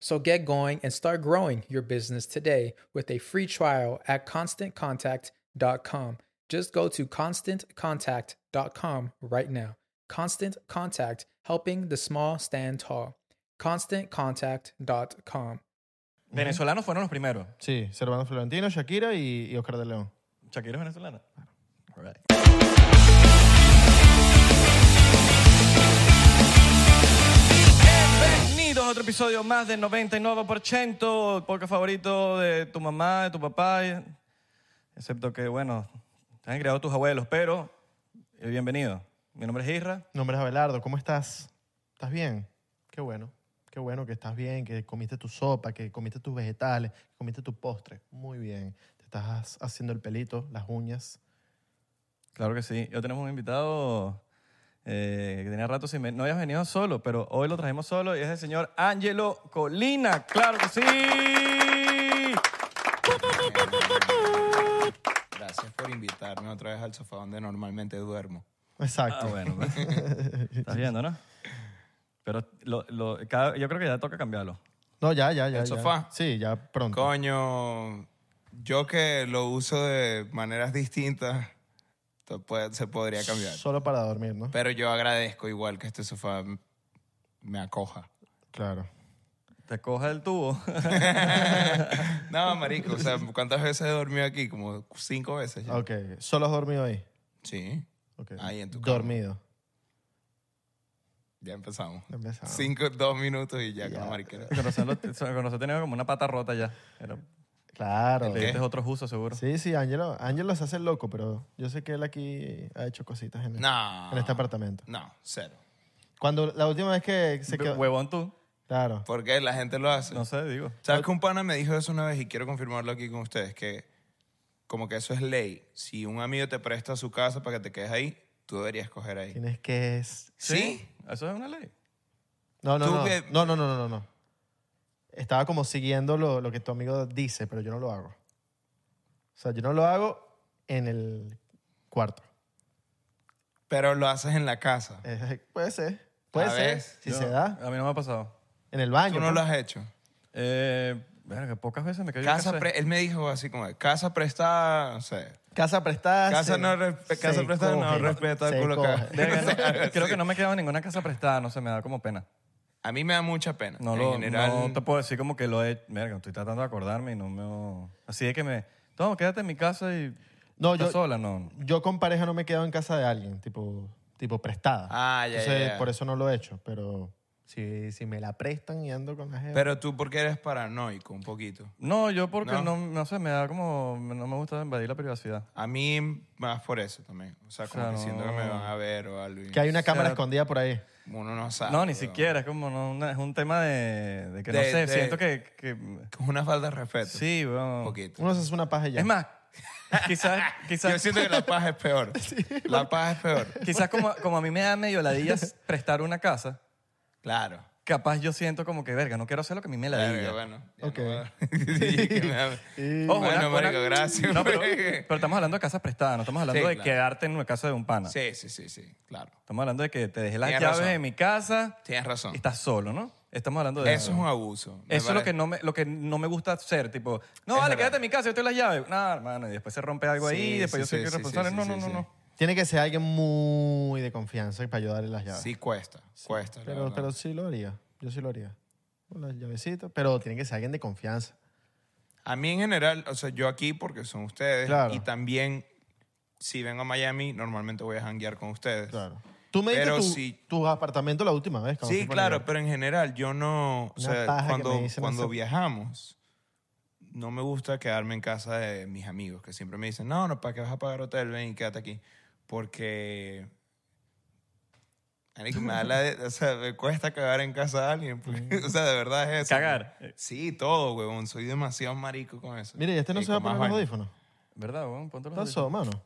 So get going and start growing your business today with a free trial at constantcontact.com. Just go to constantcontact.com right now. Constant Contact, helping the small stand tall. ConstantContact.com. Venezolanos fueron los primeros. Sí, Servando Florentino, Shakira y, y Oscar de León. Shakira es venezolana. All right. Bienvenidos a otro episodio más del 99%, podcast favorito de tu mamá, de tu papá, y- excepto que, bueno, te han criado tus abuelos, pero eh, bienvenido. Mi nombre es Isra. Nombre es Abelardo, ¿cómo estás? ¿Estás bien? Qué bueno, qué bueno que estás bien, que comiste tu sopa, que comiste tus vegetales, que comiste tu postre. Muy bien. Te estás haciendo el pelito, las uñas. Claro que sí. Hoy tenemos un invitado eh, que tenía rato sin venir. No habías venido solo, pero hoy lo trajimos solo y es el señor Ángelo Colina. ¡Claro que sí! Gracias por invitarme otra vez al sofá donde normalmente duermo. Ah, Exacto. bueno. pues. Estás viendo, ¿no? Pero lo- lo- cada- yo creo que ya toca cambiarlo. No, ya, ya, ya. ya. ¿El sofá? Sí, ya pronto. Coño, yo que lo uso de maneras distintas, to- puede- se podría cambiar. Solo para dormir, ¿no? Pero yo agradezco igual que este sofá m- me acoja. Claro. Te coja el tubo. No, marico, o sea, ¿cuántas veces he dormido aquí? Como cinco veces ya. Ok, solo has dormido ahí. Sí, Ok. Ahí en tu cama. Dormido. ya empezamos. Empezamos. Cinco, dos minutos y ya, con la mariquera. Con razón, lo- con razón tenía como una pata rota ya. Era- Claro. le diste otros usos, seguro. Sí, sí, Ángelo. Ángelo se hace el loco, pero yo sé que él aquí ha hecho cositas en, No. en este apartamento. No, cero. Cuando la última vez que se quedó. Huevón tú. Claro. ¿Por qué la gente lo hace? No sé, digo. ¿Sabes que un pana me dijo eso una vez y quiero confirmarlo aquí con ustedes? Que como que eso es ley. Si un amigo te presta su casa para que te quedes ahí, tú deberías coger ahí. Tienes que. es- ¿Sí? Eso es una ley. No, no, Tú no. que- No, no, no, no, no, no. Estaba como siguiendo lo, lo que tu amigo dice, pero yo no lo hago. O sea, yo no lo hago en el cuarto. Pero lo haces en la casa. Eh, puede ser. Puede A ser. veces, Si Yo- se da. A mí no me ha pasado. En el baño. Tú no lo has hecho. Eh, verga, pocas veces me cayó Casa pre- él me dijo así como, casa prestada, no sé. Casa prestada. Casa se- no respe- se casa prestada no coge, respeta el se culo coge. acá. Verga, no, eh, Sí. creo que no me he quedado en ninguna casa prestada, no sé, me da como pena. A mí me da mucha pena. No, en lo, general, no te puedo decir como que lo he... Verga, estoy tratando de acordarme y no me... Así es que me... Toma, quédate en mi casa y... No, ¿Estás yo- sola? No. Yo con pareja no me quedo en casa de alguien, tipo, tipo prestada. Ah, ya, ya, Entonces, ya. por eso no lo he hecho. Pero si, si me la prestan y ando con la gente. Pero tú porque eres paranoico un poquito. No, yo porque no. No. No, sé, me da como... No me gusta invadir la privacidad. A mí más por eso también. O sea, como O sea, que siento que no. me van a ver o algo. y que hay una cámara sea, escondida por ahí. Uno no sabe. no, ni weón. siquiera, es como... No, una- es un tema de, de que no De- sé, de- siento que... que- Es una falta de respeto. sí, Un bueno. poquito. Uno se hace una paja y ya. Es más, quizás... quizás Yo siento que la paz es peor. la paz es peor. Quizás como, como a mí me da medio ladilla prestar una casa, Claro. capaz yo siento como que, verga, no quiero hacer lo que a mí me Verga, ladilla. bueno. ya Ok. no va. Sí, que me da- Ojo, bueno, una- una- marico, gracias. No, pero, marico. pero estamos hablando de casas prestadas, no estamos hablando Sí, de claro. quedarte en una casa de un pana. Sí, sí, sí, sí, claro. Estamos hablando de que te dejé las Tienes llaves razón. de mi casa Tienes razón. y estás solo, ¿no? Estamos hablando de Eso es un abuso. me Eso es lo parece. que, no me, lo que no me gusta hacer, tipo, no, vale, Es verdad. quédate en mi casa, yo te doy las llaves. No, hermano, y después se rompe algo ahí, Sí, y después sí, yo soy sí, que sí, responsable. sí, no, sí, no, no, sí. no. Tiene que ser alguien muy de confianza y para ayudarle las llaves. Sí cuesta, cuesta. la Pero, verdad. pero sí lo haría. Yo sí lo haría. Con las llavecitas. Pero tiene que ser alguien de confianza. A mí en general, o sea, yo aquí porque son ustedes Claro. y también si vengo a Miami, normalmente voy a janguear con ustedes. Claro. Tú me diste Pero tu, si- tu apartamento la última vez. cuando Sí, fui para claro, allá. pero en general yo no, o Una sea, paja que cuando, me dicen cuando eso. viajamos, no me gusta quedarme en casa de mis amigos que siempre me dicen, no, no, ¿para qué vas a pagar hotel? Ven y quédate aquí. Porque... marico, me da la- o sea, me cuesta cagar en casa de alguien. porque- Mm. o sea, de verdad es eso. Cagar. Eh, Sí, todo, huevón. Soy demasiado marico con eso. Mira, y este no Y se va a con más poner los vaina. audífonos. ¿Verdad, weón? Ponte los Está audífonos. solo, mano.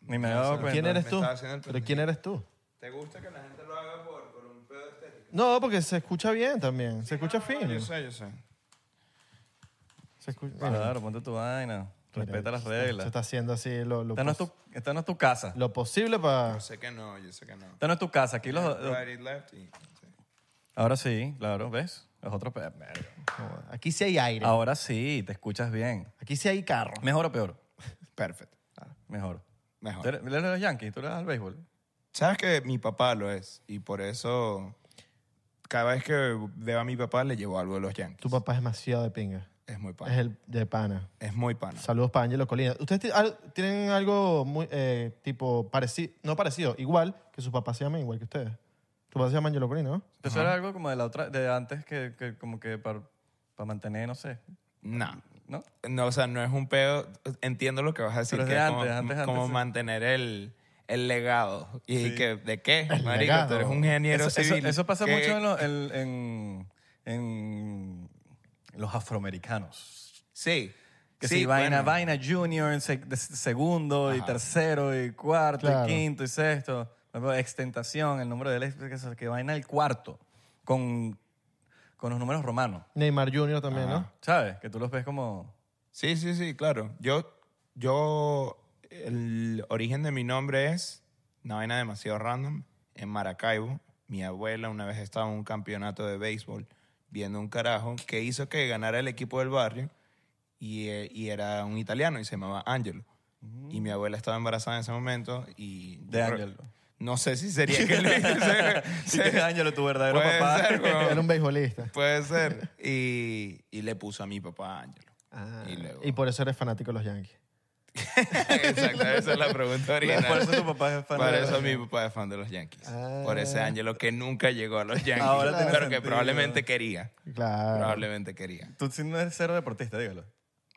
Ni me he dado cuenta. ¿Quién eres pues, me tú? estaba haciendo el ¿Pero quién eres tú? ¿Te gusta que la gente lo haga por, por un pedo estético? No, porque se escucha bien también. se escucha fino. Ah, Yo sé, yo sé. Se escucha- mira, Claro, ponte tu vaina. mira, Respeta las se está- Se reglas. está haciendo así lo, lo, Esta no, es tu, pos- esta no es tu casa. lo posible para... Yo sé que no, yo sé que no. Esta no es tu casa. Aquí los, los- Right, left y- sí. Ahora sí, claro, ¿ves? Los otros. pe- verga. Aquí sí hay aire. Ahora sí, te escuchas bien. Aquí sí hay carro. ¿Mejor o peor? Perfecto. Ah, Mejor. Mejor. ¿Tú eres, le- le- los Yankees? ¿Tú le das al béisbol? Sabes que mi papá lo es y por eso cada vez que veo a mi papá le llevo algo de los Yankees. Tu papá es demasiado de pinga. Es muy Es pana. Es, el de pana. muy pana. Saludos para Angelo Colina. ¿Ustedes ti- al- tienen algo muy eh, tipo parecido, no parecido, igual que sus papás se llaman igual que ustedes? Tu papá se llama Angelo Colina, ¿no? Eso era algo como de la otra, de antes que, que como que para, para mantener, no sé, No. ¿no? No, o sea, no es un pedo. Entiendo lo que vas a decir. Pero es que de es antes, como, antes, antes, como sí. mantener el, el legado. ¿Y que, de qué? Marico, legado. tú eres un ingeniero eso, eso- civil. eso pasa ¿Qué- mucho en, lo- en- en- en los afroamericanos. Sí. Que sí, si vaina, bueno. vaina junior, se- de segundo y Ajá. tercero y cuarto Claro. y quinto y sexto. Por ejemplo, Extentación, el número del ex- que, se- que vaina el cuarto con, con los números romanos. Neymar Jr. también, ¿no? ¿Sabes? Que tú los ves como... Sí, sí, sí, claro. Yo, yo, el origen de mi nombre es una vaina demasiado random. En Maracaibo, mi abuela una vez estaba en un campeonato de béisbol viendo un carajo que hizo que ganara el equipo del barrio y, eh, y era un italiano y se llamaba Angelo. Y mi abuela estaba embarazada en ese momento y... Mm. De Angelo. No sé si sería que le Sí, Ángelo, tu verdadero Puede papá. ser, weón. Era un beisbolista. Puede ser. Y, y le puso a mi papá Ángelo. Ah, y luego... y por eso eres fanático de los Yankees. Exacto, esa es la pregunta original. Por eso tu papá es fan Por de eso los mi papá es fan de los Yankees. Ah. Por ese Ángelo que nunca llegó a los Yankees. Ahora tiene pero que sentido. probablemente quería. Claro. Probablemente quería. Tú sí no eres cero deportista, dígalo.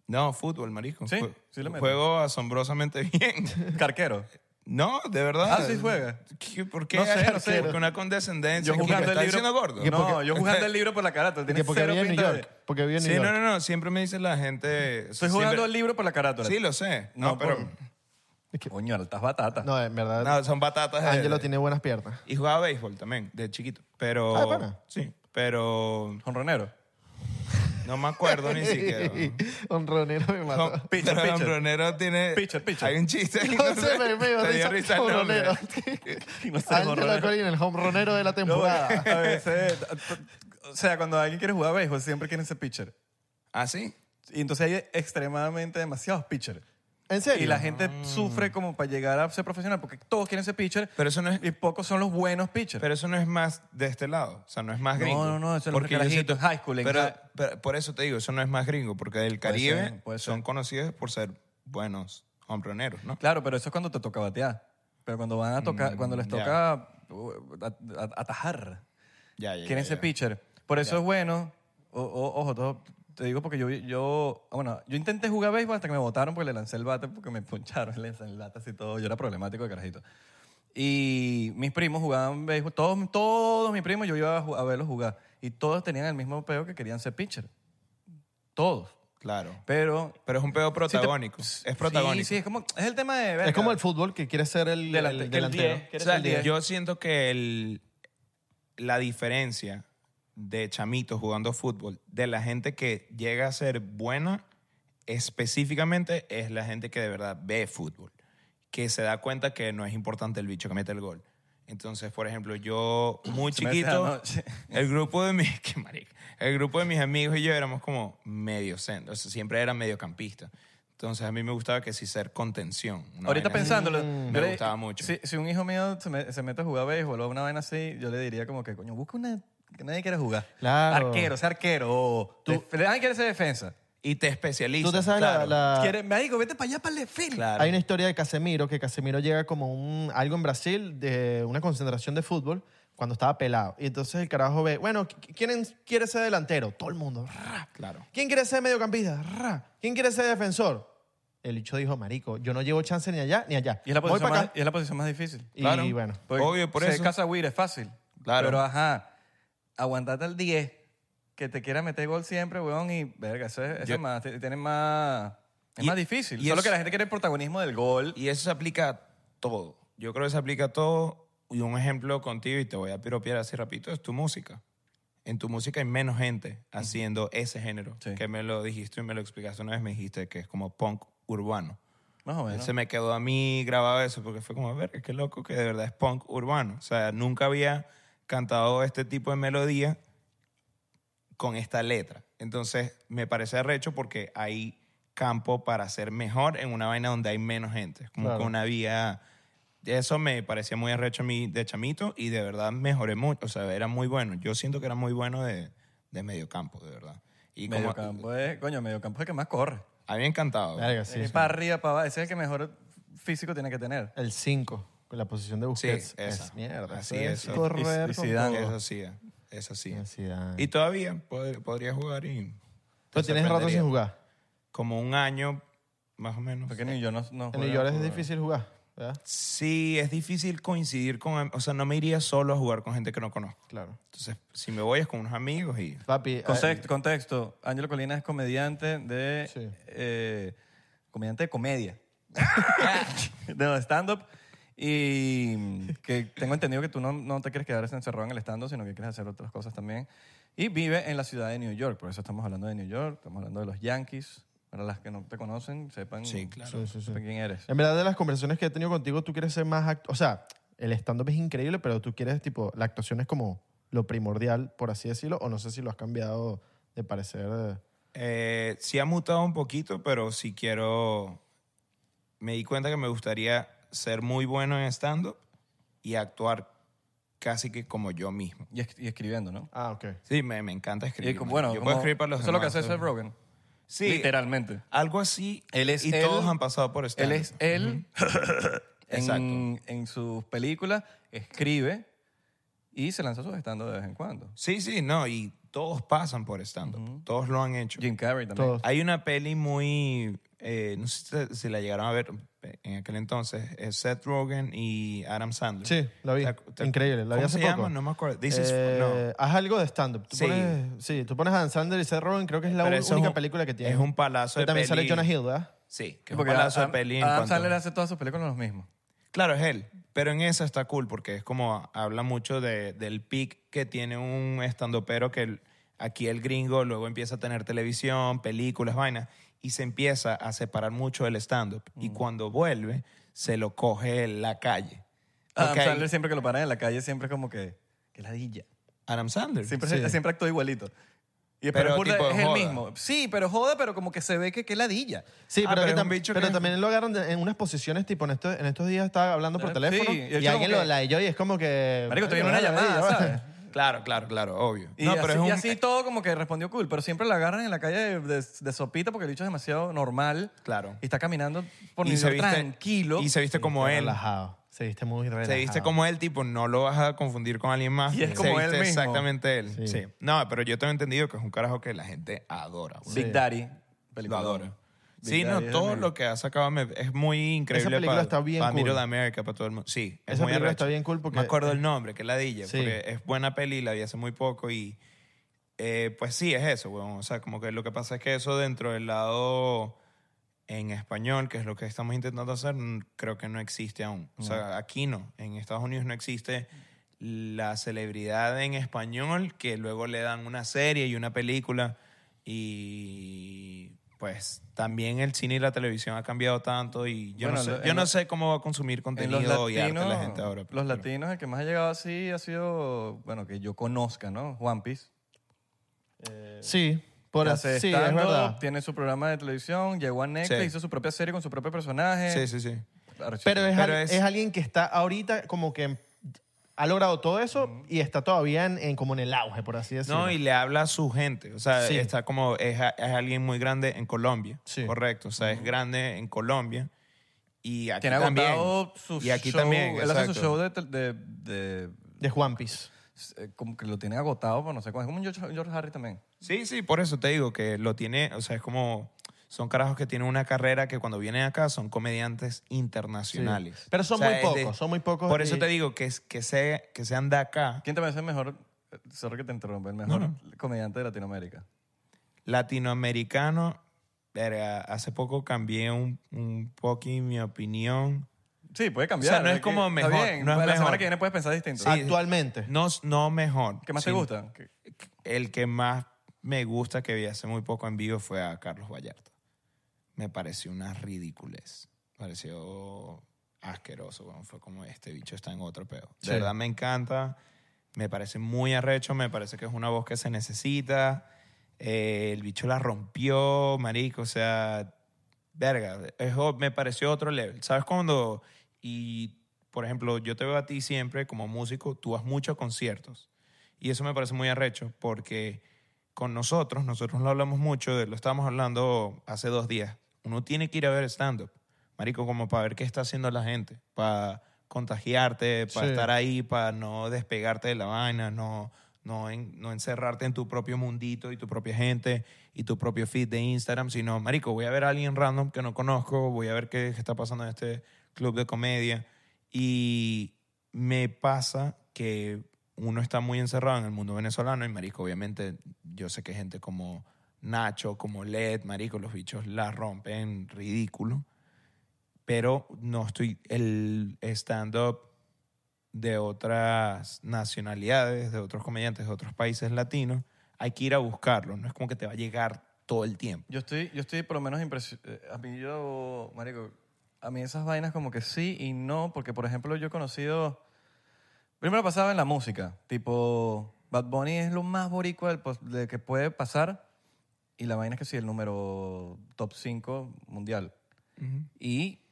No, fútbol, marico. Sí, Jue- sí le meto. Juego asombrosamente bien. Carquero. No, de verdad. Ah, sí juega. ¿Qué- ¿Por qué? No sé, no sé. Porque una Yo condescendencia. ¿Qué, jugando me el está libro. diciendo gordo? No, yo jugando el libro por la carátula. Y que Tienes porque cero vive en New pinta de- York. Porque vive en Sí, New no, York. no, no. Siempre me dice la gente... Estoy siempre- jugando el libro por la carátula. Sí, lo sé. No, No, pero... por- Coño, altas batatas. No, en verdad. No, son batatas. de- eh, Ángelo tiene buenas piernas. Y jugaba béisbol también, de chiquito. Pero... Ah, ¿de pana? Sí, pero... Jonronero. No me acuerdo ni siquiera. Honronero me mató. Con- Pitcher, pero pitcher. Hombronero tiene. Pitcher, pitcher. Hay un chiste. ahí, No sé, me, me dio te risa. dio risa el nombre. Honronero. No sé, Ángela honronero. Colina, el honronero de la No, porque temporada. a veces, o sea, cuando alguien quiere jugar béisbol, siempre quieren ser pitcher. ¿Ah, sí? Y entonces hay extremadamente demasiados pitchers. ¿En serio? Y la gente sufre como para llegar a ser profesional, porque todos quieren ser pitcher, Mm. Pero eso no es- y pocos son los buenos pitchers. Pero eso no es más de este lado. O sea, no es más No, gringo. no, no, eso es lo Porque que yo carajito, siento- high school, en Pero, high- pero por eso te digo, eso no es más gringo. Porque del Caribe ser, puede ser. son conocidos por ser buenos hombroneros, ¿no? claro, pero eso es cuando te toca batear. Pero cuando van a tocar, cuando les Mm, ya. toca uh, a- a- atajar, Ya, ya, quieren ya, ser ya. pitcher. Por eso es bueno. o- o- ojo, todo- te digo porque yo, yo, ah, bueno, yo intenté jugar béisbol hasta que me botaron porque le lancé el bate, porque me puncharon, le lancé el bate así todo. Yo era problemático de carajito. Y mis primos jugaban béisbol, todos, todos mis primos, yo iba a, ju- a verlos jugar. Y todos tenían el mismo peo que querían ser pitcher. Todos. Claro. Pero. Pero es un pedo sí te- protagónico. Sí, es protagónico. Sí, es como. Es el tema de. Es como el fútbol que quiere ser el, Delante- el que el delantero. 10, que- O Eres sea, el 10. yo siento que el- la diferencia de chamitos jugando fútbol, de la gente que llega a ser buena, específicamente es la gente que de verdad ve fútbol, que se da cuenta que no es importante el bicho que mete el gol. Entonces, por ejemplo, yo muy Se me hace chiquito, anoche. el grupo de mis, qué marica, el grupo de mis amigos y yo éramos como medio centro, o sea, siempre era mediocampista. Entonces a mí me gustaba que sí ser contención. una Ahorita vaina así. Mm. pensándolo, me yo le- gustaba mucho. Si, si un hijo mío se, me- se mete a jugar béisbol o una vaina así, yo le diría como que, coño, busca una que nadie quiere jugar. Claro. Arquero, sea arquero. O Tú- def- nadie quiere ser defensa. Y te especializas. Tú te sabes la- claro. la- Quiere, me digo, vete para allá, para el defensa. Ah. Claro. Hay una historia de Casemiro, que Casemiro llega como un, algo en Brasil, de una concentración de fútbol, cuando estaba pelado. Y entonces el carajo ve, bueno, ¿qu- ¿quién quiere ser delantero? Todo el mundo. ra. Claro. ¿Quién quiere ser mediocampista? Ra. ¿Quién quiere ser defensor? El bicho dijo, marico, yo no llevo chance ni allá ni allá. Y es la Voy posición, para más, acá. y es la posición más difícil. Y, bueno. Porque Obvio, por ser eso. Casagüira es fácil. Claro. Pero ajá, aguantate al 10 que te quiera meter gol siempre, weón, y verga, eso es, eso Yo- es más, te- tienen más, es Y- más difícil. y Solo es- que la gente quiere el protagonismo del gol. Y eso se aplica a todo. Yo creo que se aplica a todo. Y un ejemplo contigo, y te voy a piropear así rapidito, es tu música. En tu música hay menos gente haciendo ese género. Sí. Que me lo dijiste y me lo explicaste una vez, me dijiste que es como punk urbano. más o menos. Se me quedó a mí grabado eso porque fue como, a ver, qué loco que de verdad es punk urbano. O sea, nunca había cantado este tipo de melodía con esta letra. Entonces, me parece recho porque hay campo para ser mejor en una vaina donde hay menos gente. Como Claro. con una vía... Eso me parecía muy arrecho a mí de chamito y de verdad mejoré mucho. O sea, era muy bueno. Yo siento que era muy bueno de, de medio campo, de verdad. Y como, Mediocampo es, coño, mediocampo es el que más corre. a mí me encantado. Verga, sí, es sí. Eh, para arriba, para abajo. Ese es el que mejor físico tiene que tener. El 5, con la posición de Busquets. Sí, esa. Es mierda. Así eso es. Y- y- Correr y con Zidane. todo. Eso sí, eh. eso sí. eh. Zidane. Y todavía pod- podría jugar y... Pero te tienes rato sorprendería. sin jugar. Como un año, más o menos. Porque ni yo no, no En juego New York es fútbol. difícil jugar, ¿verdad? Sí, es difícil coincidir con... O sea, no me iría solo a jugar con gente que no conozco. Claro. Entonces, si me voy es con unos amigos y... Papi, eh, Contexto, contexto. Ángelo Colina es comediante de... Sí. eh, comediante de comedia. de stand-up. Y que tengo entendido que tú no, no te quieres quedar encerrado en el stand-up, sino que quieres hacer otras cosas también. Y vive en la ciudad de New York. Por eso estamos hablando de New York, estamos hablando de los Yankees. Para las que no te conocen, sepan, Sí, claro. Sí, sí, sí. sepan quién eres. En verdad, de las conversaciones que he tenido contigo, tú quieres ser más... act- O sea, el stand-up es increíble, pero tú quieres, tipo, la actuación es como lo primordial, por así decirlo, o no sé si lo has cambiado de parecer. eh. Eh, sí ha mutado un poquito, pero sí quiero... Me di cuenta que me gustaría ser muy bueno en stand-up y actuar casi que como yo mismo. Y, es- y escribiendo, ¿no? Ah, ok. Sí, me, me encanta Y escribir. como, man. bueno, yo como- puedo escribir para los Eso es lo que demás. hace Seth Rogen. Sí, Literalmente. Algo así. Él es y él. todos han pasado por Él stand-up. es él. en, Exacto. en sus películas, escribe y se lanza sus estandos de vez en cuando. Sí, sí, no, y todos pasan por stand-up. Todos lo han hecho. Jim Carrey también. Todos. Hay una peli muy. eh, no sé si- si la llegaron a ver en aquel entonces. es Seth Rogen y Adam Sandler. Sí, la vi. ¿Te ac- te ac- Increíble, la vi ¿Cómo hace se poco. llama? No me acuerdo. This is- Eh, no. Haz algo de stand-up. Tú Sí. Pones, sí, tú pones a Dan Sandler y Seth Rogen, creo que es la Pero un- eso es única un- película que tiene. es un palazo Que de también sale peli. Jonah Hill, ¿verdad? Sí, que es un Porque palazo de Adam, peli. en Adam cuanto- Sandler hace todas sus películas los mismos. Claro, es él. Pero en esa está cool porque es como habla mucho de- del pic que tiene un estandopero que Aquí el gringo luego empieza a tener televisión, películas, vainas, y se empieza a separar mucho del stand-up. Mm. Y cuando vuelve, se lo coge la calle. Adam Ok. Sandler siempre que lo paran en la calle siempre es como que, que ladilla. Adam Sandler. Siempre, Sí. siempre actúa igualito. Y Pero pero burda- tipo es el joda. mismo. Sí, pero joda, pero como que se ve que que ladilla. Sí, pero, Ah, pero que es un tam- bicho pero que- también lo agarran de- en unas posiciones, tipo, en estos, en estos días estaba hablando por Eh, teléfono sí, y el y, chamo alguien que- lo leyó y es como que... Marico, te "Ay, viene una vale, llamada, vale". ¿sabes? Claro, claro, claro, obvio. Y, No, así, pero es y un- eh, así todo como que respondió cool, pero siempre la agarran en la calle de, de- de sopita porque el bicho es demasiado normal. Claro. Y está caminando por y New se York viste- tranquilo. Y se viste como él. Relajado. Se viste muy relajado. Se viste como él, tipo, no lo vas a confundir con alguien más. Y es Se como él viste mismo. Exactamente él. Sí. Sí. No, pero yo tengo entendido que es un carajo que la gente adora. güey. Big Daddy. Lo película. adora. Big sí, no, Daddy es todo el- lo que ha sacado me- es muy increíble. película para, está bien Para cool. Middle America, para todo el mundo. Sí, es Esa muy película arrecho. está bien cool porque- Me acuerdo el nombre, que es La Dilla, Sí. porque es buena peli, la vi hace muy poco y... eh, pues sí, es eso, weón. O sea, como que lo que pasa es que eso dentro del lado en español, que es lo que estamos intentando hacer, mm, creo que no existe aún. O sea, aquí no. En Estados Unidos no existe la celebridad en español que luego le dan una serie y una película. Y pues también el cine y la televisión ha cambiado tanto y yo Bueno, no sé, en yo no los- sé cómo va a consumir En contenido los y arte latinos, la gente ahora. los pero- latinos, el que más ha llegado así ha sido, bueno, que yo conozca, ¿no? One Piece. Sí, por Que así, hace sí, es stand-up, verdad. Tiene su programa de televisión, llegó a Netflix, Sí. hizo su propia serie con su propio personaje. Sí, sí, sí. Arrechísimo. Pero, es, Pero al- es- es alguien que está ahorita como que ha logrado todo eso y está todavía en, en como en el auge, por así decirlo. No, y le habla a su gente. O sea, Sí. está como, es, a- es alguien muy grande en Colombia. Sí. Correcto. O sea, es grande en Colombia. Y aquí Tiene también. agotado su y aquí show. también. Él hace su exacto. show de, tel- de- de- De One Piece. eh, como que lo tiene agotado, pero no sé cuándo. Es como un George, George Harry también. Sí, sí, por eso te digo que lo tiene, o sea, es como, son carajos que tienen una carrera que cuando vienen acá son comediantes internacionales. Sí. Pero son O sea, muy es de- pocos, son muy pocos Por y- eso te digo que, es- que, se, que sean de acá, ¿Quién te parece el mejor, eh, sorry que te interrumpa, el mejor comediante de Latinoamérica? latinoamericano. Verga, hace poco cambié un, un poquito mi opinión. Sí, puede cambiar. O sea, no es que- como está mejor, bien, no es la semana mejor. que viene puedes pensar distinto. Ah, Sí. Actualmente. No, no mejor. ¿Qué más te sino- gusta? ¿Qué- el que más me gusta que vi hace muy poco en vivo fue a Carlos Vallarta. Me pareció una ridiculez. Pareció asqueroso. weón. fue como este bicho está en otro pedo. De Sí. verdad me encanta. Me parece muy arrecho. Me parece que es una voz que se necesita. Eh, el bicho la rompió, marico. O sea, verga. es o- me pareció otro level. ¿Sabes cuando? Y, por ejemplo, yo te veo a ti siempre como músico. Tú vas mucho a conciertos. Y eso me parece muy arrecho porque con nosotros, nosotros lo hablamos mucho, de- lo estábamos hablando hace dos días. Uno tiene que ir a ver stand-up, marico, como para ver qué está haciendo la gente, para contagiarte, para Sí. estar ahí, para no despegarte de la vaina, no, no, en- no encerrarte en tu propio mundito y tu propia gente y tu propio feed de Instagram, sino, marico, voy a ver a alguien random que no conozco, voy a ver qué está pasando en este club de comedia. Y me pasa que uno está muy encerrado en el mundo venezolano y, marico, obviamente yo sé que gente como Nacho, como Led, marico, los bichos la rompen ridículo. Pero no estoy... El stand-up de otras nacionalidades, de otros comediantes, de otros países latinos, hay que ir a buscarlo. No es como que te va a llegar todo el tiempo. Yo estoy, yo estoy por lo menos impresionado. A mí yo, marico, a mí esas vainas como que sí y no, porque por ejemplo yo he conocido... Primero pasaba en la música, tipo Bad Bunny es lo más boricua del pos- de que puede pasar y la vaina es que sí, el número top 5 mundial. Y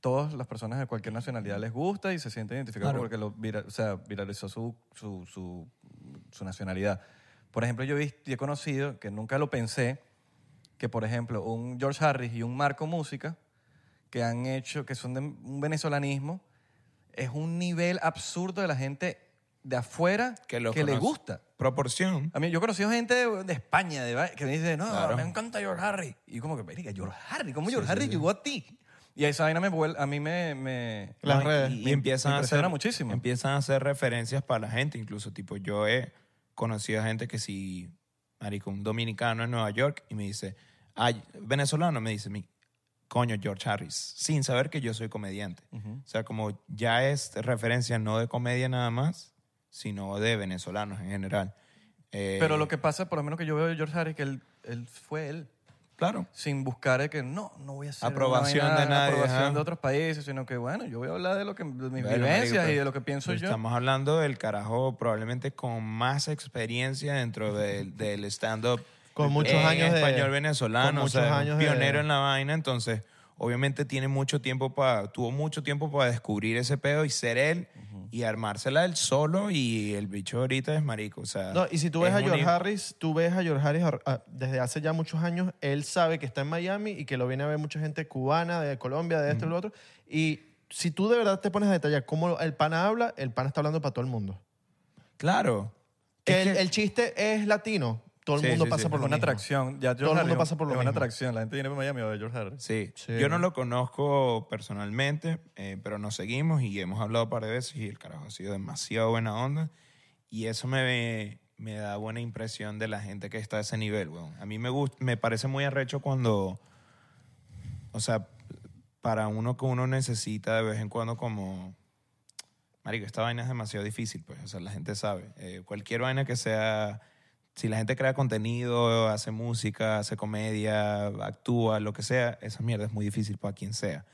todas las personas de cualquier nacionalidad les gusta y se sienten identificadas porque lo vira- o sea, viralizó su, su, su, su nacionalidad. Por ejemplo, yo he vis- y he conocido, que nunca lo pensé, que por ejemplo un George Harris y un Marco Música, que han hecho, que son de un venezolanismo, es un nivel absurdo de la gente de afuera que, Que, lo le conoce. gusta. Proporción. A mí, yo he conocido gente de, de España de va- que me dice, no, Claro. me encanta George Harry. Y yo como que, "Marica, George Harry, ¿cómo George Harry llegó a ti? Y esa vaina me vuel- a mí me... me- em, Las No, y- redes. Y, Me empiezan a impresiona hacer muchísimo. Empiezan a hacer referencias para la gente, incluso tipo yo he conocido gente que si marico un dominicano en Nueva York y me dice, "Ay, venezolano", me dice mi coño George Harris, sin saber que yo soy comediante. O sea, como ya es referencia no de comedia nada más, sino de venezolanos en general. Eh, Pero lo que pasa, por lo menos que yo veo de George Harris, que él, él fue él. Claro. Sin buscar el que no, no voy a hacer una Aprobación vaina, de nadie, Aprobación ajá. de otros países, sino que bueno, yo voy a hablar de lo que de mis Bueno, vivencias marico, y pero- de lo que pienso pero yo. Estamos hablando del carajo probablemente con más experiencia dentro del, del stand-up. Con muchos en años de- español venezolano, con o sea, muchos es un años de- pionero en la vaina, entonces obviamente tiene mucho tiempo para, tuvo mucho tiempo para descubrir ese pedo y ser él y armársela él solo y el bicho ahorita es marico, o sea. No, y si tú ves es a un George i- Harris, tú ves a George Harris ah, desde hace ya muchos años, él sabe que está en Miami y que lo viene a ver mucha gente cubana, de Colombia, de este y lo otro. Y si tú de verdad te pones a detallar cómo el pana habla, el pana está hablando para todo el mundo. Claro. Que Es el, que- el chiste es latino, todo el Sí, mundo sí, pasa sí. por lo una mismo. atracción. Ya George Todo el mundo Harris es- pasa por lo es una mismo. atracción. La gente viene a Miami a ver George Harris. Sí. Sí. Yo no lo conozco personalmente, eh, pero nos seguimos y hemos hablado un par de veces y el carajo ha sido demasiado buena onda. Y eso me, me da buena impresión de la gente que está a ese nivel, weón. A mí me, gusta, me parece muy arrecho cuando, o sea, para uno que uno necesita de vez en cuando como... Marico, esta vaina es demasiado difícil, pues. O sea, la gente sabe. Eh, cualquier vaina que sea. Si la gente crea contenido, hace música, hace comedia, actúa, lo que sea, esa mierda es muy difícil para quien sea.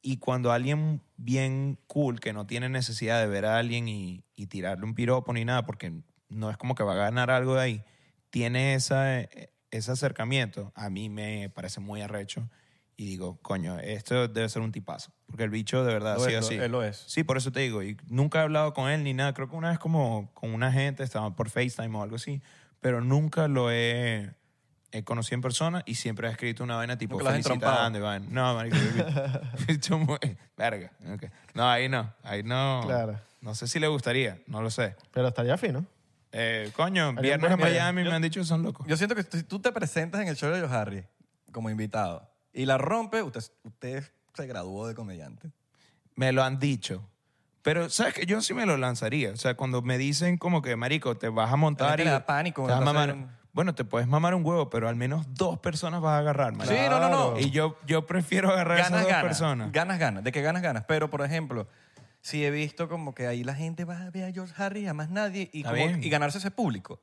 Y cuando alguien bien cool, que no tiene necesidad de ver a alguien y, y tirarle un piropo ni nada, porque no es como que va a ganar algo de ahí, tiene esa, eh, ese acercamiento, a mí me parece muy arrecho. Y digo, coño, esto debe ser un tipazo. Porque el bicho de verdad Lo ha es, sido lo- así. él lo es. Sí, por eso te digo. Y nunca he hablado con él ni nada. Creo que una vez como con una gente, estaba por FaceTime o algo así, pero nunca lo he, he conocido en persona y siempre he escrito una vaina tipo Nunca lo has felicitando y vaina. No, marico. yo- bicho muy- Verga. ok. No, ahí no. Ahí no. Claro. No sé si le gustaría. No lo sé. Pero estaría fino. Eh, coño, Haría viernes buena en pareja. Miami me han dicho que son locos. Yo siento que si tú te presentas en el show de George Harris como invitado y la rompe, usted, usted se graduó de comediante. Me lo han dicho. Pero, ¿sabes que Yo sí me lo lanzaría. O sea, cuando me dicen como que, marico, te vas a La montar gente y... le da pánico, te vas a entonces mamar- no- Bueno, te puedes mamar un huevo, pero al menos dos personas vas a agarrar, marico. Sí, no, no, no. Y yo, yo prefiero agarrar a esas ganas, dos ganas. personas. Ganas, ganas. De que ganas, ganas. Pero, por ejemplo, si he visto como que ahí la gente va a ver a George Harris, a más nadie, y, Está como- bien. y ganarse ese público.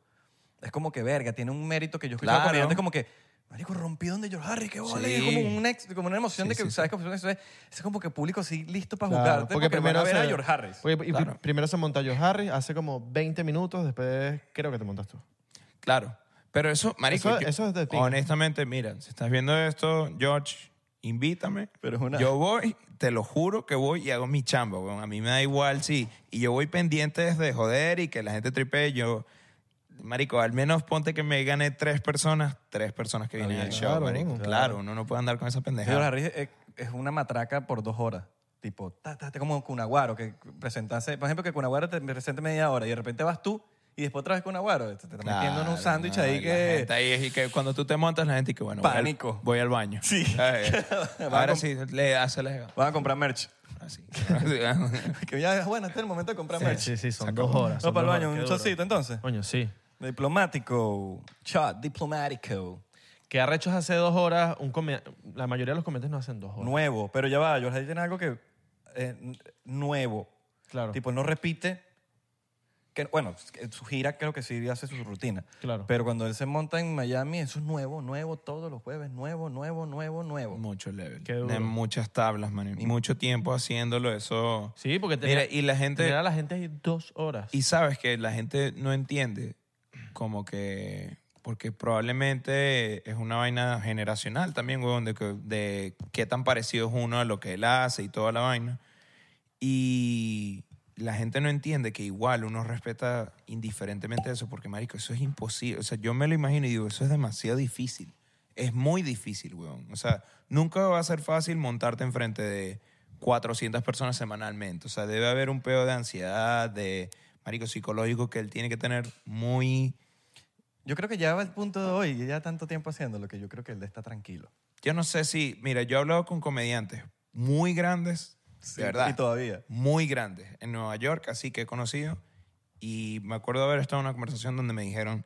Es como que, verga, tiene un mérito que yo escuchaba Claro. comediantes como que, marico, rompí donde George Harris, qué bola. Sí. Y es como, una ex- como una emoción Sí, de que, sí, ¿sabes? Como, eso es, es como que público así listo para Claro, jugarte porque, primero van a ver se- a George Harris. porque- y pri- Claro. primero se monta George Harris, hace como 20 minutos, después creo que te montas tú. Claro. Pero eso, marico, Eso- eso es de pinga. honestamente, mira, si estás viendo esto, George, invítame. Pero es una- Yo voy, te lo juro que voy y hago mi chamba, weón. A mí me da igual, sí. Y yo voy pendiente desde joder y que la gente tripee. Yo, marico, al menos ponte que me gane tres personas, tres personas que vienen al show, claro, marico. claro. Claro, uno no puede andar con esa George pendejada. Harris es, es una matraca por dos horas. Tipo, ta, ta, ta, como Cunaguaro, que presentase, por ejemplo, que Cunaguaro te presente media hora y de repente vas tú y después otra vez Cunaguaro. Te, te estás metiendo en un Claro, sándwich no, ahí la que. gente ahí es- y que cuando tú te montas, la gente y que bueno, voy al- Pánico. Voy al, baño. Sí. Ay, Va Ahora con- sí, le hace la. Van a comprar merch. Así. Que ya, bueno, este es el momento de comprar merch. sí, son dos horas. Vamos para el baño, un chocito entonces. Coño, sí. Diplomático. Shot, diplomático. Que arrechos hace dos horas, un come- la mayoría de los comediantes no hacen dos horas. Nuevo. Pero ya va, George Harris tiene algo que. eh, n- nuevo. Claro. Tipo, él no repite. Que, bueno, en su gira creo que sí hace su rutina. Claro. Pero cuando él se monta en Miami, eso es nuevo, nuevo, todos los jueves, nuevo, nuevo, nuevo, nuevo. Mucho level. Qué duro. De muchas tablas, man. Y mucho tiempo haciéndolo, eso. Sí, porque Mira, tenía, y la gente. tener a la gente ahí dos horas. Y sabes que la gente no entiende, como que. Porque probablemente es una vaina generacional también, weón, de, que- de qué tan parecido es uno a lo que él hace y toda la vaina. Y la gente no entiende que igual uno respeta indiferentemente eso, porque, marico, eso es imposible. O sea, yo me lo imagino y digo, eso es demasiado difícil. Es muy difícil, weón. O sea, nunca va a ser fácil montarte enfrente de 400 personas semanalmente. O sea, debe haber un pedo de ansiedad, de, marico, psicológico que él tiene que tener muy... Yo creo que ya va el punto de hoy, y ya tanto tiempo haciéndolo, que yo creo que él está tranquilo. Yo no sé si... Mira, yo he hablado con comediantes muy grandes, Sí, de verdad. Y todavía. muy grandes en Nueva York, así que he conocido. Y me acuerdo haber estado en una conversación donde me dijeron,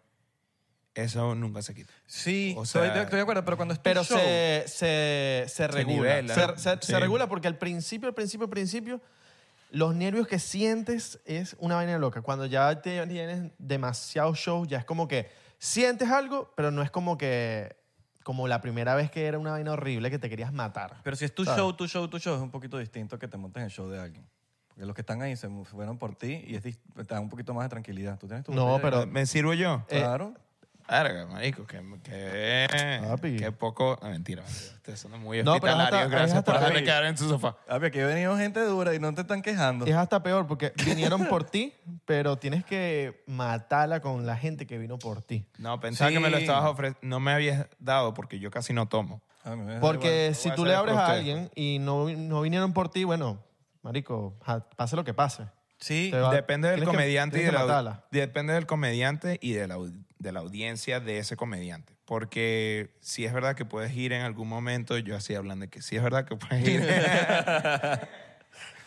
eso nunca se quita. Sí, O sea, estoy, de- estoy de acuerdo, pero cuando es tu pero show, se, se, se regula. nivela. Se, se- se Sí. regula porque al principio, al principio, al principio, Los nervios que sientes es una vaina loca. Cuando ya te- tienes demasiado show, ya es como que sientes algo, pero no es como que como la primera vez que era una vaina horrible que te querías matar. Pero si es tu Claro. show, tu show, tu show, es un poquito distinto que te montes en el show de alguien. Porque los que están ahí se fueron por ti y es dis- te da un poquito más de tranquilidad. Tú tienes tu No, botella pero- eh, de- ¿Me sirvo yo? Claro. Verga, marico, que, que, Papi. que poco... No, mentira, ustedes son muy No, pero es hospitalarios. hasta- es gracias hasta- por dejarme papi. quedar en su sofá. A ver, aquí ha venido gente dura y no te están quejando. Es hasta peor porque vinieron por ti, pero tienes que matarla con la gente que vino por ti. No, pensaba que me lo Sí. estabas ofreciendo. No me habías dado porque yo casi no tomo. A mí Ah, me da Porque igual, si voy a tú hacer le por abres a ustedes. alguien y no, no vinieron por ti, bueno, marico, ja, pase lo que pase. Sí, Te va- Depende del tienes que- comediante y tienes de que la, matarla. au- depende del comediante y de la, au- de la audiencia de ese comediante. Porque si es verdad que puedes ir en algún momento, yo así hablando de que si es verdad que puedes ir.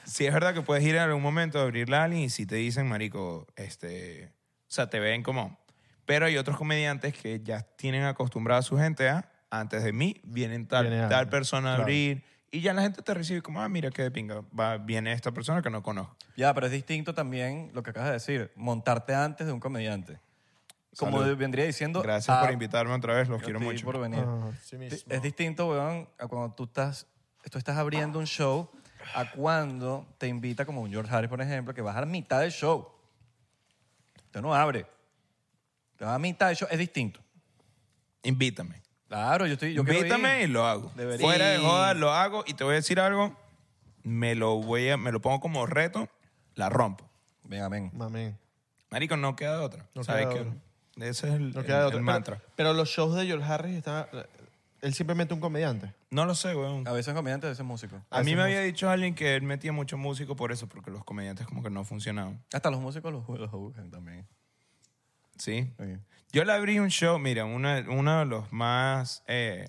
si es verdad que puedes ir en algún momento a abrirla a alguien y si te dicen, marico, este, o sea, te ven como. Pero hay otros comediantes que ya tienen acostumbrada a su gente a, antes de mí, vienen tal, Viene tal alguien, persona a claro. abrir. Y ya la gente te recibe como, ah, mira qué de pinga. Va, viene esta persona que no conozco. ya, pero es distinto también lo que acabas de decir, montarte antes de un comediante. Como Salud. vendría diciendo. Gracias ah, por invitarme otra vez, los a quiero ti mucho. por venir. sí Di- Es distinto, weón, a cuando tú estás, tú estás abriendo un show a cuando te invita como un George Harris, por ejemplo, que vas a la mitad del show. Usted no abre. Te vas a mitad del show. Es distinto. Invítame. Claro, yo estoy... Yo quiero ir. Invítame y lo hago. Debería. Fuera de joda, lo hago y te voy a decir algo. Me lo voy a, me lo pongo como reto, la rompo. Venga, ven. Mamén. Marico, no queda de otra. No ¿Sabes queda de qué? otra. Ese es el, No el- queda de el otra. Pero- mantra. Pero, los shows de George Harris está. Él simplemente un comediante. No lo sé, weón. A Ah, veces comediante, a veces músico. A mí veces me había dicho alguien que él metía mucho músico por eso, porque los comediantes como que no funcionaban. Hasta los músicos los, los buscan también. Sí. Ok. Yo le abrí un show, mira, una- uno, de los más eh,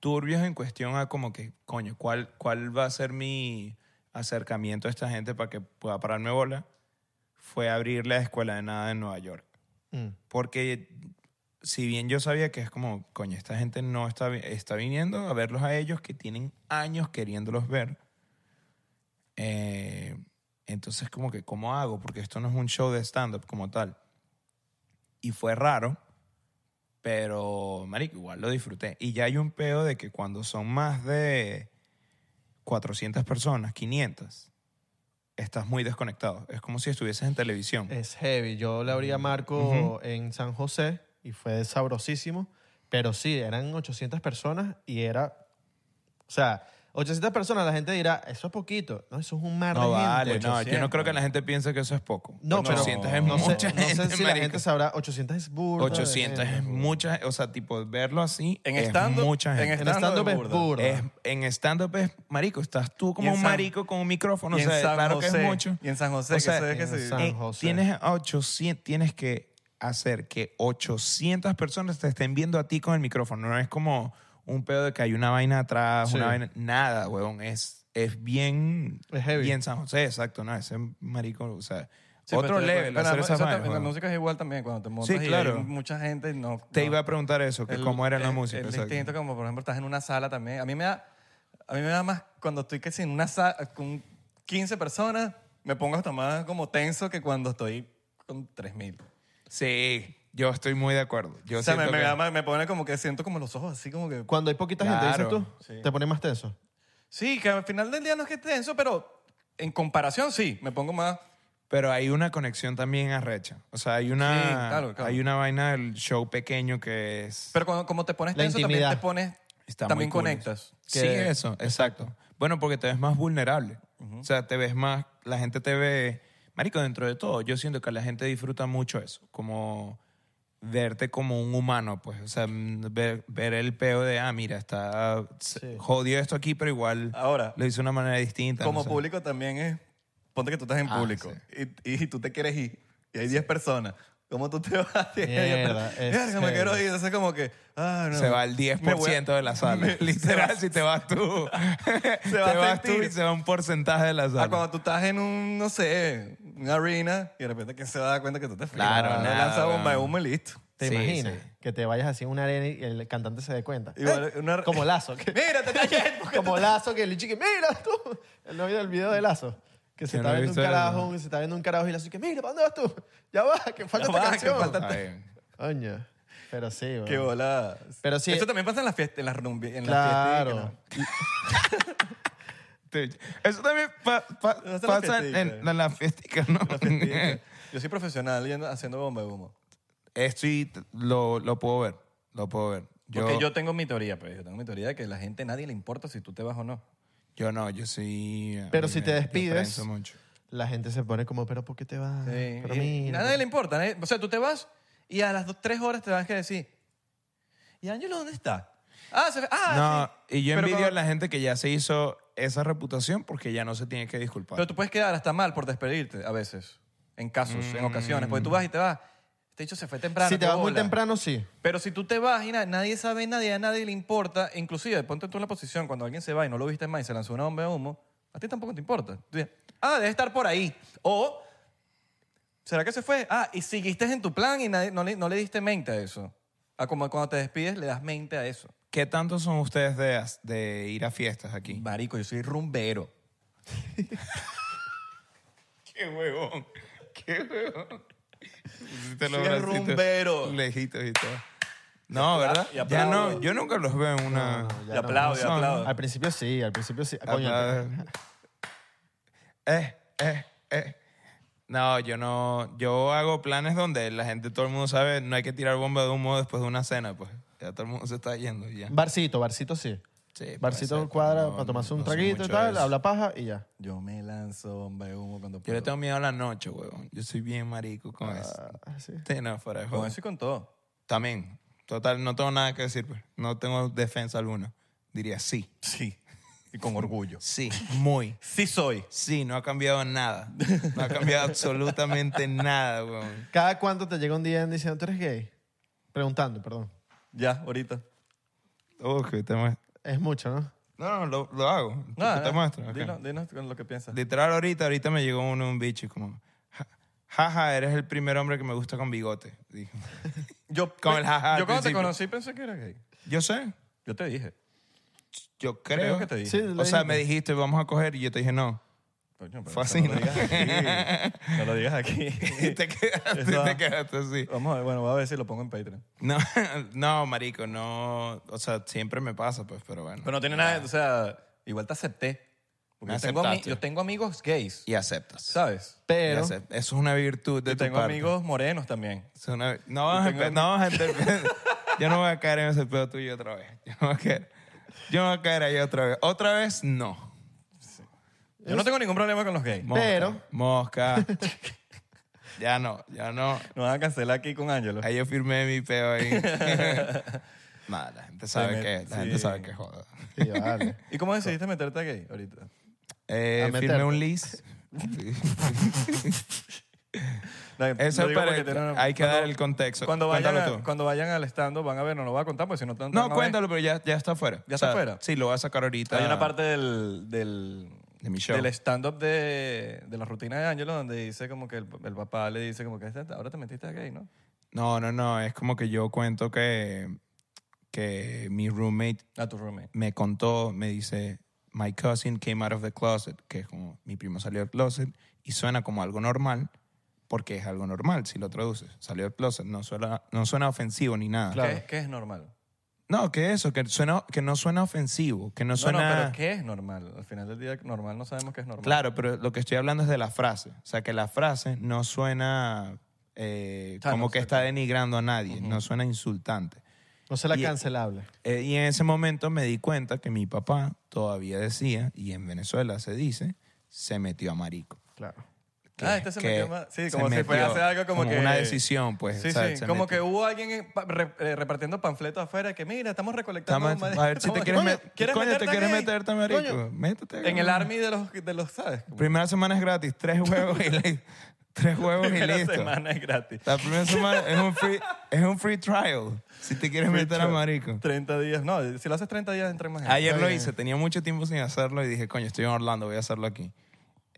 turbios en cuestión a como que, coño, ¿cuál, ¿cuál va a ser mi acercamiento a esta gente para que pueda pararme bola? Fue abrir la escuela de nada en Nueva York. Mm. Porque si bien yo sabía que es como, coño, esta gente no está, vi- está viniendo a verlos a ellos que tienen años queriéndolos ver. eh, entonces como que, ¿cómo hago? Porque esto no es un show de stand-up como tal. Y fue raro, pero, marico, igual lo disfruté. Y ya hay un peo de que cuando son más de 400 personas, 500, estás muy desconectado. Es como si estuvieses en televisión. Es heavy. Yo le abrí a Marco en San José y fue sabrosísimo. Pero sí, eran 800 personas y era. O sea, 800 personas, la gente dirá, eso es poquito. No, eso es un mar No de gente. vale, no, yo no 800. creo que la gente piense que eso es poco. No, pero 800 es no sé, mucha no sé gente, si la marico. gente sabrá. 800 es burda. de 800 es gente. mucha, o sea, tipo verlo así En es stand-up, mucha en gente. En stand-up Stand-up es es burda. burda. Es- en stand up es marico, estás tú Y como en un San- marico con un micrófono, o y en sea, San claro que José, es mucho. y en San José, O que sea, sé que en sí. San eh, José. tienes a 800, tienes que hacer que 800 personas te estén viendo a ti con el micrófono, no es como un pedo de que hay una vaina atrás, Sí. una vaina, nada, weón, es es bien Es heavy. bien San José, exacto, no, ese marico, o sea, Sí, otro pero estoy de level acuerdo. Pero hacer la- esas eso vainas, también, La weón. música es igual también cuando te montas Sí, y hay claro. mucha gente no. Te no- iba a preguntar eso, que El- cómo era la es- música. Es exacto. distinto como, por ejemplo, estás en una sala también. A mí me da, a mí me da más cuando estoy que sin una sala con 15 personas, me pongo hasta más como tenso que cuando estoy con 3.000. Sí, yo estoy muy de acuerdo. Yo O sea, me, siento me, que- da más- me pone como que siento como los ojos así como que... Cuando hay poquita gente, Claro, dices tú, te pones más tenso. Sí, que al final del día no es que esté tenso, pero en comparación sí, me pongo más... Pero hay una conexión también arrecha. O sea, hay una, Sí, claro, claro. Hay una vaina del show pequeño que es... Pero cuando, como te pones La tenso intimidad. también te pones... está muy también cool. conectas. Sí, Que- eso, exacto. Bueno, porque te ves más vulnerable. O sea, te ves más... La gente te ve... Marico, dentro de todo, yo siento que la gente disfruta mucho eso. Como verte como un humano, pues. O sea, mm, ver, ver el peo de, ah, mira, está... se- Sí. Jodió esto aquí, pero igual Ahora, lo hizo de una manera distinta. no Ah. como sé. público también es... Ponte que tú estás en Ah, público y, y tú te quieres ir y hay 10 personas. ¿Cómo tú te vas? Y ellos te- Mierda, es Verga, me heavy. quiero ir. Entonces como que... ah, no. Se va el 10% Me voy a- de la sala. me- Literal, se va- si te vas tú. Se va a te vas tú sentir. y se va un porcentaje de la Ah, sala. cuando tú estás en un, no sé, una arena y de repente quién se va a dar cuenta que tú te frías. Claro, Ah, nada, lanza bomba de weón. humo y listo. ¿Te Sí, imaginas? sí. Que te vayas así en una arena y el cantante se dé cuenta. Igual, ¡Eh! una- Como Lazo. que- Mira, te está yendo. como Lazo que el chique, mira tú. El novio del video de Lazo. que se Yo está no he viendo un visto carajo, eso. que se está viendo un carajo y le dice que mira, ¿para dónde vas tú? Ya va, que Ya falta esta va, que canción. falta- Ay, Coño, pero sí, weón. Qué volada. Pero sí- Eso también pasa en las fiestas, en las rumbi- en las fiestas. Claro. te- Eso también pa- pa- No hace la pasa en, fiestica. en la fiestica, ¿no? que no. Yo soy profesional yendo- haciendo bomba de humo. Esto y t- lo, lo puedo ver, lo puedo ver. Yo, Porque yo, tengo mi teoría, pues. Yo tengo mi teoría de que a la gente nadie le importa si tú te vas o no. yo no, yo sí. a Pero mí si me- te yo despides- prenso mucho. La gente se pone como, pero ¿por qué te vas? Sí. Ah, Pero Y- y mira, a nadie pues- le importa. nadie- o sea, tú te vas y a las dos, tres horas te vas que decir, ¿y Ángelo dónde está? Ah, se fue- No, ah, sí. y yo Pero envidio a cuando- la gente que ya se hizo esa reputación porque ya no se tiene que pues. disculpar. Pero tú puedes quedar hasta mal por despedirte a veces, en casos, en ocasiones, porque tú vas y te vas. Este dicho se fue temprano. Mm. si te qué vas muy bola. temprano, sí. Pero si tú te vas y na- nadie sabe, nadie, a nadie le importa, inclusive, ponte tú en la posición, cuando alguien se va y no lo viste más y se lanzó una bomba de humo, a ti tampoco te importa. Tú dices, ah, debe estar por ahí. O, ¿será que se fue? Ah, y seguiste en tu plan y nadie- no, le, no le diste mente a eso. Ah, como cuando te despides, le das mente a eso. ¿Qué tanto son ustedes de, as- de ir a fiestas aquí? Marico, yo soy rumbero. ¡Qué huevón! ¡Qué huevón! Pusiste Sí, es bracitos rumbero. Lejitos y todo. No, ¿verdad? y aplaudo. ya no, yo nunca los veo en una... Ya y no, Ah, aplaudo, y no son. aplaudo. Al principio sí, al principio sí. Coño, Aplaudo. Eh, eh, eh. No, yo no. Yo hago planes donde la gente, todo el mundo sabe, no hay que tirar bomba de humo después de una cena, pues. Ya todo el mundo se está yendo y ya. barcito, barcito sí. Sí, puede barcito ser, cuadra pero no, para tomarse un no soy traguito y mucho de tal, eso. habla paja y ya. Yo me lanzo bomba de humo cuando Yo puedo. le tengo miedo a la noche, huevón. Yo soy bien marico con eso. Ah, sí. Sí, no, fuera de Con juego. eso y con todo. También. Total, no tengo nada que decir, pues. No tengo defensa alguna. Diría sí. Sí. Y con orgullo. Sí, muy. Sí soy. Sí, no ha cambiado nada. No ha cambiado absolutamente nada, huevón. ¿Cada cuánto te llega un día diciendo, tú eres gay? Preguntando, perdón. Ya, ahorita. Uf, qué tema. Es mucho, ¿no? No, no, lo, lo hago. Te- No, te no. muestro. ok. Dinos, dinos con lo que piensas. Literal, ahorita, ahorita me llegó uno, un bicho y como, "Ja- jaja, eres el primer hombre que me gusta con bigote. Dijo. Yo, Con el jaja al yo cuando te principio. conocí pensé que eras gay. Yo sé, Yo te dije. yo Creo, creo. que te dije. Sí, O sea, me dijiste, vamos a coger y yo te dije no. Coño, pero Fue eso así, No lo ¿no? digas aquí. No lo digas aquí. Y te quedaste, Eso- te quedaste así. Vamos a ver, bueno, voy a ver si lo pongo en Patreon. No, no, marico, no. O sea, siempre me pasa, pues, pero bueno. Pero no tiene nada, o sea, igual te acepté. Porque Me yo tengo, ami- aceptaste. yo tengo amigos gays, y aceptas. ¿sabes? Y Pero, acep- Eso es una virtud de Yo tu tengo parte. amigos morenos también. Es una- no, vamos a tengo empe- no vamos a entender. Yo no voy a caer en ese pedo tuyo otra vez. Yo no voy a caer, yo no voy a caer ahí otra vez. Otra vez, no. Yo no tengo ningún problema con los gays. Mosca, Pero- Mosca. ya no, ya no. Nos van a cancelar aquí con Ángelo. Ahí yo firmé mi peo ahí. Nada, la gente sabe me- que, la sí. gente sabe que joda. Sí, vale. ¿Y cómo decidiste meterte gay ahorita? Eh, A meterte. firmé un lease. Dale, Eso lo digo para- porque tiene una- hay que cuando- dar el contexto. Cuando vayan, Cuéntalo a- tú. cuando vayan al stand van a ver, no lo voy a contar porque si no te No, cuéntalo, pero ya, ya está afuera. ¿Ya está afuera? Sí, lo voy a sacar ahorita. Hay una parte del, del, De mi Ah. show. del stand-up de, de la rutina de Ángelo donde dice como que el, el papá le dice como que "Este- ahora te metiste gay, ¿no? No, no, no. Es como que yo cuento que, que mi roommate A tu roommate. me contó, me dice, my cousin came out of the closet, que es como mi primo salió del closet, y suena como algo normal, porque es algo normal si lo traduces. Salió del closet, no suena, no suena ofensivo ni nada. Claro. ¿Qué, qué es normal? No, que eso, que, suena, que no suena ofensivo, que no No, no, suena... pero ¿qué es normal? Al final del día, normal no sabemos qué es normal. Claro, pero lo que estoy hablando es de la frase. O sea, que la frase no suena eh, Ah, no, como que sí. está denigrando a nadie, no suena insultante. No será Y- cancelable. Eh, y en ese momento me di cuenta que mi papá todavía decía, y en Venezuela se dice, se metió a marico. Claro. Ah, este se que metió más. Sí, se como si fuera a metió, hacer algo como, como que. una decisión, pues, Sí, ¿sabes? sí. Se Como metió. que hubo alguien en- pa- re- eh, repartiendo panfletos afuera que, mira, estamos recolectando. Estamos- bomba- a ver si te estamos- quieres, Coño, met- ¿quieres coño, te meterte quieres gay? meterte a marico. Métete. En el güey. army de los, de los ¿sabes? Primera semana es gratis, tres huevos y li- tres huevos y Primera listo. semana es gratis. La primera semana es un free, es un free trial. Si te quieres meter a marico. 30 días. No, si lo haces 30 días, entra más gente. Ayer lo hice, tenía mucho tiempo sin hacerlo y dije, coño, estoy en Orlando, voy a hacerlo aquí.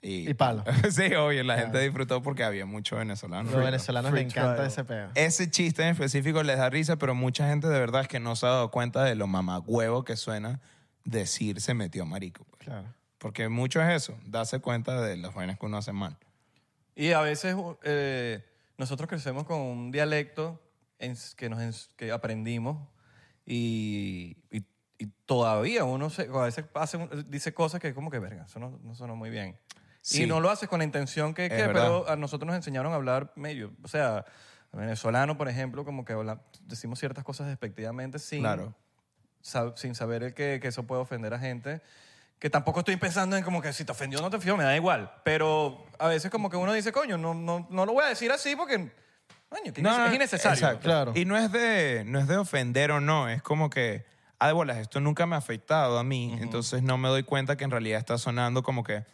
Y, Y palo. sí, obvio, la gente disfrutó porque había mucho venezolano. Los venezolanos free les encanta trial. ese pedo. Ese chiste en específico les da risa, pero mucha gente de verdad es que no se ha dado cuenta de lo mamagüevo que suena decir se metió marico. pues. Claro. Porque mucho es eso, darse cuenta de las vainas que uno hace mal. Y a veces eh, nosotros crecemos con un dialecto en- que, nos, ens- que aprendimos y, y- y todavía uno se- a veces hace un- dice cosas que como que, verga, eso no, no sonó muy bien. Sí. Y no lo haces con la intención que, Es que verdad. pero a nosotros nos enseñaron a hablar medio, o sea, al venezolano, por ejemplo, como que habla- decimos ciertas cosas despectivamente sin, Claro. sa- sin saber el que, que eso puede ofender a gente. Que tampoco estoy pensando en como que si te ofendió o no te ofendió, me da igual. Pero a veces como que uno dice, coño, no, no, no lo voy a decir así porque, coño, que es innecesario. exacto. Claro. Y no es, de, no es de ofender o no, es como que, ah, de bolas, esto nunca me ha afectado a mí, entonces no me doy cuenta que en realidad está sonando como que,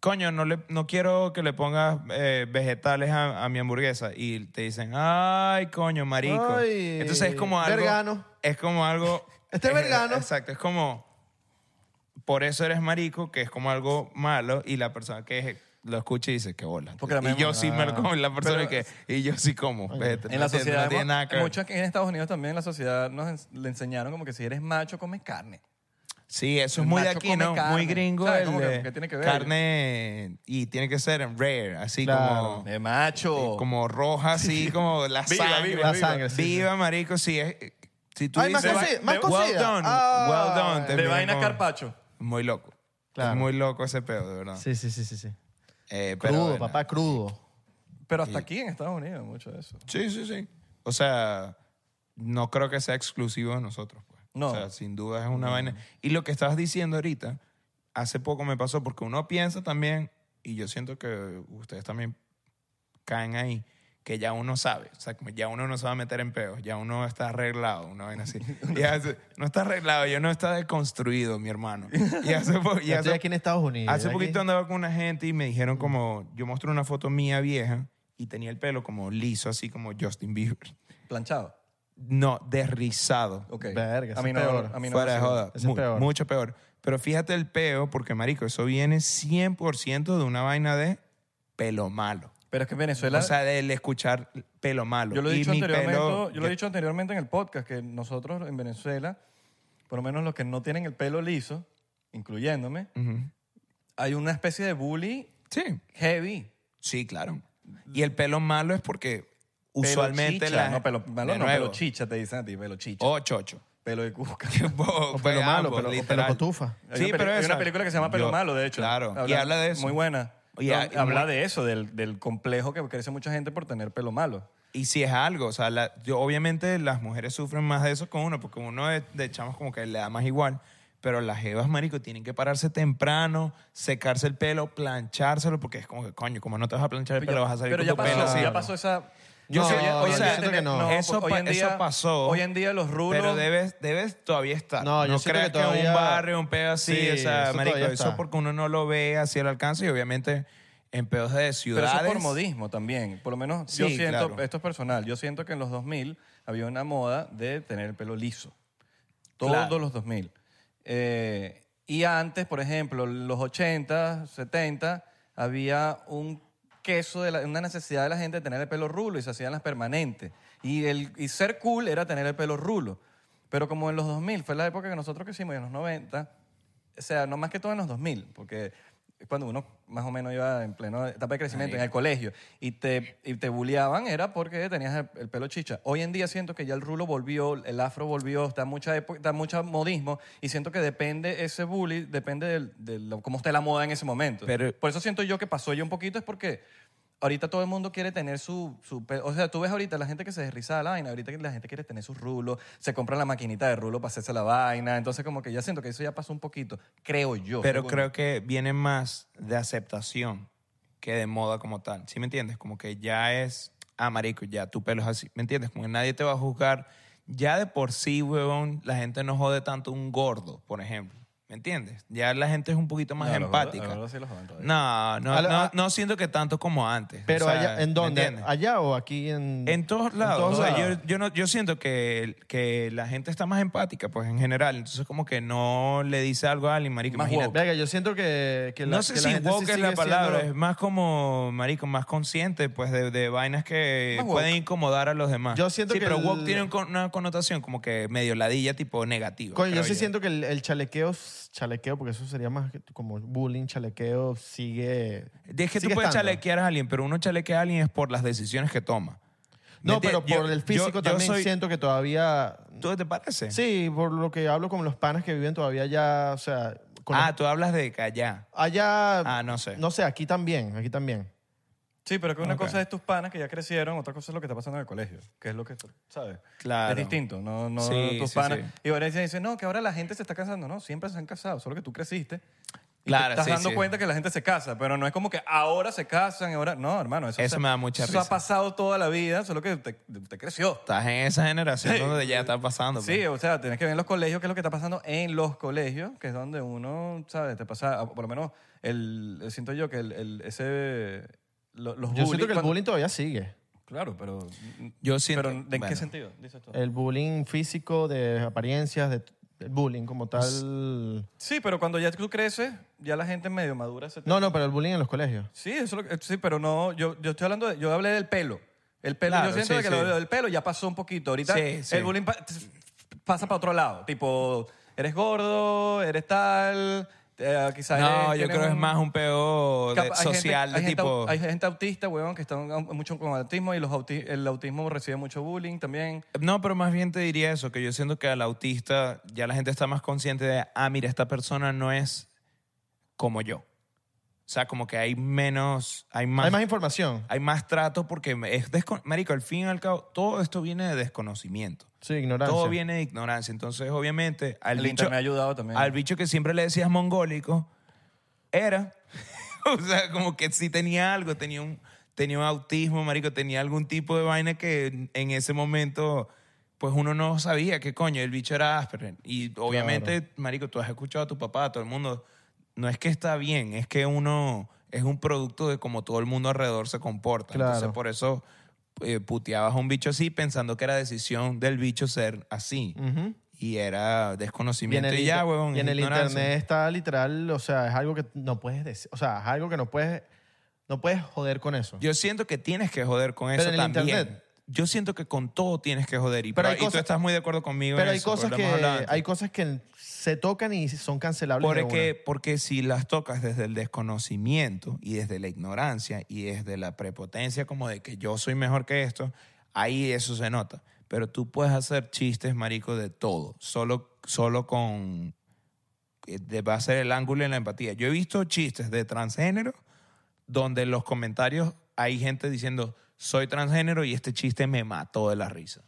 coño, no, le, no quiero que le pongas eh, vegetales a, a mi hamburguesa. Y te dicen, ay, coño, marico. Ay, entonces es como algo... vergano. Es como algo... Este es vergano. Exacto, es como... Por eso eres marico, que es como algo malo, y la persona que lo escucha y dice, qué bola. Porque la y yo mem- sí me lo como, y la persona Pero- que... Y yo sí como. vete, En no la tiene- sociedad, no tiene nada que ver. muchos aquí en Estados Unidos también, en la sociedad nos ens- le enseñaron como que si eres macho, comes carne. Sí, eso El es muy de macho aquí, come ¿no? carne. Muy gringo. ¿Sabes? el Como que- de que tiene que ver. Carne y tiene que ser rare, así Claro. como, eh, De macho. como roja, así como la Oh. Viva, sangre. viva, La viva. sangre, sí, sí. Viva, marico, sí. Es, eh, si tú Ay, más dices, cocida, de- más de- cocida. well done, Ah. well done. de termina vaina como- carpacho. Muy loco. Claro. Es muy loco ese pedo, de verdad. Sí, sí, sí, sí, sí. Eh, pero Crudo, bueno. papá, crudo. Pero hasta aquí en Estados Unidos, mucho de eso. Sí, sí, sí. O sea, no creo que sea exclusivo de nosotros. Pues. No. O sea, sin duda es una vaina. Y lo que estabas diciendo ahorita, hace poco me pasó, porque uno piensa también, y yo siento que ustedes también caen ahí, que ya uno sabe. O sea, como ya uno no se va a meter en peos, ya uno está arreglado, una vaina así. Y hace- no está arreglado, yo no está deconstruido, mi hermano. Y hace, po- y Ya estoy hace- aquí en Estados Unidos. Hace aquí. poquito andaba con una gente y me dijeron como, yo mostré una foto mía vieja y tenía el pelo como liso, así como Justin Bieber. Planchado. No, derrizado. Ok. Verga, a mí es no, peor. A mí no Fuera me de sirve. joda. Ese es Mu- peor. Mucho peor. Pero fíjate el peo, porque marico, eso viene 100% de una vaina de pelo malo. Pero es que en Venezuela... O sea, del escuchar pelo malo. Yo lo, he Y dicho mi anteriormente, pelo- yo lo he dicho anteriormente en el podcast, que nosotros en Venezuela, por lo menos los que no tienen el pelo liso, incluyéndome, Ujú. hay una especie de bully Sí, heavy. sí, claro. Y el pelo malo es porque usualmente pelo chicha. la... No, pelo, malo de no, nuevo. Oh. pelo chicha te dicen a ti, pelo chicha. O chocho. Pelo de cuca. o pelo malo, pelo- o pelo cotufa. Hay una peli- hay una película que se llama Pelo Yo- Malo, de hecho. Claro, y habla de eso. Muy buena. Y No, hay- habla muy- de eso, del, del complejo que crece mucha gente por tener pelo malo. Y si es algo, o sea, la- yo, obviamente las mujeres sufren más de eso con uno, porque uno de, de chamos como que le da más igual, pero las jevas, marico, tienen que pararse temprano, secarse el pelo, planchárselo, porque es como que, coño, como no te vas a planchar el pelo, ya- vas a salir pero con ya tu pasó, pelo así. ya pasó esa... Yo No, sé, hoy- no, hoy en yo día siento que tenemos- no. Eso hoy pa- en día- eso pasó. Hoy en día los rulos... Pero debes, debes todavía estar. No, No, yo yo siento creas que que, todavía- un barrio, un pedo así, Sí, o sea, eso marico, todavía está. eso porque uno no lo ve así el alcance y obviamente en pedos de Pero ciudades. eso es por modismo también. Por lo menos yo Sí, siento, claro. esto es personal, yo siento que en los 2000 había una moda de tener el pelo liso. Todos Claro. los 2000. Eh, y antes, por ejemplo, los 80, 70, había un queso, de la- una necesidad de la gente de tener el pelo rulo y se hacían las permanentes. Y, el, y ser cool era tener el pelo rulo. Pero como en los 2000, fue la época que nosotros crecimos, y en los 90, o sea, no más que todo en los 2000, porque es cuando uno más o menos iba en pleno etapa de crecimiento en el colegio y te, y te bulleaban era porque tenías el, el pelo chicha. Hoy en día siento que ya el rulo volvió, el afro volvió, está mucha época, está mucho modismo y siento que depende ese bully, depende del- de lo- cómo esté la moda en ese momento. Pero- Por eso siento yo que pasó yo un poquito es porque ahorita todo el mundo quiere tener su, su pe- o sea, tú ves ahorita la gente que se desriza la vaina, ahorita la gente quiere tener sus rulos, se compra la maquinita de rulo para hacerse la vaina, entonces como que ya siento que eso ya pasó un poquito, creo yo. Pero según- creo que viene más de aceptación que de moda como tal. ¿Sí me entiendes? Como que ya es, ah, marico, ya tu pelo es así. ¿Me entiendes? Como que nadie te va a juzgar. Ya de por sí, huevón, la gente no jode tanto un gordo, por ejemplo. ¿Me entiendes? Ya la gente es un poquito más No, los gordos- empática. los gordos sí los joden todavía. no, no, A la- no, no siento que tanto como antes. Pero O sea, allá, ¿en ¿me dónde? entiendes? ¿Allá o aquí en...? En todos lados. todos O sea, lados. Yo, yo no, yo siento que, que la gente está más empática, pues en general. Entonces, como que no le dice algo a alguien, marico. Más imagínate. woke. Verga, yo siento que, que la no sé que si gente woke sí es la sigue palabra, siendo- es más como, marico, más consciente, pues, de, de vainas que Más woke. pueden incomodar a los demás. Yo siento sí, que pero el- woke tiene un con- una connotación como que medio ladilla, tipo negativa. Coño, yo creo sí siento que el, el chalequeo chalequeo, porque eso sería más que- como bullying, chalequeo, sigue. Es que tú sigue puedes estando. chalequear a alguien, pero uno chalequea a alguien es por las decisiones que toma. No, ¿Me pero entiendes? por Yo- el físico yo- yo también soy- siento que todavía. ¿Tú te parece? Sí, por lo que hablo con los panas que viven todavía ya, o sea. con ah, los- tú hablas de callar. allá. Ah, no sé. No sé, aquí también, aquí también. Sí, pero que una Ok. cosa es tus panas que ya crecieron, otra cosa es lo que está pasando en el colegio, que es lo que, ¿sabes? Claro. Es distinto, no, no Sí, tus sí, panas. sí. Y Valencia dice, no, que ahora la gente se está casando. No, siempre se han casado, solo que tú creciste. Y Claro, te estás sí, dando sí. cuenta que la gente se casa, pero no es como que ahora se casan, ahora... No, hermano, eso, Eso se- me da mucha eso risa. ha pasado toda la vida, solo que te, te creció. Estás en esa generación Sí. donde ya está pasando. Sí, pues. o sea, tienes que ver en los colegios qué es lo que está pasando en los colegios, que es donde uno, ¿sabes? Te pasa, por lo menos, el, siento yo que el, el- ese... lo- los Yo siento que el cuando- bullying todavía sigue. Claro, pero. Yo siento- Pero, ¿En bueno. qué sentido? Dices tú. El bullying físico, de apariencias, de, el bullying como Pues tal. sí, pero cuando ya tú creces, ya la gente medio madura se te- No, no, pero el bullying en los colegios. Sí, eso lo que- eh, sí, pero no. Yo, yo estoy hablando. de- yo hablé del pelo. El pelo, Claro, yo siento sí, que sí. lo del pelo ya pasó un poquito. Ahorita Sí, sí. el bullying pa- pasa para otro lado. Tipo, eres gordo, eres tal. eh, quizás no, eres- yo tienes creo que es un- más un peor de- Cap- hay gente- social hay de gente tipo. au- hay gente autista, weón, que están au- mucho con autismo y los auti- el autismo recibe mucho bullying también. No, pero más bien te diría eso, que yo siento que al autista ya la gente está más consciente de, ah, mira, esta persona no es como yo. O sea, como que hay menos, hay más, Hay más información. hay más trato porque es descon- marico, al fin y al cabo, todo esto viene de desconocimiento. Sí, ignorancia. Todo viene de ignorancia. Entonces, obviamente, al El bicho, internet ha ayudado también. al bicho que siempre le decías mongólico, era. o sea, como que sí tenía algo, tenía un, tenía un autismo, marico, tenía algún tipo de vaina que en- en ese momento, pues uno no sabía qué coño, el bicho era Asperger. Y obviamente, marico, tú has escuchado a tu papá, a todo el mundo. No es que está bien, es que uno es un producto de cómo todo el mundo alrededor se comporta. Entonces, Claro. por eso eh, puteabas a un bicho así pensando que era decisión del bicho ser así. Ujú. Y era Y en desconocimiento el, y ya, inter- huevón. y en es el ignorancia. internet está literal, o sea, es algo que no puedes decir, o sea, es algo que no puedes, no puedes joder con eso. Yo siento que tienes que joder con Pero eso en el también. internet. Yo siento que con todo tienes que joder. Y, Pero pero hay tú cosas- estás muy de acuerdo conmigo. en Pero hay eso, pues, cosas lo que hemos hablado antes. hay cosas que se tocan y son cancelables. de Porque, una. porque si las tocas desde el desconocimiento y desde la ignorancia y desde la prepotencia como de que yo soy mejor que esto, ahí eso se nota. Pero tú puedes hacer chistes, marico, de todo, solo, solo con... eh, de- Va a ser el ángulo y la empatía. Yo he visto chistes de transgénero donde en los comentarios hay gente diciendo soy transgénero y este chiste me mató de la risa.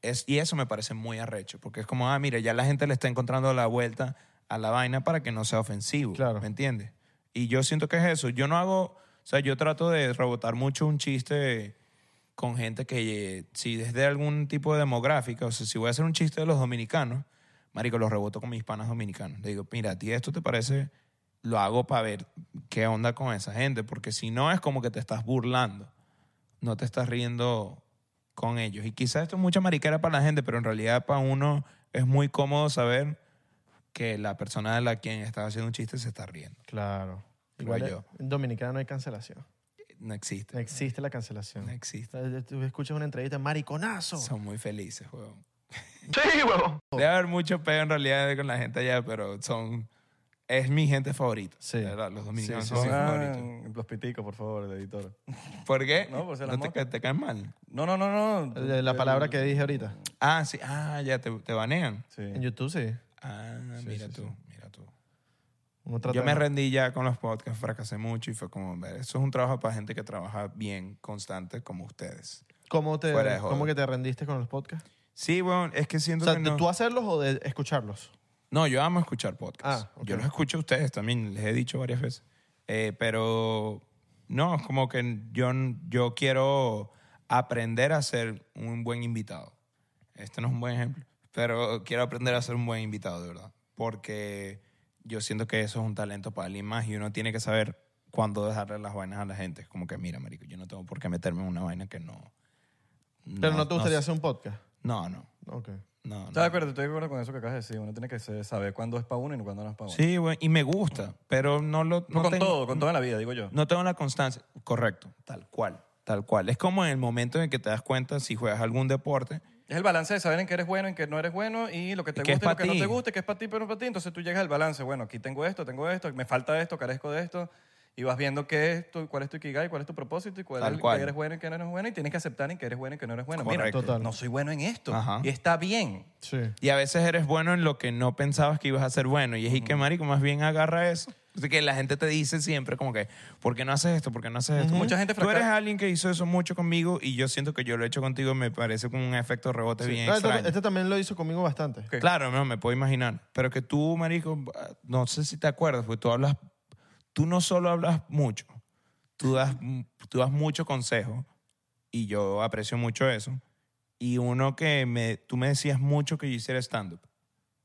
Es, y eso me parece muy arrecho, porque es como, ah, mira, ya la gente le está encontrando la vuelta a la vaina para que no sea ofensivo. Claro. ¿Me entiendes? Y yo siento que es eso. Yo no hago, o sea, yo trato de rebotar mucho un chiste con gente que, eh, si es de algún tipo de demográfica, o sea, si voy a hacer un chiste de los dominicanos, marico, lo reboto con mis panas dominicanos. Le digo, mira, a ti esto te parece, lo hago para ver qué onda con esa gente, porque si no es como que te estás burlando no te estás riendo con ellos. Y quizás esto es mucha mariquera para la gente, pero en realidad para uno es muy cómodo saber que la persona de la quien estás haciendo un chiste se está riendo. Claro. Creo Igual yo. en Dominicana no hay cancelación. No existe. No existe la cancelación. No existe. Tú escuchas una entrevista, mariconazo. Son muy felices, huevón. Sí, huevón. Debe haber mucho peo en realidad con la gente allá, pero son... Es mi gente favorita. Sí. de verdad, Los dominicanos Sí, sí, son sí. mis Pongan favoritos. los piticos, por favor, el editor. ¿Por qué? No, por pues ser ¿No te, amor. ca- te caen mal. No, no, no, no. La, la palabra que dije ahorita. Ah, sí. Ah, ya te, te banean. Sí. En YouTube sí. Ah, mira tú, mira tú. Uno trata Yo me de- rendí ya con los podcasts, fracasé mucho y fue como, "Ver, eso es un trabajo para gente que trabaja bien, constante, como ustedes. ¿Cómo, te, Fuera de joda. ¿Cómo que te rendiste con los podcasts? Sí, bueno, es que O siento sea, que ¿de no. tú hacerlos o de escucharlos? No, yo amo escuchar podcasts. Ah, ok. Yo los escucho a ustedes también, les he dicho varias veces. Eh, pero no, es como que yo, yo quiero aprender a ser un buen invitado. Este no es un buen ejemplo, pero quiero aprender a ser un buen invitado, de verdad. Porque yo siento que eso es un talento para alguien más y uno tiene que saber cuándo dejarle las vainas a la gente. Es como que, mira, marico, yo no tengo por qué meterme en una vaina que no... Pero no, te gustaría sé. hacer un podcast. No, no, Ok. no. ¿Estás no. de acuerdo? Estoy de acuerdo con eso que acabas de decir. Uno tiene que ser- saber cuándo es para uno y cuándo no es para uno. Sí, güey, y me gusta, pero no lo... No, con tengo- todo, con todo en la vida, digo yo. No tengo la constancia. Correcto, tal cual, tal cual. Es como en el momento en el que te das cuenta si juegas algún deporte Es el balance de saber en qué eres bueno, en qué no eres bueno y lo que te Y qué gusta y es lo pa' que no ti. te gusta, qué es para ti, pero no para ti. Entonces tú llegas al balance, bueno, aquí tengo esto, tengo esto, me falta esto, carezco de esto y vas viendo qué es tu, cuál es tu ikigai, cuál es tu propósito y cuál Tal es cual. que eres bueno y qué no eres bueno y tienes que aceptar en qué eres bueno y qué no eres bueno. Mira, Correcto. Total. no soy bueno en esto Ajá. y está bien. Sí. Y a veces eres bueno en lo que no pensabas que ibas a ser bueno. Y es y que, marico, más bien agarra eso. Así que la gente te dice siempre como que, ¿por qué no haces esto? ¿Por qué no haces esto? Mucha gente Tú fracasa- eres alguien que hizo eso mucho conmigo y yo siento que yo lo he hecho contigo. Me parece como un efecto rebote bien No, extraño. este, este también lo hizo conmigo bastante. Ok. Claro, no, me puedo imaginar. Pero que tú, marico, no sé si te acuerdas, porque tú hablas, tú no solo hablas mucho, tú das, tú das mucho consejo y yo aprecio mucho eso. Y uno que me, tú me decías mucho que yo hiciera stand-up.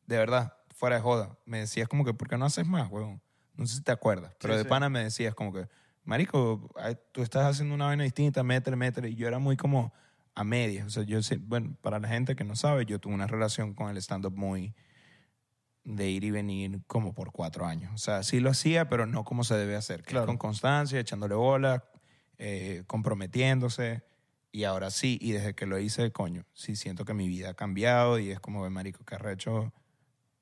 De verdad, fuera de joda. Me decías como que, ¿por qué no haces más, huevón? No sé si te acuerdas, pero de sí. pana me decías como que, marico, ay, tú estás haciendo una vaina distinta, métele, métele. Y yo era muy como a medias. O sea, yo, sí- bueno, para la gente que no sabe, yo tuve una relación con el stand-up muy de ir y venir como por cuatro años. O sea, sí lo hacía, pero no como se debe hacer. que es Claro. Con constancia, echándole bola, eh, comprometiéndose. Y ahora sí, y desde que lo hice, coño, sí siento que mi vida ha cambiado y es como, ve, marico, que arrecho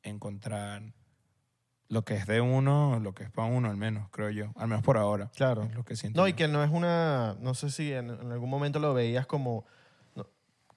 encontrar lo que es de uno, lo que es para uno, al menos, creo yo. Al menos por ahora. Claro. Es lo que siento. No, y yo. que no es una. No sé si en, en algún momento lo veías como. no-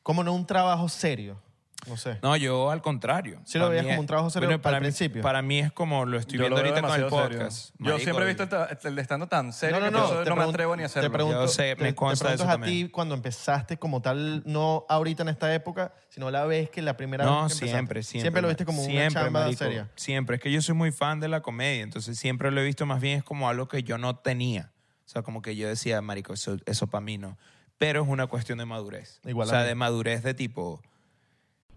como no un trabajo serio. No sé. No, yo al contrario. Sí lo Para veías mí como es- un trabajo serio al mí- principio. Para mí es como lo estoy Yo lo viendo veo ahorita con el demasiado serio. podcast. Yo siempre he visto el, ta- el estando tan serio que yo te no me pregun- atrevo ni a hacerlo. Te pregunto, Yo sé, me te- te consta pregunto eso a también. ti cuando empezaste como tal, no ahorita en esta época, sino la vez que la primera No, vez que empezaste. siempre, siempre. Siempre lo viste como una Siempre, chamba marico, seria. Siempre. Es que yo soy muy fan de la comedia, entonces siempre lo he visto más bien es como algo que yo no tenía. O sea, como que yo decía, marico, eso, eso para mí no. Pero es una cuestión de madurez. Igual o a sea, mí. de madurez de tipo...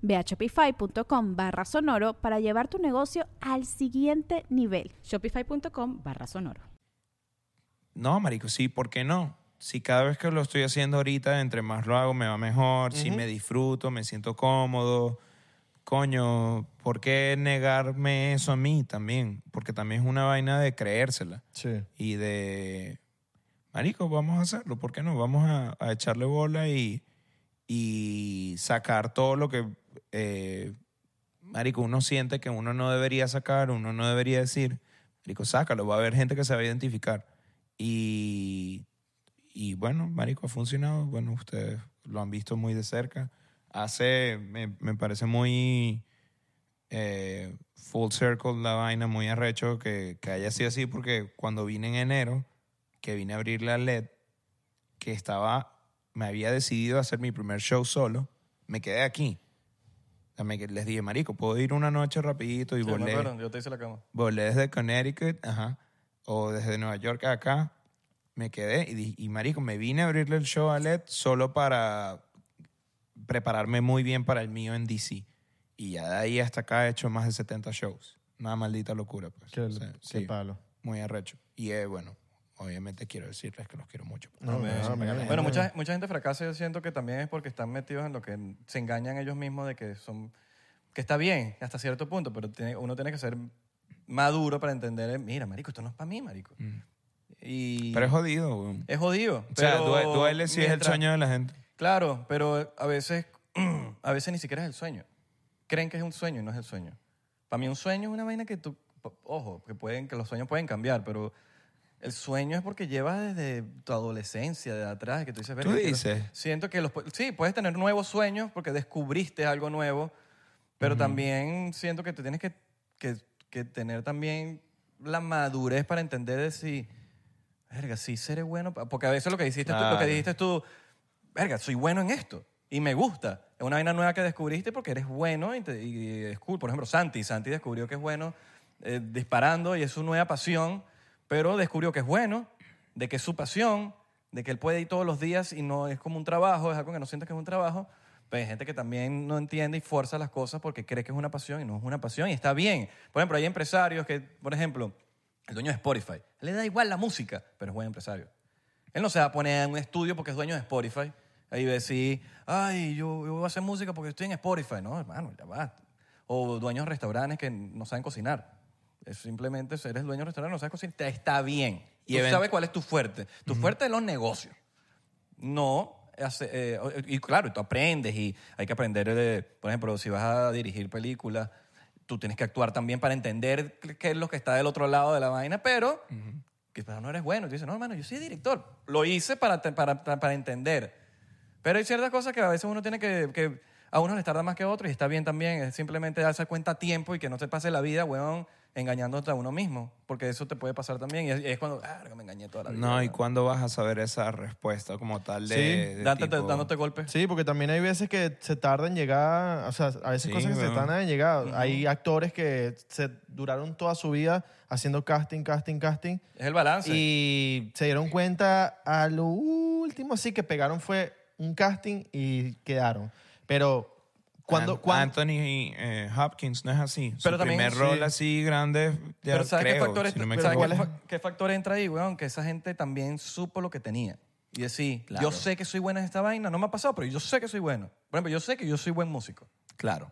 Ve a shopify.com barra sonoro para llevar tu negocio al siguiente nivel. Shopify.com barra sonoro. No, marico, sí, ¿por qué no? Si cada vez que lo estoy haciendo ahorita, entre más lo hago, me va mejor, si me disfruto, me siento cómodo. Coño, ¿por qué negarme eso a mí también? Porque también es una vaina de creérsela Sí. y de, marico, vamos a hacerlo, ¿por qué no? Vamos a, a echarle bola y, y sacar todo lo que, eh, marico, uno siente que uno no debería sacar, uno no debería decir, marico, sácalo, va a haber gente que se va a identificar. Y, y bueno, marico, ha funcionado, bueno, ustedes lo han visto muy de cerca. Hace, me, me parece muy eh, full circle la vaina, muy arrecho que, que haya sido así, porque cuando vine en enero, que vine a abrir la LED, que estaba, me había decidido hacer mi primer show solo, me quedé aquí. O sea, me- les dije, marico, puedo ir una noche rapidito y Sí, me volé acuerdo, yo te hice la cama. volé Pues, desde Connecticut, ajá, o desde Nueva York a acá, me quedé y, di- y marico, me vine a abrirle el show a Led solo para prepararme muy bien para el mío en DC. Y ya de ahí hasta acá he hecho más de 70 shows. Una maldita locura, pues. Qué, O sea, qué sí, palo. muy arrecho. Y eh, bueno, obviamente quiero decirles que los quiero mucho. No, Amén. no, amén. Bueno, mucha, mucha gente fracasa, yo siento que también es porque están metidos en lo que se engañan ellos mismos de que son. que está bien hasta cierto punto, pero tiene- uno tiene que ser maduro para entender, mira, marico, esto no es para mí, marico. Mm. Y Pero es jodido, weón. es jodido. O sea, pero due- duele si es el mientras- sueño de la gente. Claro, pero a veces, a veces ni siquiera es el sueño. Creen que es un sueño y no es el sueño. Para mí un sueño es una vaina que tú, po- ojo, que, pueden, que los sueños pueden cambiar, pero el sueño es porque llevas desde tu adolescencia, de atrás, que tú dices, "Verga, Tú quiero- dices. siento que los, pu- sí, puedes tener nuevos sueños porque descubriste algo nuevo, pero también siento que te tienes que, que- que tener también la madurez para entender de si, verga, sí seré bueno. pa-". Porque a veces lo que dijiste, tú, lo que Claro. dijiste tú, verga, soy bueno en esto y me gusta. Es una vaina nueva que descubriste porque eres bueno y, te- y es cool. Por ejemplo, Santi. Santi descubrió que es bueno eh, disparando y es su nueva pasión, pero descubrió que es bueno, de que es su pasión, de que él puede ir todos los días y no es como un trabajo, es algo que no siente que es un trabajo. Pero hay gente que también no entiende y fuerza las cosas porque cree que es una pasión y no es una pasión y está bien. Por ejemplo, hay empresarios que, por ejemplo, el dueño de Spotify, le da igual la música, pero es buen empresario. Él no se va a poner en un estudio porque es dueño de Spotify. Ahí va a decir, ay, yo, yo voy a hacer música porque estoy en Spotify. No, hermano, ya va. O dueños de restaurantes que no saben cocinar. Es simplemente eres dueño de restaurante, no sabes cocinar. Te- Está bien. Y Tú event- sabes cuál es tu fuerte. Tu fuerte es los negocios. No. hace- eh, y claro, tú aprendes y hay que aprender, de, por ejemplo, si vas a dirigir películas, tú tienes que actuar también para entender qué es lo que está del otro lado de la vaina, pero que pero no eres bueno. Y tú dices, no, hermano, yo soy director. Lo hice para, te- para, para, para entender. Pero hay ciertas cosas que a veces uno tiene que, que a uno les tarda más que a otros y está bien también. Es simplemente darse cuenta a tiempo y que no te pase la vida, weón, engañándote a uno mismo. Porque eso te puede pasar también. Y es, y es cuando, ah, me engañé toda la vida. No, ¿y cuándo vas a saber esa respuesta como tal de, Sí, de Dándote, tipo- dándote golpes. Sí, porque también hay veces que se tarda en llegar, o sea, a veces Sí, cosas que se weón. tardan en llegar. Hay actores que se duraron toda su vida haciendo casting, casting, casting, Es el Ah, balance. y se dieron cuenta a lo último, así que pegaron fue un casting y quedaron. Pero cuando... An- cuan- Anthony eh, Hopkins no es así. Pero Pero también- también, primer sí. rol así grande. ya pero ¿sabes, qué creo, factor, si no me pero ¿sabes equivoco. qué, ¿Cuál fa- qué factor entra ahí, weón? Que esa gente también supo lo que tenía. Y decir, yo sé que soy buena en esta vaina, no me ha pasado, pero yo sé que soy bueno. Por ejemplo, yo sé que yo soy buen músico. Claro.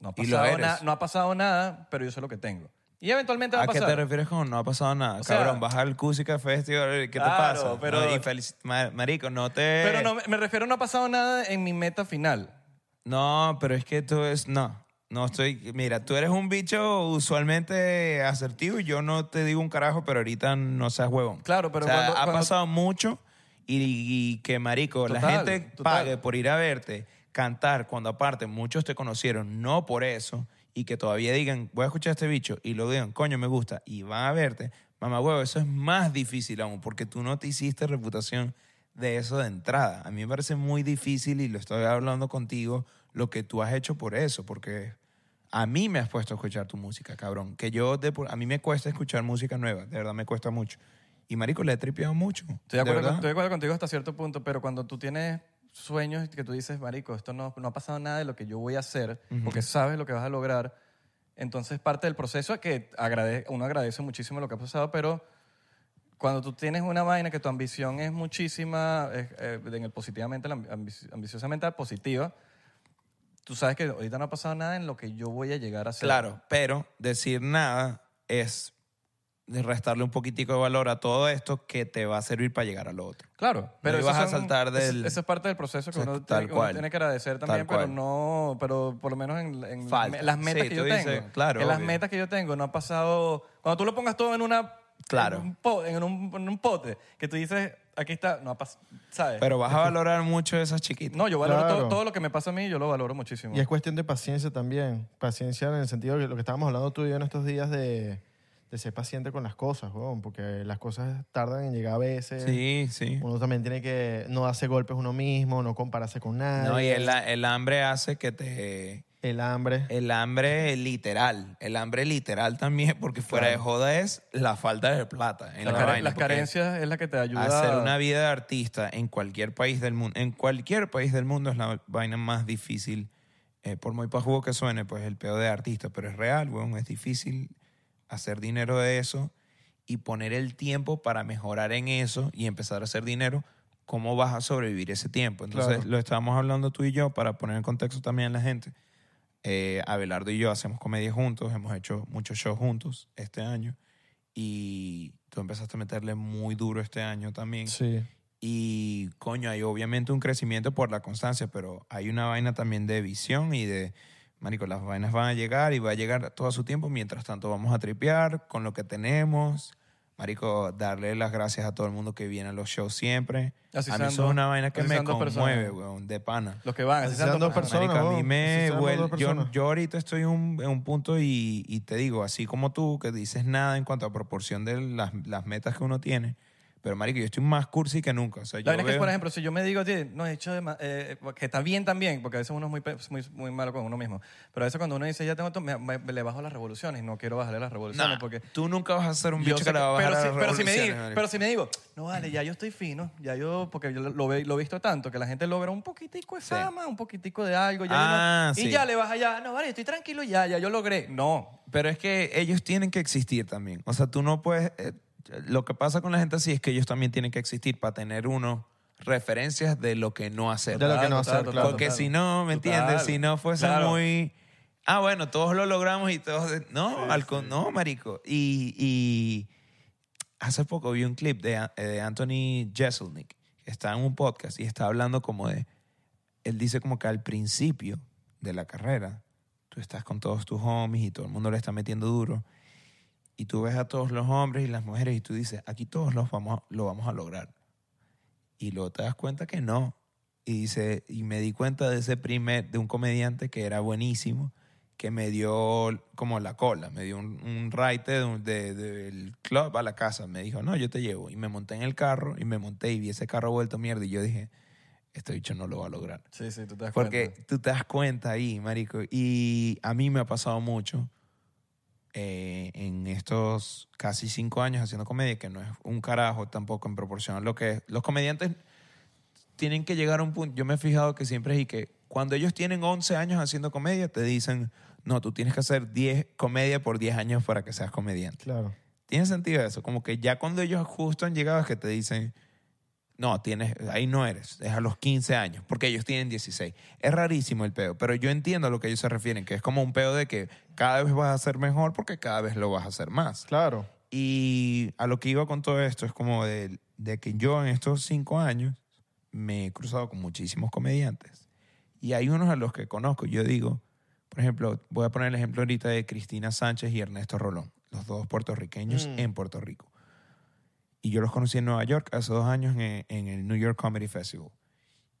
No ha Y lo pasado, eres. nada- no ha pasado nada, pero yo sé lo que tengo. Y eventualmente va a, ¿A qué pasar. te refieres con no ha pasado nada? O sea- Cabrón, vas al Cusica Festival, ¿qué Claro, te pasa? pero- No, y felici- ma- marico, no te... Pero no, me- me refiero, no ha pasado nada en mi meta final. No, pero es que tú es... No, no estoy... Mira, tú eres un bicho usualmente asertivo y yo no te digo un carajo, pero ahorita no seas huevón. Claro, pero O sea, cuando- ha cuando- pasado mucho y, y que, marico, la Total, gente total. pague por ir a verte, cantar, cuando aparte muchos te conocieron, no por eso, y que todavía digan, voy a escuchar a este bicho, y lo digan, coño, me gusta, y van a verte, mamá huevo, eso es más difícil aún, porque tú no te hiciste reputación de eso de entrada. A mí me parece muy difícil, y lo estoy hablando contigo, lo que tú has hecho por eso, porque a mí me has puesto a escuchar tu música, cabrón. Que yo, de por- a mí me cuesta escuchar música nueva, de verdad me cuesta mucho. Y marico, le he tripeado mucho. Estoy de, acuerdo, con- verdad. estoy de acuerdo contigo hasta cierto punto, pero cuando tú tienes sueños que tú dices, marico, esto no, no ha pasado nada de lo que yo voy a hacer, porque sabes lo que vas a lograr, entonces parte del proceso es que agrade- uno agradece muchísimo lo que ha pasado, pero cuando tú tienes una vaina que tu ambición es muchísima, es, eh, en el positivamente, la ambi- ambici- ambiciosamente positiva, tú sabes que ahorita no ha pasado nada en lo que yo voy a llegar a hacer. Claro, pero decir nada es de restarle un poquitico de valor a todo esto que te va a servir para llegar a lo otro. Claro, pero ibas esos a saltar del- Esa es parte del proceso que O sea, uno, tal tiene, uno cual. tiene que agradecer Tal también, pero cual. no, pero por lo menos en, en Falta. me- las metas Sí, que yo tú dices, tengo. claro, en las obvio. metas que yo tengo no ha pasado. Cuando tú lo pongas todo en una. Claro. En un, po- en un- en un pote, que tú dices, aquí está, no ha pasado. ¿Sabes? Pero vas a valorar mucho esas chiquitas. no, yo valoro Claro. todo, todo lo que me pasa a mí, yo lo valoro muchísimo. Y es cuestión de paciencia también. Paciencia en el sentido de lo que estábamos hablando tú y yo en estos días de, de ser paciente con las cosas, weón, porque las cosas tardan en llegar a veces. Sí, sí. Uno también tiene que no darse golpes uno mismo, no compararse con nadie. No, y el, Eh, el hambre hace que te... El hambre. El hambre literal. El hambre literal también, porque fuera de joda es la falta de plata. En Las la care- vaina, las porque- carencias es la que te ayuda Hacer una vida de artista en cualquier país del mundo, en cualquier país del mundo es la vaina más difícil. Eh, por muy pajugo que suene, pues el pedo de artista, pero es real, weón. Es difícil hacer dinero de eso y poner el tiempo para mejorar en eso y empezar a hacer dinero. ¿Cómo vas a sobrevivir ese tiempo? Entonces, Claro. lo estábamos hablando tú y yo para poner en contexto también a la gente. Eh, Abelardo y yo hacemos comedia juntos, hemos hecho muchos shows juntos este año y tú empezaste a meterle muy duro este año también. Sí. Y coño, hay obviamente un crecimiento por la constancia, pero hay una vaina también de visión y de, marico, las vainas van a llegar y va a llegar todo a su tiempo, mientras tanto vamos a tripear con lo que tenemos, Marico, darle las gracias a todo el mundo que viene a los shows siempre. Así a mí sean eso dos- es una vaina que así me sean dos conmueve, personas. weón, de pana. Los que van, Así así sean sean dos dos personas. Marico, a mí weón. me Sí, seamos vuel- dos yo, personas. yo ahorita estoy en un, en un punto y, y te digo, así como tú, que dices nada en cuanto a proporción de las, las metas que uno tiene, pero marico, yo estoy más cursi que nunca. O sea, yo La verdad es que, veo- por ejemplo, si yo me digo a ti, no, he hecho de ma- eh, que está bien también, porque a veces uno es muy, pe- muy, muy malo con uno mismo, pero a veces cuando uno dice, ya tengo esto, me- me- le bajo las revoluciones, no quiero bajarle las Nah, revoluciones, porque... tú nunca vas a ser un yo bicho sé que le va a que- bajar pero, a si, las pero, si me revoluciones, digo, marico. pero si me digo, no vale, ya yo estoy fino, ya yo, porque yo lo- lo he lo he visto tanto, que la gente logra un poquitico de fama, un poquitico de algo, ya yo Ah, no- y sí. ya le vas allá, no vale, estoy tranquilo, ya, ya yo logré. No, Pero es que ellos tienen que existir también. O sea, tú no puedes... eh, lo que pasa con la gente así es que ellos también tienen que existir para tener uno referencias de lo que no hacer. De lo que no Total, hacer, total, claro. Porque total. si no, ¿me Total. entiendes? Si no fuese Claro. muy... Ah, bueno, todos lo logramos y todos... No, al con- no marico. Y, y hace poco vi un clip de, eh, de Anthony Jeselnik. que Está en un podcast y está hablando como de... Él dice como que al principio de la carrera, tú estás con todos tus homies y todo el mundo le está metiendo duro. Y tú ves a todos los hombres y las mujeres y tú dices, aquí todos los vamos, a- lo vamos a lograr. Y luego te das cuenta que no. Y dice, y me di cuenta de ese primer, de un comediante que era buenísimo, que me dio como la cola, me dio un, un ride de un- de- del club a la casa. Me dijo, no, yo te llevo. Y me monté en el carro y me monté y vi ese carro vuelto mierda. Y yo dije, este bicho no lo va a lograr. sí, sí, tú te das Porque cuenta. tú te das cuenta ahí, marico. Y a mí me ha pasado mucho eh, en estos casi cinco años haciendo comedia, que no es un carajo tampoco en proporción a lo que es. Los comediantes tienen que llegar a un punto. Yo me he fijado que siempre es y que cuando ellos tienen 11 años haciendo comedia, te dicen, no, tú tienes que hacer 10 comedia por 10 años para que seas comediante. Claro. ¿Tiene sentido eso? Como que ya cuando ellos justo han llegado es que te dicen, no, tienes, ahí no eres, es a los 15 años, porque ellos tienen 16. Es rarísimo el peo, pero yo entiendo a lo que ellos se refieren, que es como un peo de que cada vez vas a ser mejor porque cada vez lo vas a hacer más. Claro. Y a lo que iba con todo esto es como de, de que yo en estos cinco años me he cruzado con muchísimos comediantes. Y hay unos a los que conozco. Yo digo, por ejemplo, voy a poner el ejemplo ahorita de Cristina Sánchez y Ernesto Rolón, los dos puertorriqueños Mm. en Puerto Rico. Y yo los conocí en Nueva York hace dos años en, en el New York Comedy Festival.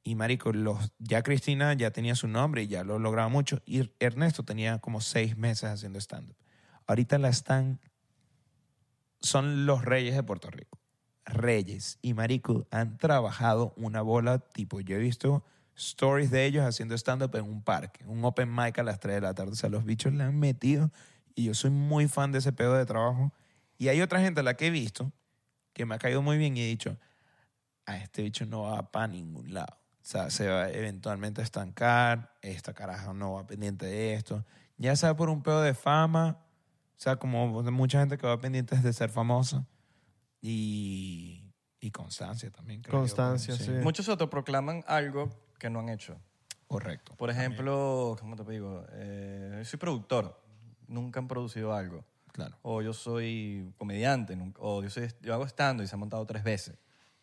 Y marico, los, ya Cristina ya tenía su nombre y ya lo lograba mucho. Y Ernesto tenía como seis meses haciendo stand-up. Ahorita la están son los reyes de Puerto Rico. Reyes y Marico han trabajado una bola tipo. Yo he visto stories de ellos haciendo stand-up en un parque, un open mic a las 3 de la tarde. O sea, los bichos le han metido y yo soy muy fan de ese pedo de trabajo. Y hay otra gente a la que he visto que me ha caído muy bien y he dicho, a este bicho no va para ningún lado. O sea, se va eventualmente a estancar, esta caraja no va pendiente de esto. Ya sea por un pedo de fama, o sea, como mucha gente que va pendiente de ser famosa y, y constancia también. creo yo, pues. Constancia, bueno, sí. Muchos se autoproclaman algo que no han hecho. Correcto. Por ejemplo, ¿cómo te digo? Eh, soy productor, nunca han producido algo. Claro. O yo soy comediante, nunca- o yo, soy, yo hago estando y se ha montado tres veces.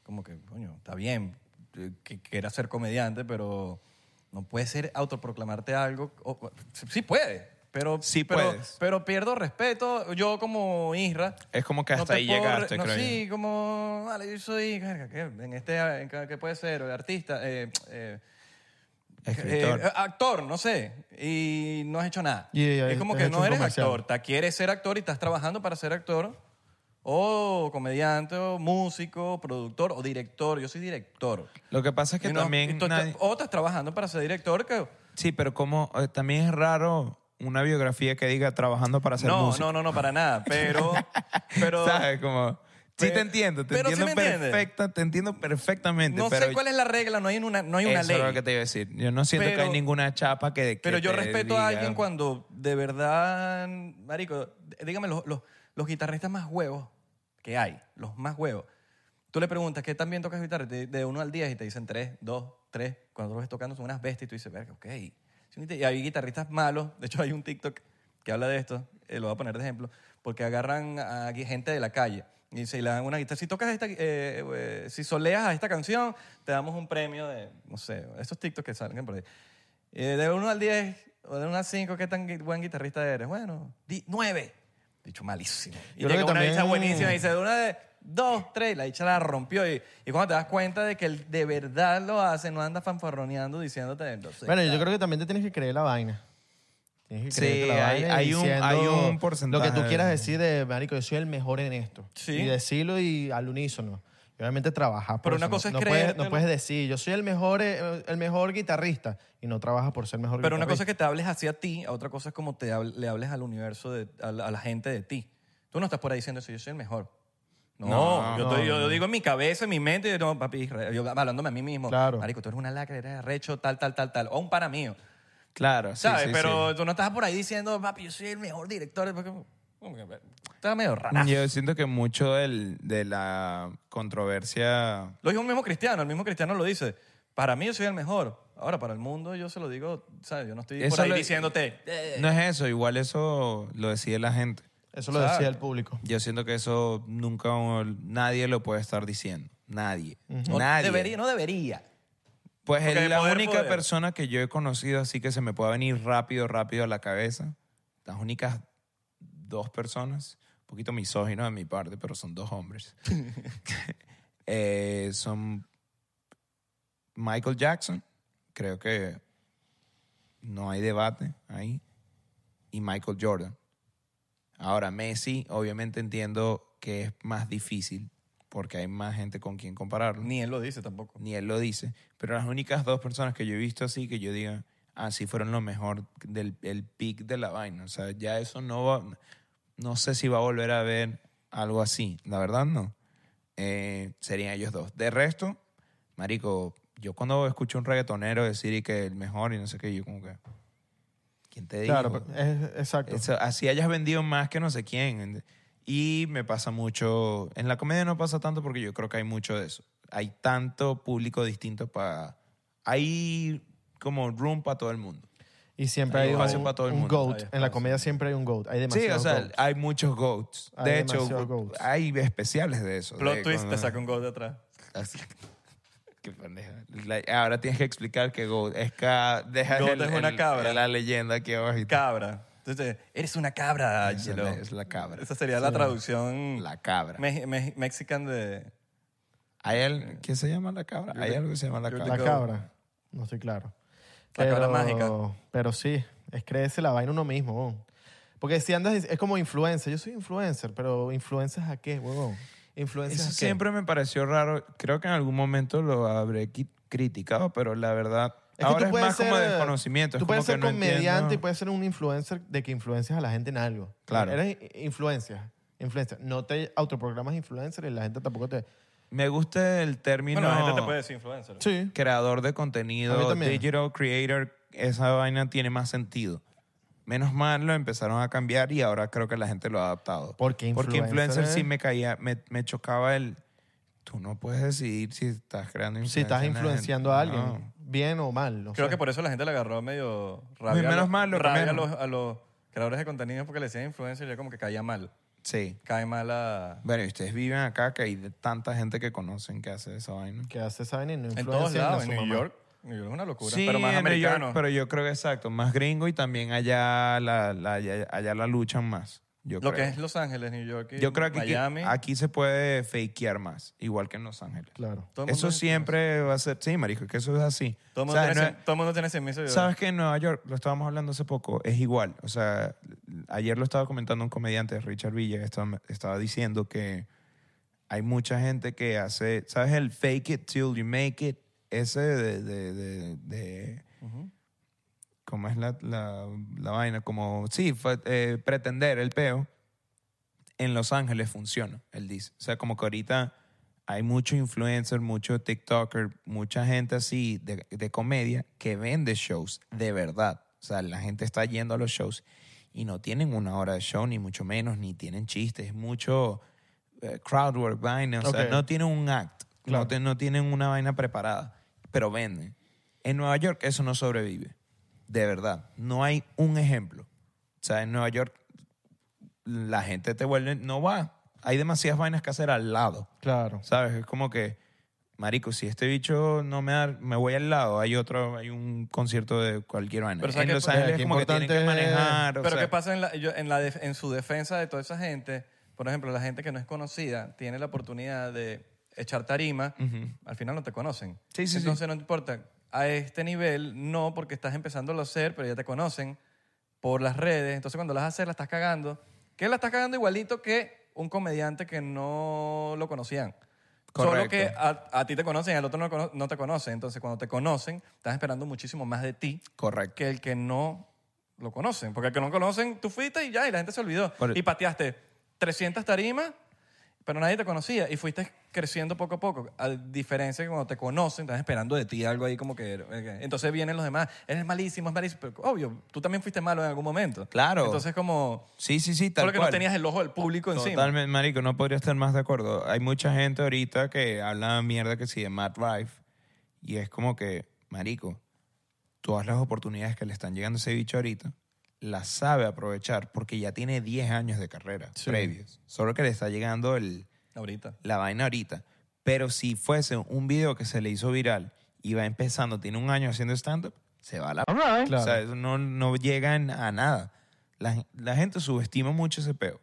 Como que, coño, está bien eh, que quieras ser comediante, pero no puede ser autoproclamarte algo. o- o- sí- sí puede, pero, Sí pero, puedes. pero pierdo respeto. Yo como Isra... Es como que hasta te ahí puedo re- llegaste, no, creo yo. Sí, como, vale, yo soy, verga, ¿qué? en este, en- ¿qué puede ser? Artista, eh, eh, Escritor. eh, actor, no sé. Y no has hecho nada. Y, y, es como has que hecho no un eres comercial. actor. Te quieres ser actor y estás trabajando para ser actor. O comediante, o músico, productor, o director. Yo soy director. Lo que pasa es que Y no- y también... tú estás- nadie- O estás trabajando para ser director que... Sí, pero como eh, también es raro una biografía que diga trabajando para ser No, músico. no, no, no, para nada. Pero... pero ¿Sabes? Como... Sí Pe- te entiendo, te pero sí entiendo me entiendes. perfecta, te entiendo perfectamente. no pero sé cuál es la regla. No hay una, no hay una eso ley. es lo que te iba a decir. Yo no siento que Pero- hay ninguna chapa que, que Pero yo te respeto a diga- alguien cuando de verdad, marico, dígame los, los, los guitarristas más huevos que hay, los más huevos. Tú le preguntas, ¿qué también tocas guitarra? Te- De 1 al 10 y te dicen 3, 2, 3. Cuando los ves tocando son unas bestias y tú dices, verga, ok. Sí, Y hay guitarristas malos. De hecho, hay un TikTok que habla de esto. eh, lo voy a poner de ejemplo. Porque agarran a gui- gente de la calle y se le dan una guitarra. Si tocas esta, eh, eh, si soleas a esta canción, te damos un premio de, no sé, estos TikToks que salen por ahí. Eh, de 1 al 10 o de 1 al 5, ¿qué tan gui- buen guitarrista eres? Bueno, 9. Dicho malísimo. Y Yo creo llega que una también- dicha buenísima y dice, de una de dos, tres, la dicha la rompió. Y, y cuando te das cuenta de que él de verdad lo hace, no anda fanfarroneando diciéndote. No sé, Bueno, yo tal. creo que también te tienes que creer la vaina. Tienes que Sí, creer la hay- vaina. y hay un- diciendo hay un porcentaje Lo que tú de- quieras decir de, marico, yo soy el mejor en esto. Sí. Y decirlo y al unísono. Y obviamente trabajar por Pero una eso. cosa es no, no puedes, creértelo. no puedes decir, yo soy el mejor, eh, el mejor guitarrista. Y no trabajas por ser mejor Pero una cosa guitarrista. es que te hables hacia ti, a otra cosa es como te hable- le hables al universo, de, a, la, a la gente de ti. Tú no estás por ahí diciendo eso, yo soy el mejor. No, No, yo, no, estoy- yo no. digo en mi cabeza, en mi mente, yo, no, papi, yo hablándome a mí mismo. Claro. Marico, tú eres una lacra, eres arrecho, tal, tal, tal, tal. O un para mío. Claro, sí, ¿Sabes? sí, Pero sí. tú no estás por ahí diciendo, papi, yo soy el mejor director. porque- como que, Está medio raro. Yo siento que mucho del- de la controversia Lo dijo un mismo cristiano, el mismo cristiano lo dice. Para mí yo soy el mejor. Ahora, para el mundo yo se lo digo, ¿sabes? Yo no estoy por Eso ahí lo- diciéndote. "Eh". no es eso, igual eso lo decide la gente. Eso lo Claro. decía el público. Yo siento que eso nunca nadie lo puede estar diciendo. Nadie. No Nadie. debería, no debería. Pues Porque es de la poder, única poder. persona que yo he conocido así que se me pueda venir rápido, rápido a la cabeza. Las únicas dos personas, un poquito misógino de mi parte, pero son dos hombres. Eh, son Michael Jackson, creo que no hay debate ahí, y Michael Jordan. Ahora, Messi, obviamente entiendo que es más difícil porque hay más gente con quien compararlo Ni él lo dice tampoco. ni él lo dice, pero las únicas dos personas que yo he visto así que yo diga, así fueron lo mejor del el pic de la vaina. O sea, ya eso no va, no sé si va a volver a ver algo así, la verdad no. Eh, serían ellos dos. De resto, marico, yo cuando escucho un reggaetonero decir y que el mejor y no sé qué, yo como que, ¿quién te dijo? Claro, pero- es- exacto. Eso, así hayas vendido más que no sé quién. Y me pasa mucho. En la comedia no pasa tanto porque yo creo que hay mucho de eso. Hay tanto público distinto para. Hay como room para todo el mundo. Y siempre Hay hay, espacio un, para todo el un mundo. goat. Hay en la comedia siempre hay un goat. Hay demasiado sí, o sea, goats. hay muchos goats. Hay de hecho, demasiados goats. hay especiales de eso. Plot de twist, cuando- te saca un gol de atrás. Así- Qué pendeja. La- Ahora tienes que explicar que goat es, ca- deja Goat es una cabra. La leyenda aquí abajo. Cabra. Entonces, eres una cabra, Es Angelo. la- es la cabra. Esa sería la traducción La cabra. me- me- mexican de... ¿Hay al- ¿Qué se llama la cabra? Hay algo que se llama la Yo cabra. La Go. cabra. No estoy claro. La cabra mágica. Pero sí, es creerse la vaina uno mismo. huevón. Porque si andas, es como influencer. Yo soy influencer, pero ¿influencias a qué, huevón? ¿Influencias Eso a qué? siempre me pareció raro. Creo que en algún momento lo habré qui- criticado, pero la verdad. Es que ahora tú es puedes más como ser, desconocimiento. Tú es puedes como ser que no comediante entiendo. y puedes ser un influencer de que influencias a la gente en algo. Claro. Eres influencia. Influencia. No te autoprogramas influencer y la gente tampoco te... Me gusta el término Bueno, la gente te puede decir influencer. Sí. creador de A mí contenido, también. digital creator. Esa vaina tiene más sentido. Menos mal lo empezaron a cambiar y ahora creo que la gente lo ha adaptado. Porque Porque influencer influencer es- sí me caía, me, me chocaba el. Tú no puedes decidir si estás creando Si estás influencia en influenciando la a gente. alguien, No. bien o mal. no Creo sé. que por eso la gente le agarró medio rabia, menos a, los, mal, lo rabia a, cambiaron. los, a los creadores de contenido porque le decían influencer y ya como que caía mal. Sí. Cae mal a... Bueno, y ustedes viven acá que hay de tanta gente que conocen que hace esa vaina. que hace esa vaina y no En todos influencia lados, a en su New mamá. York. New York es una locura, pero más en New York, americano. pero yo creo que exacto, más gringo y también allá la, la- allá, allá la luchan más. Yo Lo que creo. es Los Ángeles, New York y yo creo que aquí, Miami. aquí se puede fakear más, igual que en Los Ángeles. Claro. todo el mundo Eso es- siempre va a ser, sí, marico, que eso es así. Todo el O mundo sea, tiene no ese- todo el mundo tiene ese mismo es- video. Sabes que en Nueva York, lo estábamos hablando hace poco, es igual. O sea, ayer lo estaba comentando un comediante, Richard Villa, estaba, estaba diciendo que hay mucha gente que hace, ¿sabes? El fake it till you make it, ese de, de, de, de- ¿cómo es la, la- la vaina? Como, sí, fa- eh, pretender el peo, en Los Ángeles funciona, él dice. O sea, como que ahorita hay mucho influencer, mucho TikToker, mucha gente así de, de comedia que vende shows de verdad. O sea, la gente está yendo a los shows y no tienen una hora de show, ni mucho menos, ni tienen chistes, mucho eh, crowd work, vaina. O sea, Ok. no tienen un act, Claro. no, te- no tienen una vaina preparada, pero venden. En Nueva York eso no sobrevive, de verdad. No hay un ejemplo. O sea, en Nueva York la gente te vuelve, no va. Hay demasiadas vainas que hacer al lado. Claro. ¿Sabes? Es como que, Marico, si este bicho no me da, me voy al lado, hay otro, hay un concierto de cualquier vaina. Pero ¿sabes en qué Los pasa? Ángeles Qué como que tienen que importante es- manejar. o Pero sea, ¿qué pasa en, la- yo- en, la def- en su defensa de toda esa gente? Por ejemplo, la gente que no es conocida tiene la oportunidad de echar tarima, al final no te conocen. Sí, sí, sí. Entonces no importa, a este nivel no, porque estás empezando a hacer, pero ya te conocen por las redes. Entonces cuando las haces, la estás cagando. Que la estás cagando igualito que un comediante que no lo conocían. Solo Correcto. que a, a ti te conocen, al otro no, cono- no te conocen. Entonces cuando te conocen, estás esperando muchísimo más de ti Correcto. que el que no lo conocen. Porque el que no conocen, tú fuiste y ya, y la gente se olvidó. Por- Y pateaste 300 tarimas, pero nadie te conocía. Y fuiste creciendo poco a poco. A diferencia que cuando te conocen, estás esperando de ti algo ahí como que... eh, Entonces vienen los demás. Eres malísimo, es malísimo. Pero, obvio, tú también fuiste malo en algún momento. Claro. Entonces como... Sí, sí, sí, tal Solo que no cual. tenías el ojo del público encima. Totalmente, marico, no podría estar más de acuerdo. Hay mucha gente ahorita que habla mierda que sí de Matt Rife y es como que, marico, todas las oportunidades que le están llegando a ese bicho ahorita las sabe aprovechar porque ya tiene 10 años de carrera previos. Solo que le está llegando el, Ahorita. la vaina ahorita. Pero si fuese un video que se le hizo viral y va empezando, tiene un año haciendo stand-up, se va a la... O sea, eso no, no llegan a nada. La, la gente subestima mucho ese peo.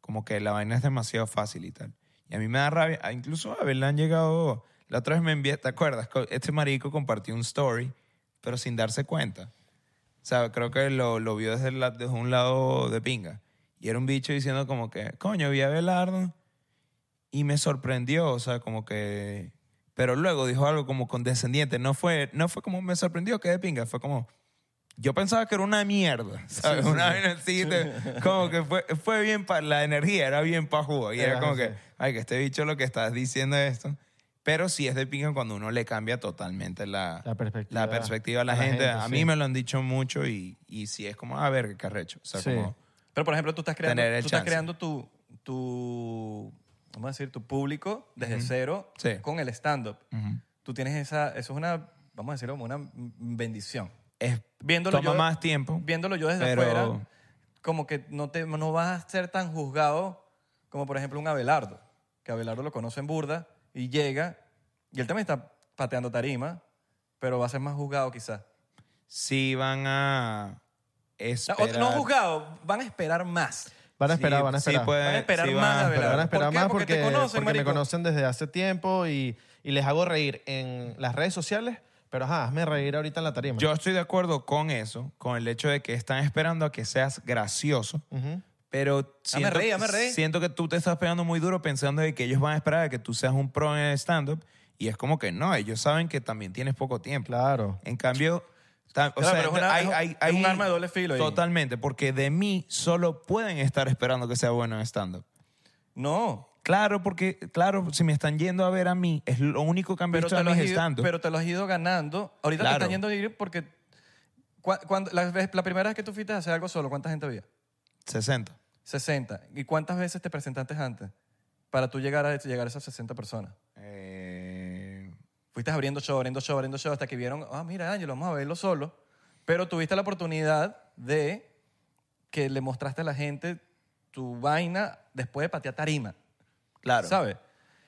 Como que la vaina es demasiado fácil y tal. Y a mí me da rabia. Ah, Incluso a ver, le han llegado... La otra vez me envié, ¿te acuerdas? Co- Este marico compartió un story, pero sin darse cuenta. O sea, creo que lo, lo vio desde, la- desde un lado de pinga. Y era un bicho diciendo como que, coño, vi a Belardo y me sorprendió, o sea, como que... Pero luego dijo algo como condescendiente. No fue, no fue como me sorprendió, que de pinga. Fue como... Yo pensaba que era una mierda, ¿sabes? una vaina así, te- como que fue, fue bien para... La energía era bien para jugo. Y era Ajá, como sí. que, ay, que este bicho lo que estás diciendo es esto. Pero sí es de pinga cuando uno le cambia totalmente la, La perspectiva. la perspectiva a la, A la gente. gente, A sí. mí me lo han dicho mucho y, y sí es como, a ver, qué carrecho. O sea, Sí. como... Pero por ejemplo, tú estás creando, Tener el tú estás chance. creando tu, tu, vamos a decir, tu público desde cero Sí. con el stand-up. Tú tienes esa, eso es una, vamos a decirlo como una m- bendición. Es, Viéndolo toma yo- más tiempo. Viéndolo yo desde pero- afuera, como que no, te, no vas a ser tan juzgado como por ejemplo un Abelardo, que Abelardo lo conoce en burda y llega, y él también está pateando tarima, pero va a ser más juzgado quizás. si van a O- esperar. No juzgado, van a esperar más. Van a esperar, Sí, van a sí esperar. puede- Van a esperar sí más van a de esperar. Abelardo. Van a esperar ¿Por qué? más Porque porque, te conocen, porque me marico. conocen desde hace tiempo y, y les hago reír en las redes sociales, pero ajá, hazme reír ahorita en la tarima. Yo estoy de acuerdo con eso, con el hecho de que están esperando a que seas gracioso. Pero siento, reí, hazme reír. siento que tú te estás pegando muy duro pensando de que ellos van a esperar a que tú seas un pro en stand-up. Y es como que no, ellos saben que también tienes poco tiempo. Claro. En cambio, ta- o Claro, sea, pero es una- hay, es un- hay- es hay- un arma de doble filo ahí. Totalmente, porque de mí solo pueden estar esperando que sea bueno en stand-up. No, Claro, porque, claro, si me están yendo a ver a mí, es lo único que han pero visto te, de lo mí has es ido, stand-up. pero te lo has ido ganando. Ahorita Claro. te están yendo a ir porque cua- cuando, la, vez- la primera vez que tú fuiste a hacer algo solo, ¿cuánta gente había? 60. 60. ¿Y cuántas veces te presentaste antes para tú llegar a, llegar a esas 60 personas? Eh, Fuiste abriendo show, abriendo show, abriendo show, hasta que vieron, ah, mira, Ángel, vamos a verlo solo. Pero tuviste la oportunidad de que le mostraste a la gente tu vaina después de patear tarima, claro. ¿sabes?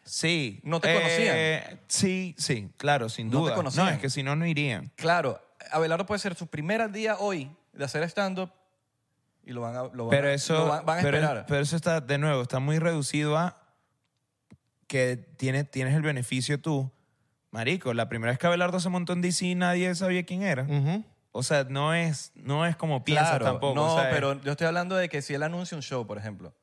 Sí. ¿No te conocían? Sí, sí, claro, sin No te duda. conocían. No, es que si no, no irían. Claro, Abelardo puede ser su primer día hoy de hacer stand-up y lo van a, lo van Pero a- eso, lo van, van a pero, esperar. pero eso está, de nuevo, está muy reducido a que tiene, tienes el beneficio tú. Marico, la primera vez que Abelardo se montó en DC nadie sabía quién era. Ujú. O sea, no es, no es como piensas Mm. Claro, tampoco. No, o sea, pero yo estoy hablando de que si él anuncia un show, por ejemplo.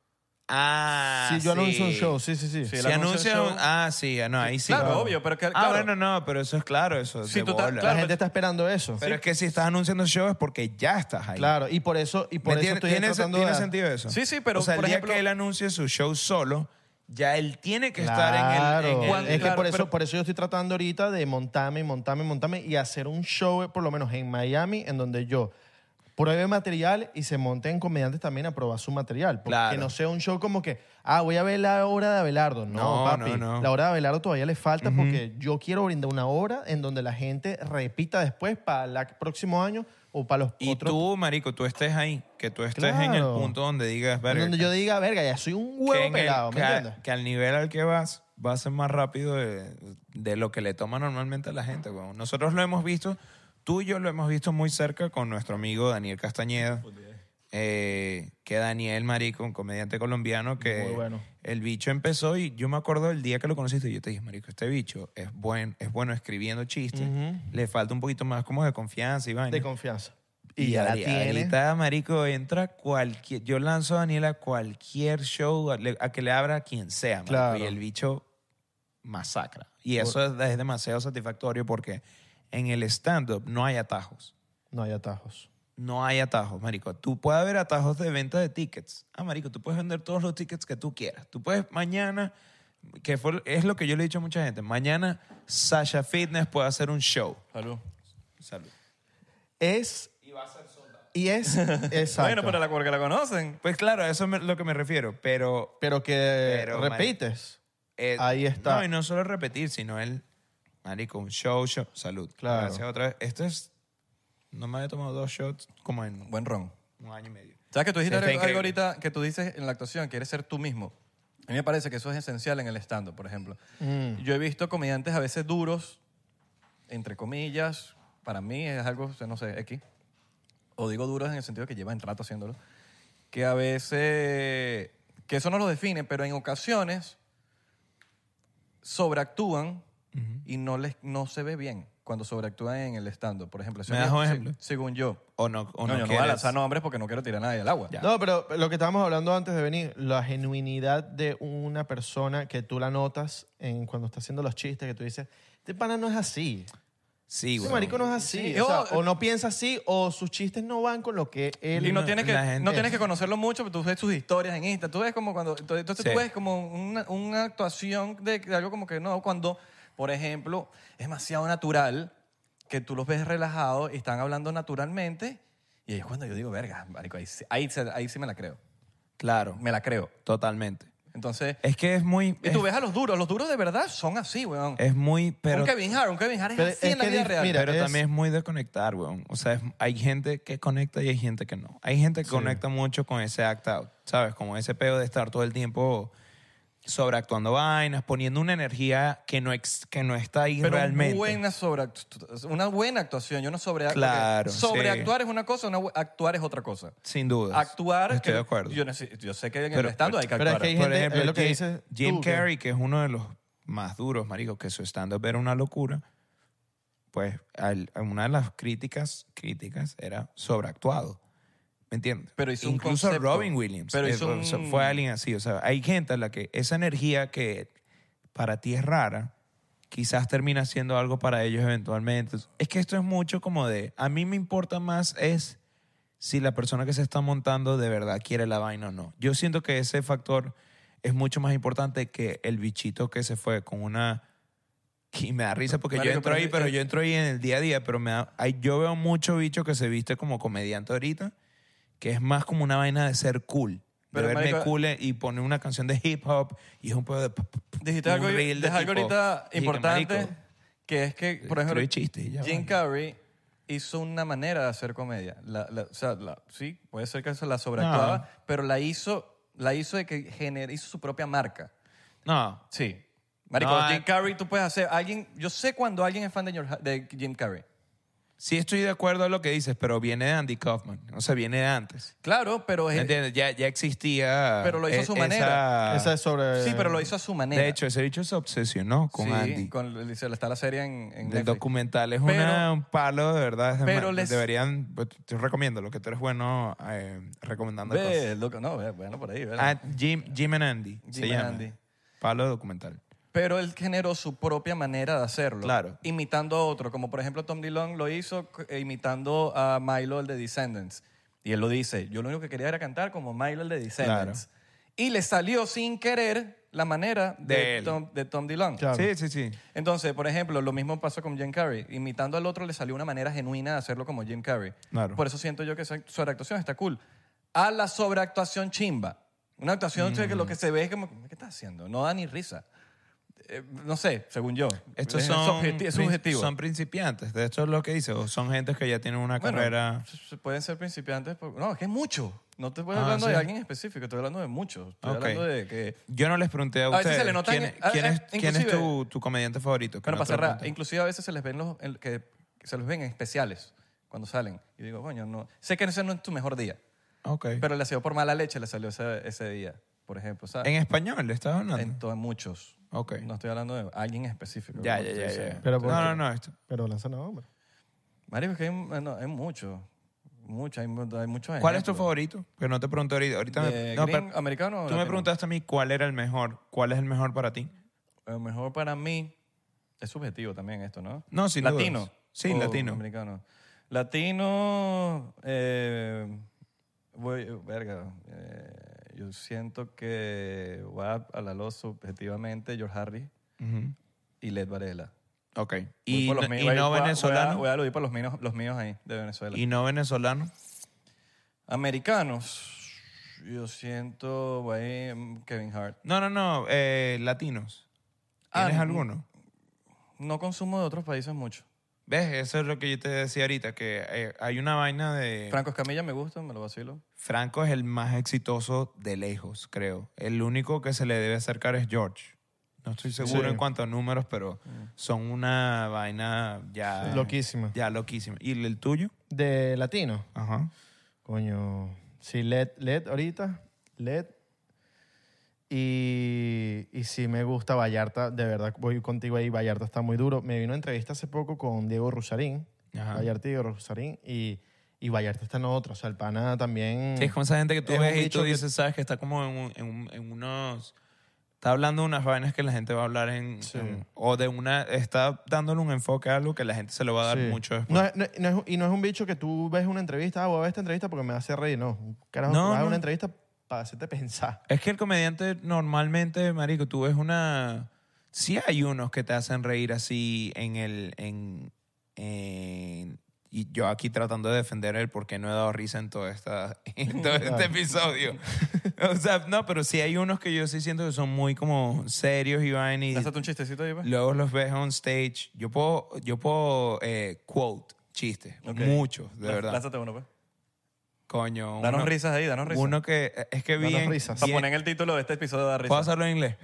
Ah, sí, yo anuncio un sí. show, sí, sí, sí. Sí. Si él anuncia anuncia, el un- show. Ah, sí, ah, no, ahí sí. claro, obvio, pero que- Ah, claro. bueno, no, pero eso es claro, eso es Sí, de tú estás- bola. La claro, gente está esperando eso. Pero es que si estás anunciando show es porque ya estás ahí. Claro, y por eso, y ¿Me por eso entiendes? estoy ¿Tiene, sen- tratando tiene de- sentido eso? Sí, sí, pero, O sea, el por día ejemplo- que él anuncie su show solo, ya él tiene que estar Claro, en el... en el- es que Claro, por eso, pero- por eso yo estoy tratando ahorita de montarme, y montarme, y montarme y hacer un show, eh, por lo menos en Miami, en donde yo pruebe material y se monten comediantes también a probar su material. Porque Claro. no sea un show como que, ah, voy a ver la obra de Abelardo. No, No, papi, no, no. la obra de Abelardo todavía le falta porque yo quiero brindar una obra en donde la gente repita después para el próximo año o para los Y otros. tú, marico, tú estés ahí. Que tú estés en el Claro. punto donde digas... en verga, donde yo diga, verga, ya soy un que huevo en el- pelado, ¿me que, entiendes? que al nivel al que vas, va a ser más rápido de, de lo que le toma normalmente a la gente. weón. Nosotros lo hemos visto, tú y yo lo hemos visto muy cerca con nuestro amigo Daniel Castañeda. Pues, eh, que Daniel Marico, un comediante colombiano que Muy bueno. el bicho empezó y yo me acuerdo el día que lo conociste yo te dije, Marico, este bicho es, buen, es bueno escribiendo chistes, Ujú. le falta un poquito más como de confianza y vaina". De confianza. Y, ya la tiene. Ahorita, marico, entra cualquier... Yo lanzo a Daniel a cualquier show, a, le- a que le abra a quien sea, marico, Claro. y el bicho masacra. Y eso es, es demasiado satisfactorio porque en el stand-up no hay atajos. No hay atajos. No hay atajos, marico. Tú puedes haber atajos de venta de tickets. Ah, marico, tú puedes vender todos los tickets que tú quieras. Tú puedes mañana, que fue- es lo que yo le he dicho a mucha gente, mañana Sasha Fitness puede hacer un show. Salud. Salud. Es. Y es. Exacto. Bueno, pero la, porque la conocen. Pues claro, a eso es me- lo que me refiero, pero Pero que Pero, repites. Eh, Ahí está. No, y no solo repetir, sino el, marico, un show, show, salud. Claro. Gracias otra vez. Esto es, no me había tomado dos shots como en Buen ron. un año y medio. ¿Sabes que tú dijiste Está algo, algo increíble. ahorita que tú dices en la actuación? Quieres ser tú mismo. A mí me parece que eso es esencial en el stand-up, por ejemplo. Mm. Yo he visto comediantes a veces duros, entre comillas, para mí es algo, o sea, no sé, X. O digo duros en el sentido que llevan rato haciéndolo. Que a veces, que eso no lo define, pero en ocasiones sobreactúan y no, les, no se ve bien cuando sobreactúan en el stand-up. Por ejemplo, eso ¿Me es- das un se- ejemplo? Según yo. O no, o no, yo no, no voy a quieres. lanzar nombres porque no quiero tirar a nadie al agua. Ya. No, pero lo que estábamos hablando antes de venir, la genuinidad de una persona que tú la notas en cuando está haciendo los chistes, que tú dices, este pana no es así. Sí, Ese güey. marico no es así. Sí, o, sea, o- o no piensa así, o sus chistes no van con lo que él. Y no tienes que, la gente- no tienes que conocerlo mucho, pero tú ves sus historias en Insta. Tú ves como cuando. Entonces, entonces Sí. tú ves como una, una actuación de, de algo como que no, cuando, por ejemplo, es demasiado natural que tú los ves relajados y están hablando naturalmente. Y ahí es cuando yo digo, verga, marico, ahí, sí- ahí, se- ahí sí me la creo. Claro, Me la creo. totalmente. Entonces. Es que es muy... y tú es- ves a los duros. Los duros de verdad son así, weón. Es muy, pero... un Kevin Hart. Un Kevin Hart es Pero así es en la que vida dif- real. mira, Pero es- también es muy de conectar, weón. O sea, es- hay gente que conecta y hay gente que no. Hay gente que conecta mucho con ese act out, ¿sabes? Como ese pedo de estar todo el tiempo sobreactuando vainas, poniendo una energía que no, ex- que no está ahí Pero realmente. Buena sobreact- una buena actuación. Yo no sobreactúo. Claro, Sobreactuar es una cosa, una bu- actuar es otra cosa. Sin duda. Actuar. Pues, Estoy que- de acuerdo. Yo, neces- yo sé que en Pero- el estando hay que pero es actuar. que hay Por gente- ejemplo, es lo que Jim, dices Jim tú, que- Carrey, que es uno de los más duros, marico, que su stand-up era una locura, pues al- una de las críticas, críticas era sobreactuado. ¿Me entiendes? Pero hizo un Incluso concepto. Robin Williams. Pero eh, hizo o sea, un- Fue alguien así. O sea, hay gente a la que esa energía que para ti es rara, quizás termina siendo algo para ellos eventualmente. Es que esto es mucho como de, a mí me importa más es si la persona que se está montando de verdad quiere la vaina o no. Yo siento que ese factor es mucho más importante que el bichito que se fue con una... Y me da risa porque yo Marico, entro pero ahí, es- pero yo entro ahí en el día a día, pero me da- ay, yo veo mucho bicho que se viste como comediante ahorita, que es más como una vaina de ser cool. Pero, de verme marico- cool eh, y poner una canción de hip hop y es un pedo de... p- p- p- Dijiste un algo, reel de dijiste algo hip hop. ahorita Y que, importante, marico, que es que, por ejemplo, escribe chistes y ya Jim vale. Carrey hizo una manera de hacer comedia. La- la- o sea, la- sí, puede ser que se la sobreactuaba, No. pero la hizo, la hizo de que gener- hizo su propia marca. No, Sí. Marico, No, Jim eh. Carrey, tú puedes hacer. Alguien, yo sé cuando alguien es fan de, Your- de Jim Carrey. Sí estoy de acuerdo a lo que dices, pero viene de Andy Kaufman. O sea, viene de antes. Claro, pero ¿Me es. entiendes? Ya, ya existía... Eh, Pero lo hizo a e- su manera. Esa es sobre. Sí, pero lo hizo a su manera. eh, De hecho, ese bicho se obsesionó con sí, Andy. con- dice, está la serie en, en El Netflix. documental es Pero- una- un palo, de verdad. pero Pero les- Deberían... pues, Te recomiendo, lo que tú eres bueno eh, recomendando Ve, cosas. el docu- no, ve, bueno, por ahí. ve. Ah, Jim, Jim and Andy Jim se and llama. Andy. Palo documental. Pero él generó su propia manera de hacerlo. Claro. Imitando a otro. Como por ejemplo Tom DeLonge lo hizo c- eh, imitando a Milo, el de Descendants. Y él lo dice, yo lo único que quería era cantar como Milo, el de Descendants. Y le salió sin querer la manera de, De él. Tom, de Tom DeLonge. Claro. Sí, sí, sí. Entonces, por ejemplo, lo mismo pasó con Jim Carrey. Imitando al otro le salió una manera genuina de hacerlo como Jim Carrey. Claro. Por eso siento yo que esa sobreactuación está cool. A la sobreactuación chimba. Una actuación que Mm. lo que se ve es como, ¿qué estás haciendo? No da ni risa. Eh, no sé, según yo. Estos es son, subjeti- es prin- subjetivo. son principiantes. De esto es lo que dice. O son gente que ya tienen una Bueno, carrera... s- s- Pueden ser principiantes. pero- no, es que es mucho. No te estoy Ah, hablando de sí. alguien específico, estoy hablando de muchos. Estoy Ok. hablando de que Yo no les pregunté a A veces ustedes. se le notan- ¿Quién, es- a- a- quién es, quién es ah, inclusive- tu, tu comediante favorito? Que Bueno, no para te lo cerrar, pregunté. inclusive a veces se les ven los el- que se los ven en especiales cuando salen. Y digo, coño, no, sé que ese no es tu mejor día, Ok. pero le salió por mala leche, le salió ese, ese día, por ejemplo, ¿sabes? ¿En español le estás hablando? En to- muchos. Ok. No estoy hablando de alguien específico. ya, como ya, estoy ya, diciendo. ya. Pero no, ¿por qué? no, no. Esto. Pero lanza no, hombre. Marico, es que hay, no, hay mucho, mucho, hay, mu- hay muchos ¿Cuál es tu ejemplos. favorito? Que no te pregunté ahorita. ahorita me- ¿De gringo, no, ah, pero- americano o Tú me latino? preguntaste a mí cuál era el mejor. ¿Cuál es el mejor para ti? Lo mejor para mí es subjetivo también esto, ¿no? No, sin Latino. Oh, dudas. Sí, o latino. Americano. Latino. eh, voy, verga. eh, yo siento que voy a hablarlo subjetivamente, George Harry Ujú. y Led Varela. Ok. Voy ¿Y, por los no- míos, y voy- no voy a- venezolano? Voy a, voy a aludir por los míos, los míos ahí, de Venezuela. ¿Y no venezolano? Americanos. Yo siento, güey, mm, Kevin Hart. No, no, no. eh, latinos. ¿Tienes Ah, alguno? No consumo de otros países mucho. ¿Ves? Eso es lo que yo te decía ahorita, que eh, hay una vaina de... Franco Escamilla me gusta, me lo vacilo. Franco es el más exitoso de lejos, creo. El único que se le debe acercar es George. No estoy seguro Sí. Mm. en cuanto a números, pero son una vaina ya... Loquísima. Ah. Ya loquísima. ¿Y el, el tuyo? De latino. Ajá. Coño. Sí, LED, LED ahorita. LED. Y, y sí me gusta Vallarta. De verdad, voy contigo ahí. Vallarta está muy duro. Me vino una entrevista hace poco con Diego Rusarín. Ajá. Vallarta y Diego Rusarín. Y, y Vallarta está en otro. O sea, el pana también... Sí, es como esa gente que tú Es un ves y bicho tú que- dices, sabes, que está como en, un- en un- en unos... Está hablando de unas vainas que la gente va a hablar en... Sí. en- o de una... Está dándole un enfoque a algo que la gente se lo va a dar Sí. mucho después. No es- no es- no es- y no es un bicho que tú ves una entrevista, ah, voy a ver esta entrevista porque me hace reír. No, un carajo, No, tú vas a ver no. una entrevista para hacerte pensar. Es que el comediante normalmente, marico, tú ves una... Sí hay unos que te hacen reír así en el... En, en- y yo aquí tratando de defender el por qué no he dado risa en todo, esta, en todo este episodio. o sea, no, pero sí hay unos que yo sí siento que son muy como serios y van y... Lánzate un chistecito ahí, pues. Luego los ves on stage. Yo puedo, yo puedo eh, quote chistes, Ok. muchos, de Lánz- verdad. Lánzate uno, pues. Coño. Danos uno- risas ahí, danos risas. Uno que es que vi Danos en- risas. Para vi en- poner en el título de este episodio da risa. ¿Puedo hacerlo en inglés?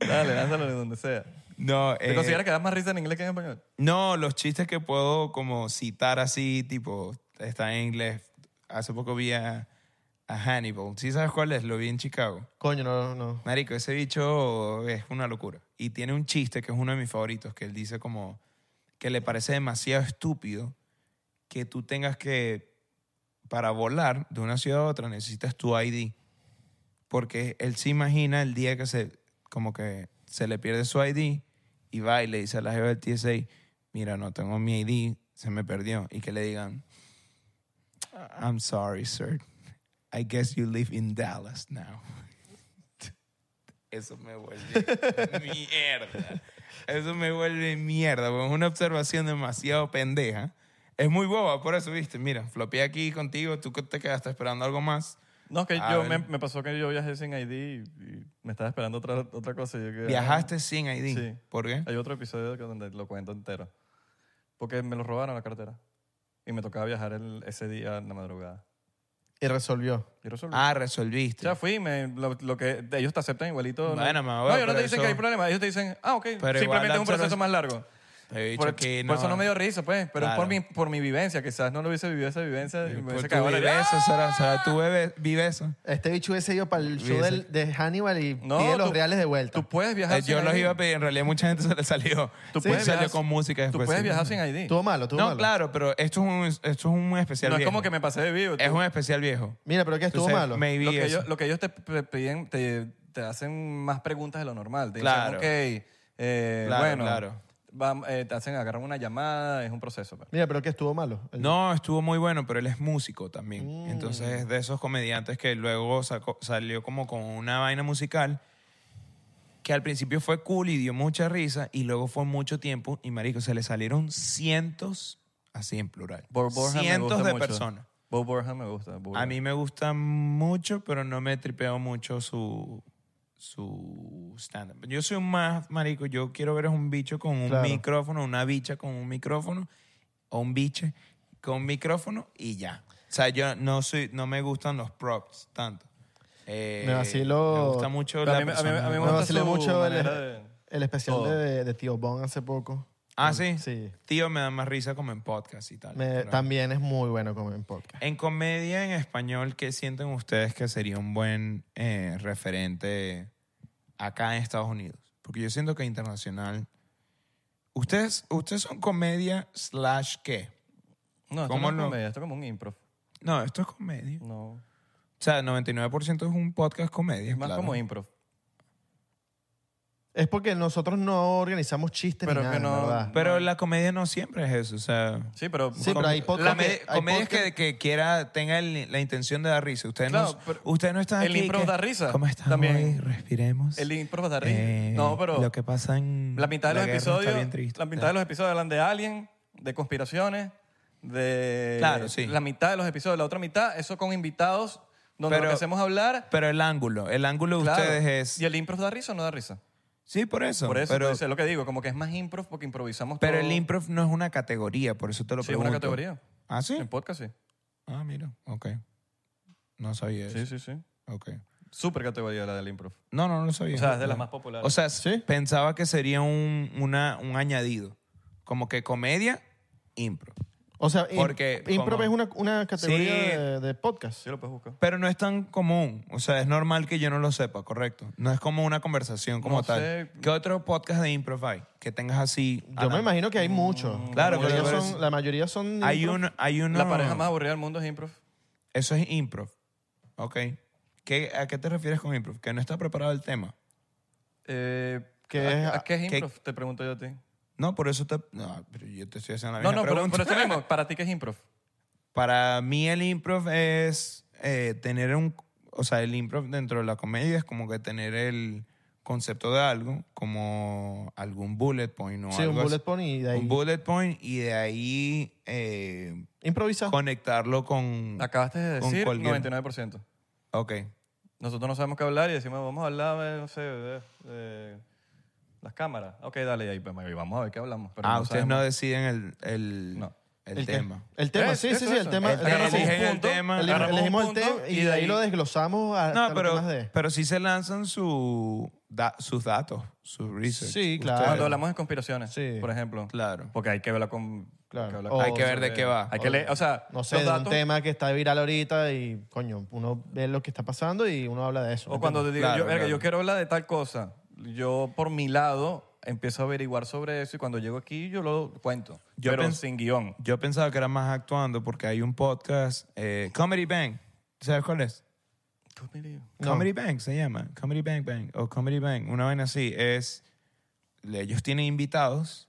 Dale, lánzalo de donde sea. No, ¿Te eh, consideras que das más risa en inglés que en español? no, los chistes que puedo como citar así, tipo, está en inglés. Hace poco vi a, a Hannibal. ¿Sí sabes cuál es? Lo vi en Chicago. Coño, no, no. Marico, ese bicho es una locura. Y tiene un chiste que es uno de mis favoritos, que él dice como que le parece demasiado estúpido que tú tengas que, para volar de una ciudad a otra, necesitas tu ID. Porque él se imagina el día que se, como que se le pierde su ID y va y le dice a la jefa del TSA, mira, no tengo mi ID, se me perdió. Y que le digan, I'm sorry, sir. I guess you live in Dallas now. Eso me vuelve mierda. Eso me vuelve mierda. porque Es una observación demasiado pendeja. Es muy boba, por eso, viste. Mira, flopeé aquí contigo, tú que te quedaste esperando algo más. No, que A yo ver. me, me pasó que yo viajé sin ID y, y me estaba esperando otra, otra cosa. y yo que- Viajaste sin ID. Sí. ¿Por qué? Hay otro episodio que donde lo cuento entero. Porque me lo robaron la cartera. Y me tocaba viajar el- ese día en la madrugada. Y resolvió. Y resolví. Ah, O resolviste. sea, fui, me, lo, lo que ellos te aceptan igualito. ¿no? Bueno, mamá, no, ellos no pero te dicen eso- que hay problema. Ellos te dicen, ah, ok, Pero igual simplemente es un lánzalo- proceso más largo. Te he dicho Por, que por eso no me dio risa, pues. Pero es por Claro. mi, por mi vivencia. Quizás no lo hubiese vivido esa vivencia. Y me Por hubiese tu cagado la risa. viveza, Sara, Sara, tú bebe- viveza. Este bicho hubiese ido para el show Hubiese. del- de Hannibal y No, pide los tú- reales de vuelta. Tú puedes viajar Eh, sin Yo los ID. iba a pedir, en realidad mucha gente se le salió. Tú Sí, puedes salió viajar- con música Tú después. puedes sí. viajar sin ID. Estuvo malo, estuvo No, malo. claro, pero esto es un, esto es un especial no es viejo. como que me pasé de vivo. Es tú. un especial viejo. Mira, pero ¿qué estuvo Entonces, malo? maybe lo, que eso. ellos, lo que ellos te p- piden, te, te hacen más preguntas de lo normal. Te Claro. dicen, ok, eh, Claro, bueno, claro. vam- eh, te hacen agarrar una llamada, es un proceso. pues. Mira, pero ¿qué estuvo malo? El- No, estuvo muy bueno, pero él es músico Mm. también. Entonces es de esos comediantes que luego sacó- salió como con una vaina musical que al principio fue cool y dio mucha risa y luego fue mucho tiempo y marico, se le salieron cientos, así en plural, Bob Borja me cientos gusta de mucho. personas. Bob Borja me gusta. Bob A Borja. mí me gusta mucho, pero no me tripeo mucho su su stand-up. Yo soy un más, marico, yo quiero ver a un bicho con un Claro. micrófono, una bicha con un micrófono o un biche con un micrófono y ya. O sea, yo no soy, no me gustan los props tanto. Eh, Me vacilo- Me gusta mucho A la mí me- a mí- a mí persona- me Me gusta vacilé su mucho el, manera de- el especial todo. de, de Tío Bon hace poco. Ah, sí. Sí. Tío, me da más risa como en podcast y tal. Me- Pero- También es muy bueno como en podcast. En comedia en español, ¿qué sienten ustedes que sería un buen eh, referente acá en Estados Unidos? Porque yo siento que internacional. ¿Ustedes, ustedes son comedia slash qué? No, esto ¿Cómo no es no? comedia, esto es como un improv. No, esto es comedia. O No, sea, 99% es un podcast comedia. es más claro. como improv. Es porque nosotros no organizamos chistes Pero ni nada, que no- ¿verdad? Pero la comedia no siempre es eso, o sea... Sí, pero... Sí, pero hay podcast La que- me- hay comedias podcast- que, que quiera, tenga el- la intención de dar risa. Ustedes Claro, no, pero usted no está el aquí. impro que- da risa ¿Cómo estamos también. hoy? Respiremos. El improv da risa. Eh, no, pero... Lo que pasa en. La mitad de los guerra está episodios, bien triste. la mitad de los episodios hablan de Alien, de conspiraciones, de Claro, sí. la mitad de los episodios, la otra mitad, eso con invitados, donde Pero- lo que hacemos es hablar. Pero el ángulo, el ángulo de claro. ustedes es. ¿Y el improv da risa o no da risa? Sí, por eso. Por eso, pero, entonces, es lo que digo, como que es más improv porque improvisamos pero todo. el improv no es una categoría, por eso te lo Sí, es pregunto. una categoría. ¿Ah, sí? En podcast, sí. Ah, mira, ok. No sabía eso. Sí, sí, sí. Ok. Super categoría la del improv. No, no, no lo sabía. O sea, es de las más populares. O sea, pensaba que sería un, una- un añadido. Como que comedia, improv. O sea, im- Porque, improv como- es una, una categoría Sí. de, de podcast. sí lo puedes buscar. Pero no es tan común. O sea, es normal que yo no lo sepa, correcto. No es como una conversación como No tal. sé. ¿Qué otro podcast de improv hay? Que tengas así. Yo me imagino que hay muchos. Ah, Mm, Claro, la mayoría, pero- son, la mayoría son Hay improv. uno, hay uno. La pareja más aburrida del mundo es improv. Eso es improv. Ok. ¿Qué, ¿A qué te refieres con improv? Que no está preparado el tema. Eh, ¿Qué ¿a- es- a ¿Qué es Ah, qué- improv? Te pregunto yo a ti. No, por eso te. No, pero yo te estoy haciendo la No, misma no, pero, pregunta. pero esto mismo, ¿para ti qué es improv? Para mí el improv es eh, tener un... O sea, el improv dentro de la comedia es como que tener el concepto de algo, como algún bullet point o Sí, algo un bullet así. point y de ahí. Un bullet point y de ahí eh, Improvisa. conectarlo Mm. con... Acabaste de con decir cualquier- 99%. Ok. Nosotros no sabemos qué hablar y decimos, vamos a hablar, eh, no sé, de, de las cámaras. Ok, dale, y ahí pues, y vamos a ver qué hablamos. Pero ah, no ustedes no sabemos. deciden el, el, No. el ¿El qué? tema. El tema, Es- sí, es sí, sí, el eso. tema. El el tema tema, sí. sí. Eligen el punto, tema. Elim- agarramos un Elegimos el punto tema y y de de ahí ahí- lo desglosamos a No, a lo que pero, Ah, más de. pero sí se lanzan su, da- sus datos, su research. Sí, claro. Ustedes- Cuando hablamos de conspiraciones, Sí. por ejemplo. Claro. Porque hay que verla con... Claro. que hablar O- con- Hay que ver de sobre- qué va. Hay que leer, o sea, No sé, los de un datos- tema que está viral ahorita y, coño, uno ve lo que está pasando y uno habla de eso. O cuando te digo, Claro, yo, verga, claro. yo quiero hablar de tal cosa, yo por mi lado empiezo a averiguar sobre eso y cuando llego aquí yo lo cuento. Yo pero pens- sin guión. Yo pensaba que era más actuando porque hay un podcast, eh, Comedy Bang. ¿Sabes cuál es? No. Comedy Bang se llama. Comedy Bang Bang o Comedy Bang. Una vaina así. Es, ellos tienen invitados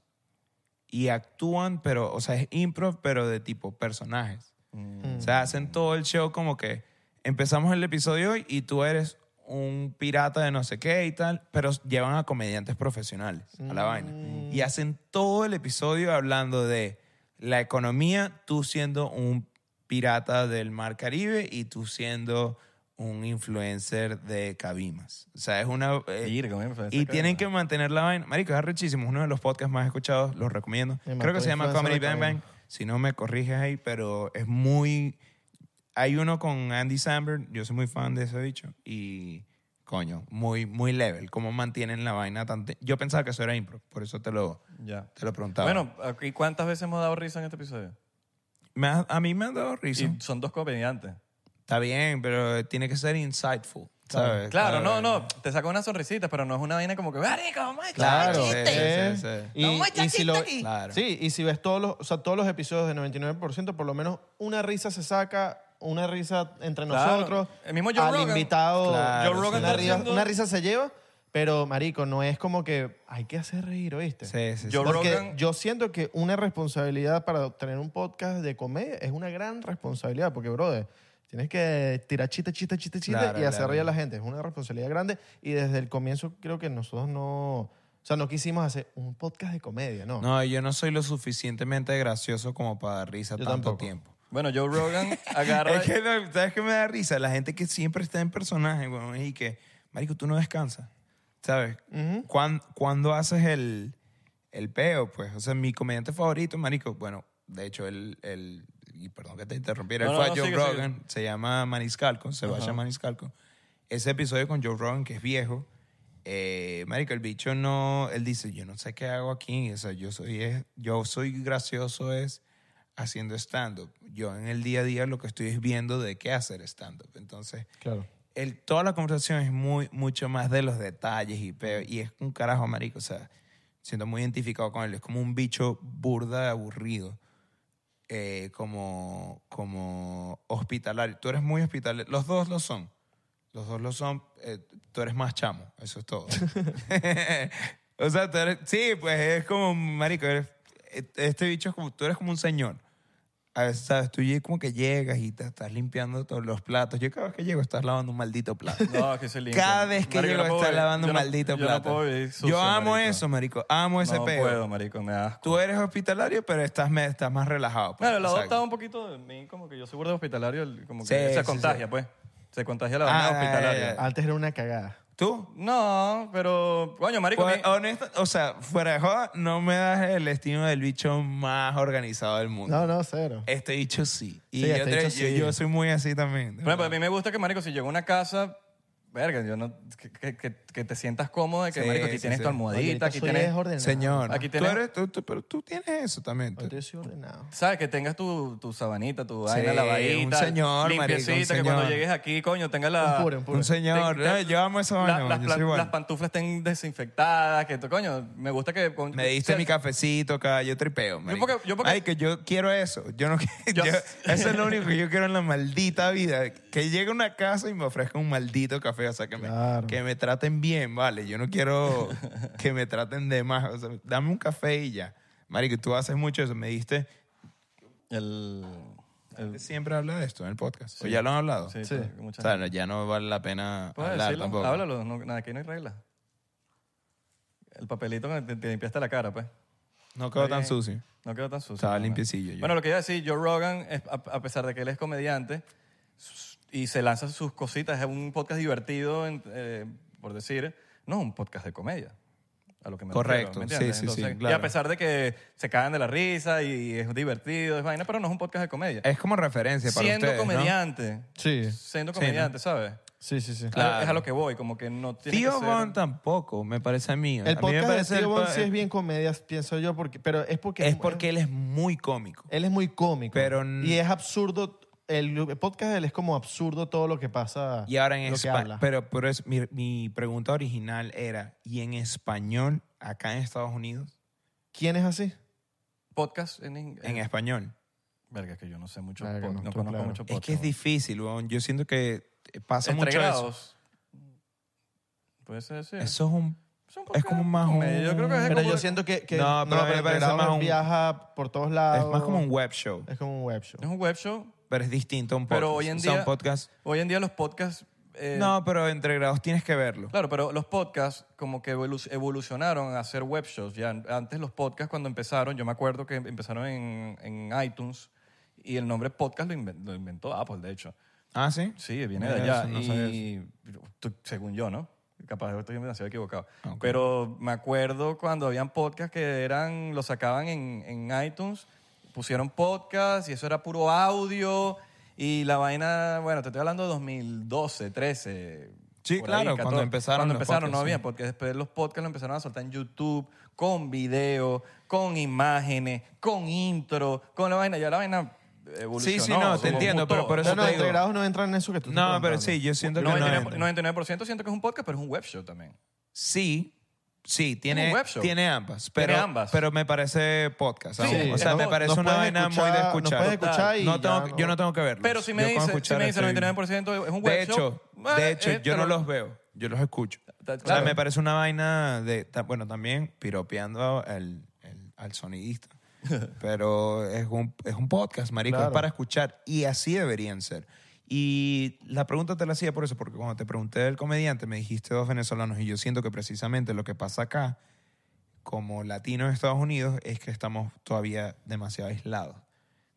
y actúan, pero, o sea, es improv, pero de tipo personajes. Mm. O sea, hacen todo el show como que empezamos el episodio hoy y tú eres un pirata de no sé qué y tal, pero llevan a comediantes profesionales a la vaina. Y hacen todo el episodio hablando de la economía, tú siendo un pirata del Mar Caribe y tú siendo un influencer de Cabimas. O sea, es una... eh, Virga, me parece y que- tienen que mantener la vaina. Marico, es arrechísimo. Es uno de los podcasts más escuchados. Los recomiendo. Me Creo mató que se llama influencer Comedy de Bang Caín. Bang. Si no me corriges ahí, pero es muy... Hay uno con Andy Samberg. Yo soy muy fan de ese bicho. Y, coño, muy, muy level. Cómo mantienen la vaina tan... te- Yo pensaba que eso era impro. Por eso te lo, Ya. te lo preguntaba. Bueno, ¿y cuántas veces hemos dado risa en este episodio? Me ha- a mí me han dado risa. Y son dos comediantes. Está bien, pero tiene que ser insightful. ¿sabes? Claro, no, no, te saca una sonrisita, pero no es una vaina como que, "Marico, oh vamos a echar Claro, Sí, chiste". eh, sí, sí, sí. Y, y si lo- Claro. sí, y si ves todos los, o sea, todos los episodios de 99%, por lo menos una risa se saca, una risa entre Claro. nosotros, El mismo Joe al Rogan. invitado, Claro, Joe Rogan una, está risa, haciendo- una risa se lleva, pero marico, no es como que hay que hacer reír, ¿oíste? Sí, sí, sí. Yo- Joe Porque Rogan- yo siento que una responsabilidad para tener un podcast de comedia es una gran responsabilidad, porque, brother, tienes que tirar chiste, chiste, chiste, chiste Claro, y hacer claro. reír a la gente. Es una responsabilidad grande y desde el comienzo creo que nosotros no... O sea, no quisimos hacer un podcast de comedia, ¿no? No, yo no soy lo suficientemente gracioso como para dar risa Yo tanto tampoco. tiempo. Bueno, Joe Rogan agarra... Es que, no, ¿sabes qué me da risa? La gente que siempre está en personaje, weón, y que, marico, tú no descansas, ¿sabes? ¿Cuán- ¿Cuándo haces el, el peo? Pues, o sea, mi comediante favorito, marico, bueno, de hecho, él, él y perdón que te interrumpiera, No, él no, no, fue a Joe sigue, sigue. Rogan, se llama Maniscalco, Sebastián Maniscalco. Ese episodio con Joe Rogan, que es viejo, eh, marico, el bicho no, él dice, yo no sé qué hago aquí, o sea, yo soy, es- yo soy gracioso es haciendo stand-up. Yo en el día a día lo que estoy es viendo de qué hacer stand-up. Entonces, Claro. el, toda la conversación es muy, mucho más de los detalles y peo. Y es un carajo, marico. O sea, siento muy identificado con él. Es como un bicho burda, aburrido. eh, como, como hospitalario. Tú eres muy hospitalario. Los dos lo son. Los dos lo son. Eh, tú eres más chamo. Eso es todo. o sea, tú eres- sí, pues es como, marico, eres- este bicho es como, tú eres como un señor. A veces, ¿sabes? Tú lleg- como que llegas y te estás limpiando todos los platos. Yo cada vez que llego estás lavando un maldito plato. No, es que se limpia. Cada vez que Marico, llego no puedo estás vivir- lavando yo un no- maldito yo no plato. puedo vivir sucio, Yo amo marico. eso, marico. Amo ese no pedo. puedo, marico, me da asco. Tú eres hospitalario, pero estás, me- estás más relajado. pues. Claro, la O sea, adopta un poquito de mí, como que yo soy burda de hospitalario, el- como que Sí, se sí, contagia, sí. pues. Se contagia la Ah, vaina ya, hospitalaria. ya, ya. Eh, Antes era una cagada. ¿Tú? No, pero, coño, marico, a Pues, mí- honesto- o sea, fuera de joda, no me das el estima del bicho más organizado del mundo. No, no, cero. Este bicho sí. Y Sí, yo, este te- bicho yo- sí. yo soy muy así también. Por ejemplo, a mí me gusta que, marico, si llego a una casa, verga, yo no, que, que- que- que te sientas cómodo de que, Sí, marico, aquí sí, tienes sí. tu Oye, almohadita, ahorita aquí soy tienes... desordenado. Señor, Aquí tú tienes- eres, tú, tú- pero tú tienes eso también. tú- Ahorita yo soy ordenado. ¿Sabes? Que tengas tu, tu sabanita, tu Sí, vaina un lavadita. señor, marico, un Limpiecita, que señor. cuando llegues aquí, coño, tengas la... Un puro, un puro. Un señor. Te- te- eh, yo amo esa la- vaina. las, man, yo soy pla- igual. las pantuflas estén desinfectadas, que tú, coño, me gusta que... con- Me diste o sea, mi cafecito acá, yo tripeo. marico. porque- yo porque- Ay, que yo quiero eso. Yo no qui- Yo- yo- eso es lo único que yo quiero en la maldita vida. Que llegue a una casa y me ofrezca un maldito café. O sea, que me, Claro. que me traten bien, vale. Yo no quiero que me traten de más. O sea, dame un café y ya. Marico, tú haces mucho eso. Me diste. El... el- Siempre habla de esto en el podcast. O ya lo han hablado. sí, Sí. O muchas- sea, no- ya no vale la pena ¿Puedes hablar decirlo? tampoco. Háblalo, no, nada, aquí no hay regla. El papelito que te, te limpiaste la cara, pues. No quedó tan sucio. No quedó tan sucio. Estaba nada más. limpiecillo yo. Bueno, lo que iba a decir, Joe Rogan, es- a, a pesar de que él es comediante s- y se lanza sus cositas, es un podcast divertido, en- eh, por decir, no es un podcast de comedia. A lo que me refiero, Correcto, ¿me entiendes? sí, sí, sí, Entonces, Y claro. a pesar de que se cagan de la risa y es divertido, es vaina, pero no es un podcast de comedia. Es como referencia Eh, para siendo ustedes, ¿no? comediante, Sí, siendo Sí, comediante, ¿sabes? sí, sí. sí. Claro. Es a lo que voy, como que no tiene Tío que ser... Von tampoco, me parece a mí. A mí El me podcast parece de el Tío Bon po- sí es bien comedia, pienso yo, porque, pero es porque... Es porque él es muy cómico. Él es muy cómico. Pero n- y es absurdo. El podcast de él es como absurdo todo lo que pasa. Y ahora en lo que español. habla. Pero, pero es, mi, mi pregunta original era: ¿y en español acá en Estados Unidos? ¿Quién es así? podcast en inglés. En español. Verga, es que yo no sé mucho, Verga, pod- no, no, tú, conozco claro. mucho Es podcast. que es difícil, weón. Yo siento que pasa Entre mucho eso. grados. Puede ser, sí. Eso es un. Son es como más comedia. un- Yo creo que es Pero como... yo siento que, que- No, pero a mí me parece Grauer más un- viaja por todos lados. Es más como un web show, Es como un web show. Es un web show. pero es distinto a un podcast. Pero hoy en O sea, día... un podcast. Hoy en día los podcasts... eh, no, pero entre grados tienes que verlo. Claro, pero los podcasts como que evolu- evolucionaron a ser web shows. Ya antes los podcasts cuando empezaron, yo me acuerdo que empezaron en, en iTunes y el nombre podcast lo, inven- lo inventó Apple, de hecho. Ah, sí. Sí, viene de Mira, allá. eso no sabía y tú- según yo, ¿no? Capaz yo estoy demasiado equivocado. Ah, ok. Pero me acuerdo cuando habían podcasts que eran, los sacaban en, en iTunes, pusieron podcast y eso era puro audio. Y la vaina, bueno, te estoy hablando de 2012, 13. Sí, por ahí, claro, cuando 14. empezaron Cuando los empezaron no podcasts, había sí. porque después los podcasts lo empezaron a soltar en YouTube, con video, con imágenes, con intro, con la vaina. Ya la vaina evolucionó. Sí, sí, no, te como entiendo, pero mutó. por eso No, no, te entre digo. grados no entran en eso que tú estás No, pero preguntando. sí, yo siento que no 99%, entra. 99% siento que es un podcast, pero es un web show también. Sí, sí, tiene, un web show. tiene ambas. Pero, ambas. Pero me parece podcast. Sí. aún. O sea, No, me no parece una puedes vaina escuchar- muy de no escuchar. puedes escuchar y No tengo ya, que- no. Yo no tengo que verlo. Pero si me dice, si me dice 99% es un De web show. hecho, bueno, de hecho eh, yo no pero- los veo. Yo los escucho. Ta- O sea, claro. me parece una vaina de. ta- Bueno, también piropeando al- al- al sonidista. Pero es un, es un podcast, marico, Claro. es para escuchar. Y así deberían ser. Y la pregunta te la hacía por eso, porque cuando te pregunté del comediante, me dijiste dos venezolanos. Y yo siento que precisamente lo que pasa acá, como latinos en Estados Unidos, es que estamos todavía demasiado aislados.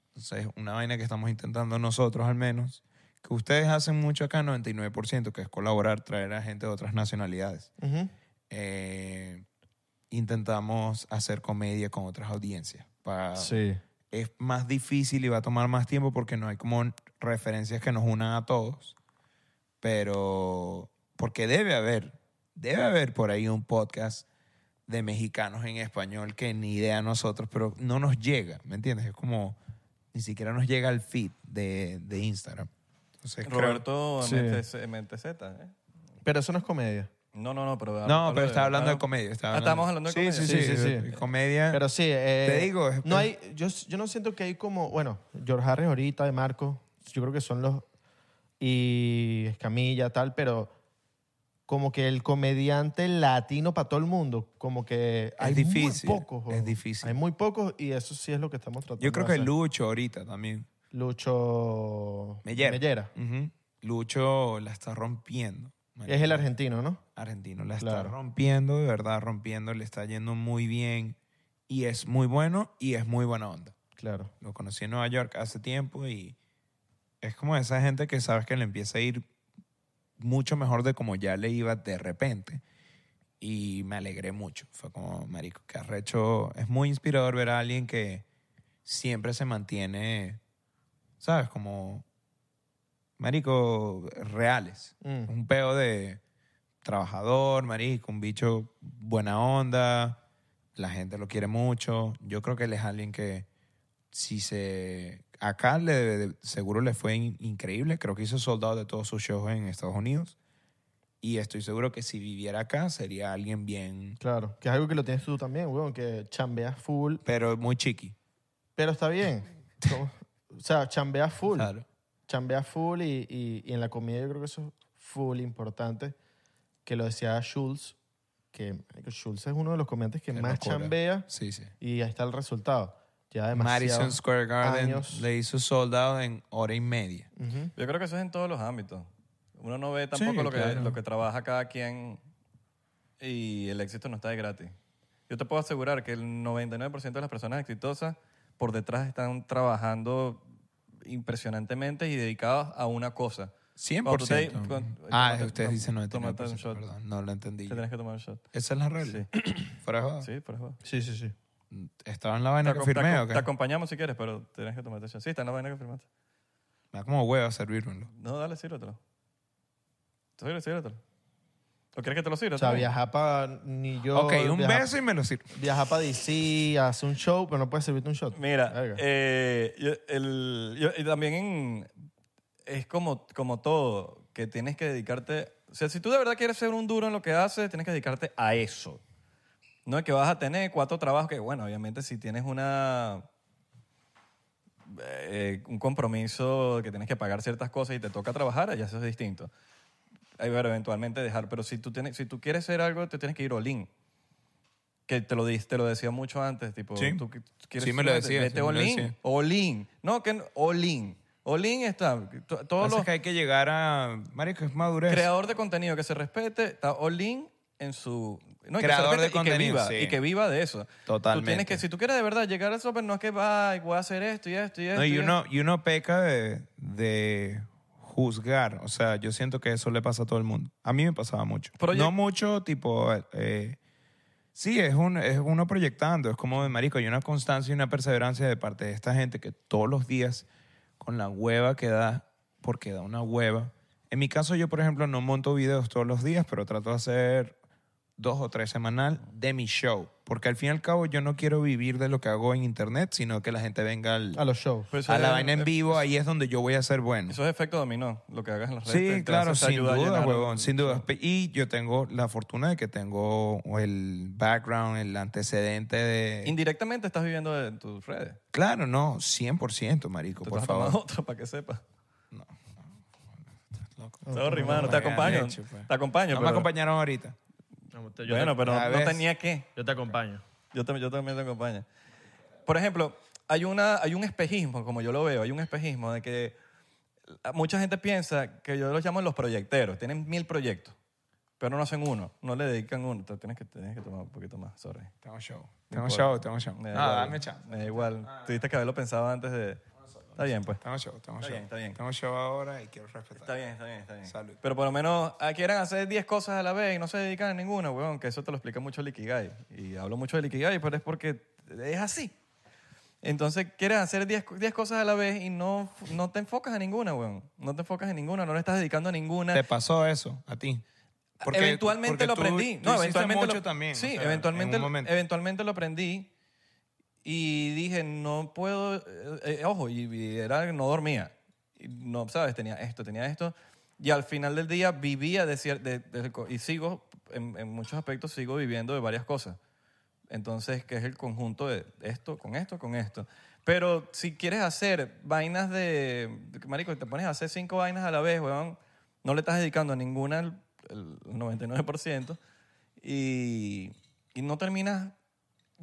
Entonces, una vaina que estamos intentando nosotros al menos, que ustedes hacen mucho acá, 99%, que es colaborar, traer a gente de otras nacionalidades. Ujú. Eh, intentamos hacer comedia con otras audiencias. Para Sí. es más difícil y va a tomar más tiempo porque no hay como referencias que nos unan a todos. Pero, porque debe haber, debe haber por ahí un podcast de mexicanos en español que ni idea a nosotros, pero no nos llega, ¿me entiendes? Es como, ni siquiera nos llega al feed de, de Instagram. Entonces, creo- Roberto Sí. MTZ, ¿eh? Pero eso no es comedia. No, no, no, pero... No, pero estaba hablando de comedia. comedia. estaba Ah, estábamos hablando de comedia. Sí, sí, sí. Sí, sí, sí, sí. Comedia. Pero sí, eh, Te digo, es- no hay, yo, yo no siento que hay como, bueno, George Harris ahorita, de Marco, yo creo que son los, y Escamilla, tal, pero como que el comediante latino para todo el mundo, como que hay difícil, muy pocos. es difícil. Hay muy pocos y eso sí es lo que estamos tratando. yo creo de que hacer. Lucho ahorita también. Lucho Mellera. Ujú. Lucho la está rompiendo. marico. Es el argentino, ¿no? argentino. La Claro. está rompiendo, de verdad, rompiendo. Le está yendo muy bien. Y es muy bueno y es muy buena onda. Claro. Lo conocí en Nueva York hace tiempo y es como esa gente que sabes que le empieza a ir mucho mejor de como ya le iba de repente. Y me alegré mucho. Fue como, marico, que arrecho. Es muy inspirador ver a alguien que siempre se mantiene, ¿sabes? Como, marico, reales. Mm. Un peo de trabajador, marico, un bicho buena onda. La gente lo quiere mucho. Yo creo que él es alguien que si se acá le debe- seguro le fue in- increíble creo que hizo soldado de todos sus shows en Estados Unidos y estoy seguro que si viviera acá sería alguien bien Claro. Que es algo que lo tienes tú también, weón, que chambeas full. pero muy chiqui Pero está bien. Como- o sea, chambeas full. claro chambea full y, y- y en la comida yo creo que eso es full importante. Que lo decía Schultz, que marico, Schultz es uno de los comediantes que Qué más locura. chambea sí sí y ahí está el resultado. Ya Madison demasiado. Square Garden años. le hizo soldado en hora y media Ujú. Yo creo que eso es en todos los ámbitos. Uno no ve tampoco lo, que, claro. lo que trabaja cada quien y el éxito no está de gratis. Yo te puedo asegurar que el 99% de las personas exitosas por detrás están trabajando impresionantemente y dedicados a una cosa. Cuando tú te- 100% cuando- ah tómate- ustedes dicen tómate un 99% shot. perdón no lo entendí Te tenés que tomar un shot. esa es la regla fuera de joda. Sí, por ejemplo. Sí, sí, sí. estaba en la vaina que acom- firmé acom- o qué? te acompañamos si quieres, pero tenés que tomarte un shot. Sí, está en la vaina que firmaste. me da como huevo servírmelo No, dale, sírvetelo. Sírvetelo, sírvetelo. ¿O quieres que te lo sirva? O sea, también? viajar para New York. ok un viajar- beso y me lo sirvo Viajar para DC, hace un show, pero no puedes servirte un shot. Mira, Verga. eh, yo, el- yo- y también en- es como, como todo, que tienes que dedicarte... O sea, si tú de verdad quieres ser un duro en lo que haces, tienes que dedicarte a eso. No es que vas a tener cuatro trabajos que, bueno, obviamente si tienes una... eh, un compromiso que tienes que pagar ciertas cosas y te toca trabajar, ya eso es distinto. Ahí, Pero eventualmente dejar, pero si tú, tienes, si tú quieres ser algo, te tienes que ir all in. Que te lo, di- te lo decía mucho antes, tipo, Sí. tú qui- quieres Sí, me ser lo una- decía, vete sí, me lo all in, decía. all in. No, que no, all in. All in está, to- todos Pasa los que hay que llegar a. Marico, es madurez. creador de contenido que se respete está all in en su no, y que se Creador de respete y que contenido, viva sí. y que viva de eso. Tú Totalmente. tienes que si tú quieres de verdad llegar a eso, pero no es que va y voy a hacer esto y esto y esto. No, y, esto. uno, y uno peca de, de juzgar. O sea, yo siento que eso le pasa a todo el mundo. A mí me pasaba mucho. Pero no yo- mucho, tipo. eh, sí, es, un, es uno proyectando. Es como de marico. Hay una constancia y una perseverancia de parte de esta gente que todos los días, con la hueva que da, porque da una hueva. En mi caso, yo, por ejemplo, no monto videos todos los días, pero trato de hacer dos o tres semanal de mi show. Porque al fin y al cabo, yo no quiero vivir de lo que hago en internet, sino que la gente venga al, A los shows. Pero Pues eso a la es- vaina en es- vivo, ahí es donde yo voy a ser bueno. eh, Eso es efecto dominó, lo que hagas en las redes. te- Sí, te claro, hace- te sin ayuda a duda, llenar- huevón, sin duda. Pe- Y yo tengo la fortuna de que tengo el background, el antecedente de... Indirectamente estás viviendo de tus redes. Claro, no, 100%, marico, Te por estás tomando favor. otro para que sepas. Loco. Sorry, mano, te me acompaño. han hecho, pues. Te acompaño, No me pero- acompañaron ahorita. Vamos, te- Yo, Bueno, te, pero ya no ves. tenía que. yo te acompaño. Yo también, yo también te acompaño. Por ejemplo, hay, una, hay un espejismo, como yo lo veo, hay un espejismo de que mucha gente piensa que yo los llamo los proyecteros. Tienen mil proyectos, pero no hacen uno, no le dedican uno. Te Tienes que, tienes que tomar un poquito más, sorry. Tengo show. Tengo show, tengo show. No, da igual. Ah, dame chance. Ah. Me da igual. Tuviste que haberlo pensado antes de... Está bien, pues. Tengo show, tengo Está show. bien, está bien. Tengo show ahora y quiero respetar. Está bien, está bien, está bien. Salud. Pero por lo menos ah, quieran hacer 10 cosas a la vez y no se dedican a ninguna, weón, que eso te lo explica mucho el Ikigai. Y hablo mucho del Ikigai, pero es porque es así. Entonces quieres hacer 10 co- 10 cosas a la vez y no, no te enfocas a ninguna, weón. No te enfocas en ninguna, no le estás dedicando a ninguna. ¿Te pasó eso a ti? eventualmente porque lo tú- aprendí. tú no, hiciste eventualmente mucho lo, también. Sí, o sea, eventualmente, en un momento. eventualmente lo aprendí y dije, no puedo, eh, eh, ojo, y, y era que no dormía. Y No, sabes, tenía esto, tenía esto. Y al final del día vivía de, cier- de- de- y sigo, en, en muchos aspectos sigo viviendo de varias cosas. Entonces, que es el conjunto de esto, con esto, con esto. Pero si quieres hacer vainas de, de- marico, te pones a hacer cinco vainas a la vez, weón, no le estás dedicando a ninguna el, el 99% y, y no terminas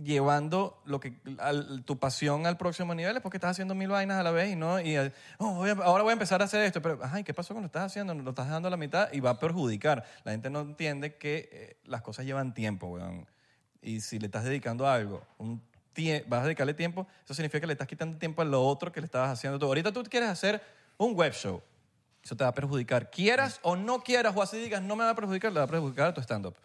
llevando lo que al- tu pasión al próximo nivel es porque estás haciendo mil vainas a la vez y no y eh, "Oh, voy a- ahora voy a empezar a hacer esto pero ajá ¿y qué pasó con lo que estás haciendo lo estás dejando a la mitad y va a perjudicar la gente no entiende que eh, las cosas llevan tiempo weón y si le estás dedicando a algo un tie- vas a dedicarle tiempo eso significa que le estás quitando tiempo a lo otro que le estabas haciendo tú ahorita tú quieres hacer un web show eso te va a perjudicar quieras o no quieras o así digas no me va a perjudicar le va a perjudicar a tu stand up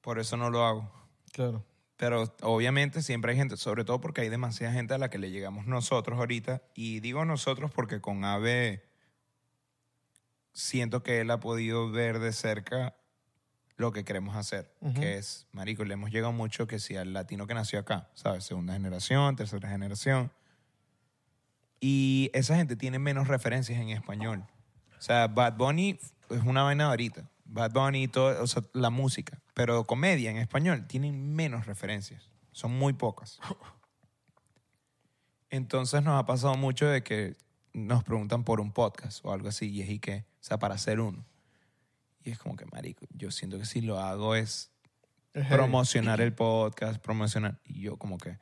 Por eso no lo hago. Claro. Pero obviamente siempre hay gente, sobre todo porque hay demasiada gente a la que le llegamos nosotros ahorita. Y digo nosotros porque con Ave siento que él ha podido ver de cerca lo que queremos hacer, que es, marico, le hemos llegado mucho que si al latino que nació acá, ¿sabes? Segunda generación, tercera generación. Y esa gente tiene menos referencias en español. O sea, Bad Bunny es una vaina de ahorita. Bad Bunny, y todo, o sea, la música. Pero comedia en español tienen menos referencias. Son muy pocas. Entonces nos ha pasado mucho de que nos preguntan por un podcast o algo así y es y que, o sea, para hacer uno. Y es como que, marico, yo siento que si lo hago es Ejé. promocionar el podcast, promocionar. Y yo como que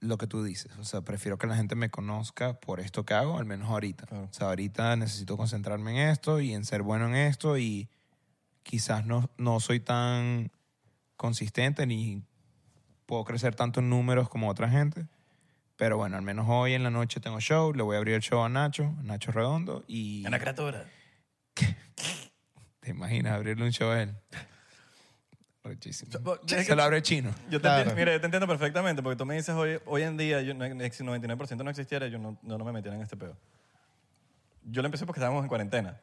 lo que tú dices, o sea, prefiero que la gente me conozca por esto que hago, al menos ahorita. Claro. O sea, ahorita necesito concentrarme en esto y en ser bueno en esto y quizás no, no soy tan consistente ni puedo crecer tanto en números como otra gente. Pero bueno, al menos hoy en la noche tengo show, le voy a abrir el show a Nacho, a Nacho Redondo y... criatura ¿Te imaginas abrirle un show a él? Rechísimo. Bo- es que- Se lo abre chino. Yo te Claro. entiendo, mira, yo te entiendo perfectamente, porque tú me dices hoy, hoy en día, yo, no- si 99% no existiera, yo no, no, no me metiera en este pedo. Yo lo empecé porque estábamos en cuarentena.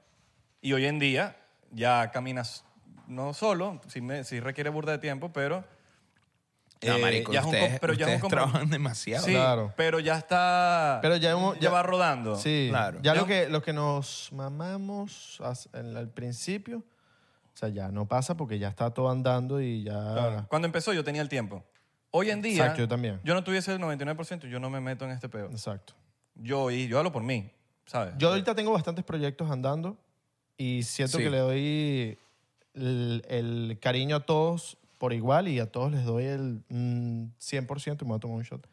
Y hoy en día ya caminas, no solo, sí, me- sí requiere burda de tiempo, pero... No, eh, marico, ya es un ustedes, com- pero ya es un ustedes comprom- trabajan demasiado. Sí, Claro. pero ya está... Pero ya hemos- ya- va rodando. Sí, Claro. Ya Yo- lo que, lo que nos mamamos as- en- al principio, o sea, ya no pasa porque ya está todo andando y ya. Claro. Cuando empezó yo tenía el tiempo. Hoy en día... Exacto, yo también. Yo no tuviese el 99%, yo no me meto en este pedo. Exacto. Yo, y yo hablo por mí, ¿sabes? Yo ahorita tengo bastantes proyectos andando y siento Sí. que le doy el, el cariño a todos por igual y a todos les doy el mm, 100% y me voy a tomar un shot.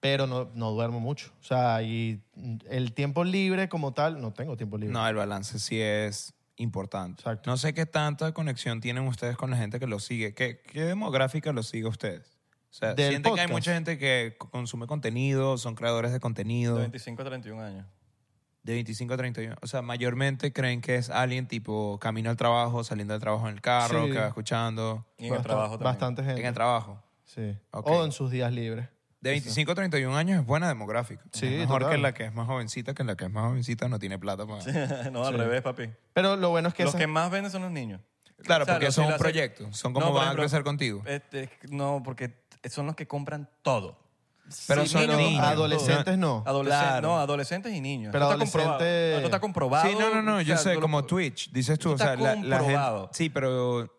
Pero no, no duermo mucho. O sea, y mm, el tiempo libre como tal, no tengo tiempo libre. No, el balance sí es importante. Exacto. No sé qué tanta conexión tienen ustedes con la gente que lo sigue. ¿Qué, qué demográfica lo sigue a ustedes? O sea, Del sienten que hay podcast. mucha gente que co- consume contenido, son creadores de contenido De de, 25 a 31 años. 25 a 31. O sea, mayormente creen que es alguien tipo camino al trabajo, saliendo del trabajo en el carro, Sí. que va escuchando. Y en el Basta- trabajo también. Bastante gente. En el trabajo. Sí. Ok. O en sus días libres. De 25 a 31 años es buena demográfica. Sí, es mejor total. que la que es más jovencita, que la que es más jovencita no tiene plata para... no, al revés, papi. Pero lo bueno es que... Los esas- que más venden son los niños. Claro, O sea, porque los son que un lo hacen- proyecto. Son como por van a crecer contigo. este, no, porque t- son los que compran todo. Pero Sí, son niños. adolescentes no. Adolescentes, Claro. no, adolescentes y niños. Pero Esto está adolescente- comprobado. Esto está comprobado. Sí, no, no, no, O yo sea, sé, lo- como Twitch, dices tú, Esto o sea, está la, la comprobado. gente... Sí, pero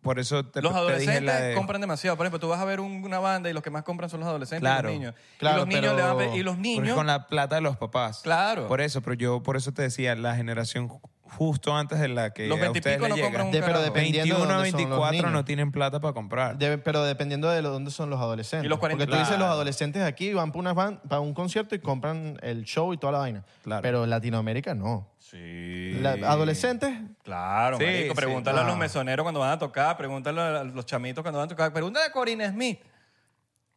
por eso te, Los te dije adolescentes la de... compran demasiado. Por ejemplo, tú vas a ver un- una banda y los que más compran son los adolescentes Claro. y los niños. y Claro, los niños pero- le van a pe- y los porque niños Con la plata de los papás. Claro. Por eso, pero yo por eso te decía, la generación ju- justo antes de la que Los a 20 y ustedes pico les no llega. compran un De- pero carajo. depende- Dependiendo de 21 a dónde son los 24 no niños. tienen plata para comprar. Debe- pero dependiendo de lo- dónde son los adolescentes. Y los 40. Porque tú dices Claro. los adolescentes aquí van para, unas van para un concierto y compran el show y toda la vaina. Claro. Pero Latinoamérica no. Sí. La- adolescentes, Claro, Sí, marico, sí. pregúntale a Ah. los mesoneros cuando van a tocar, pregúntale a los chamitos cuando van a tocar, pregúntale a Corinne Smith,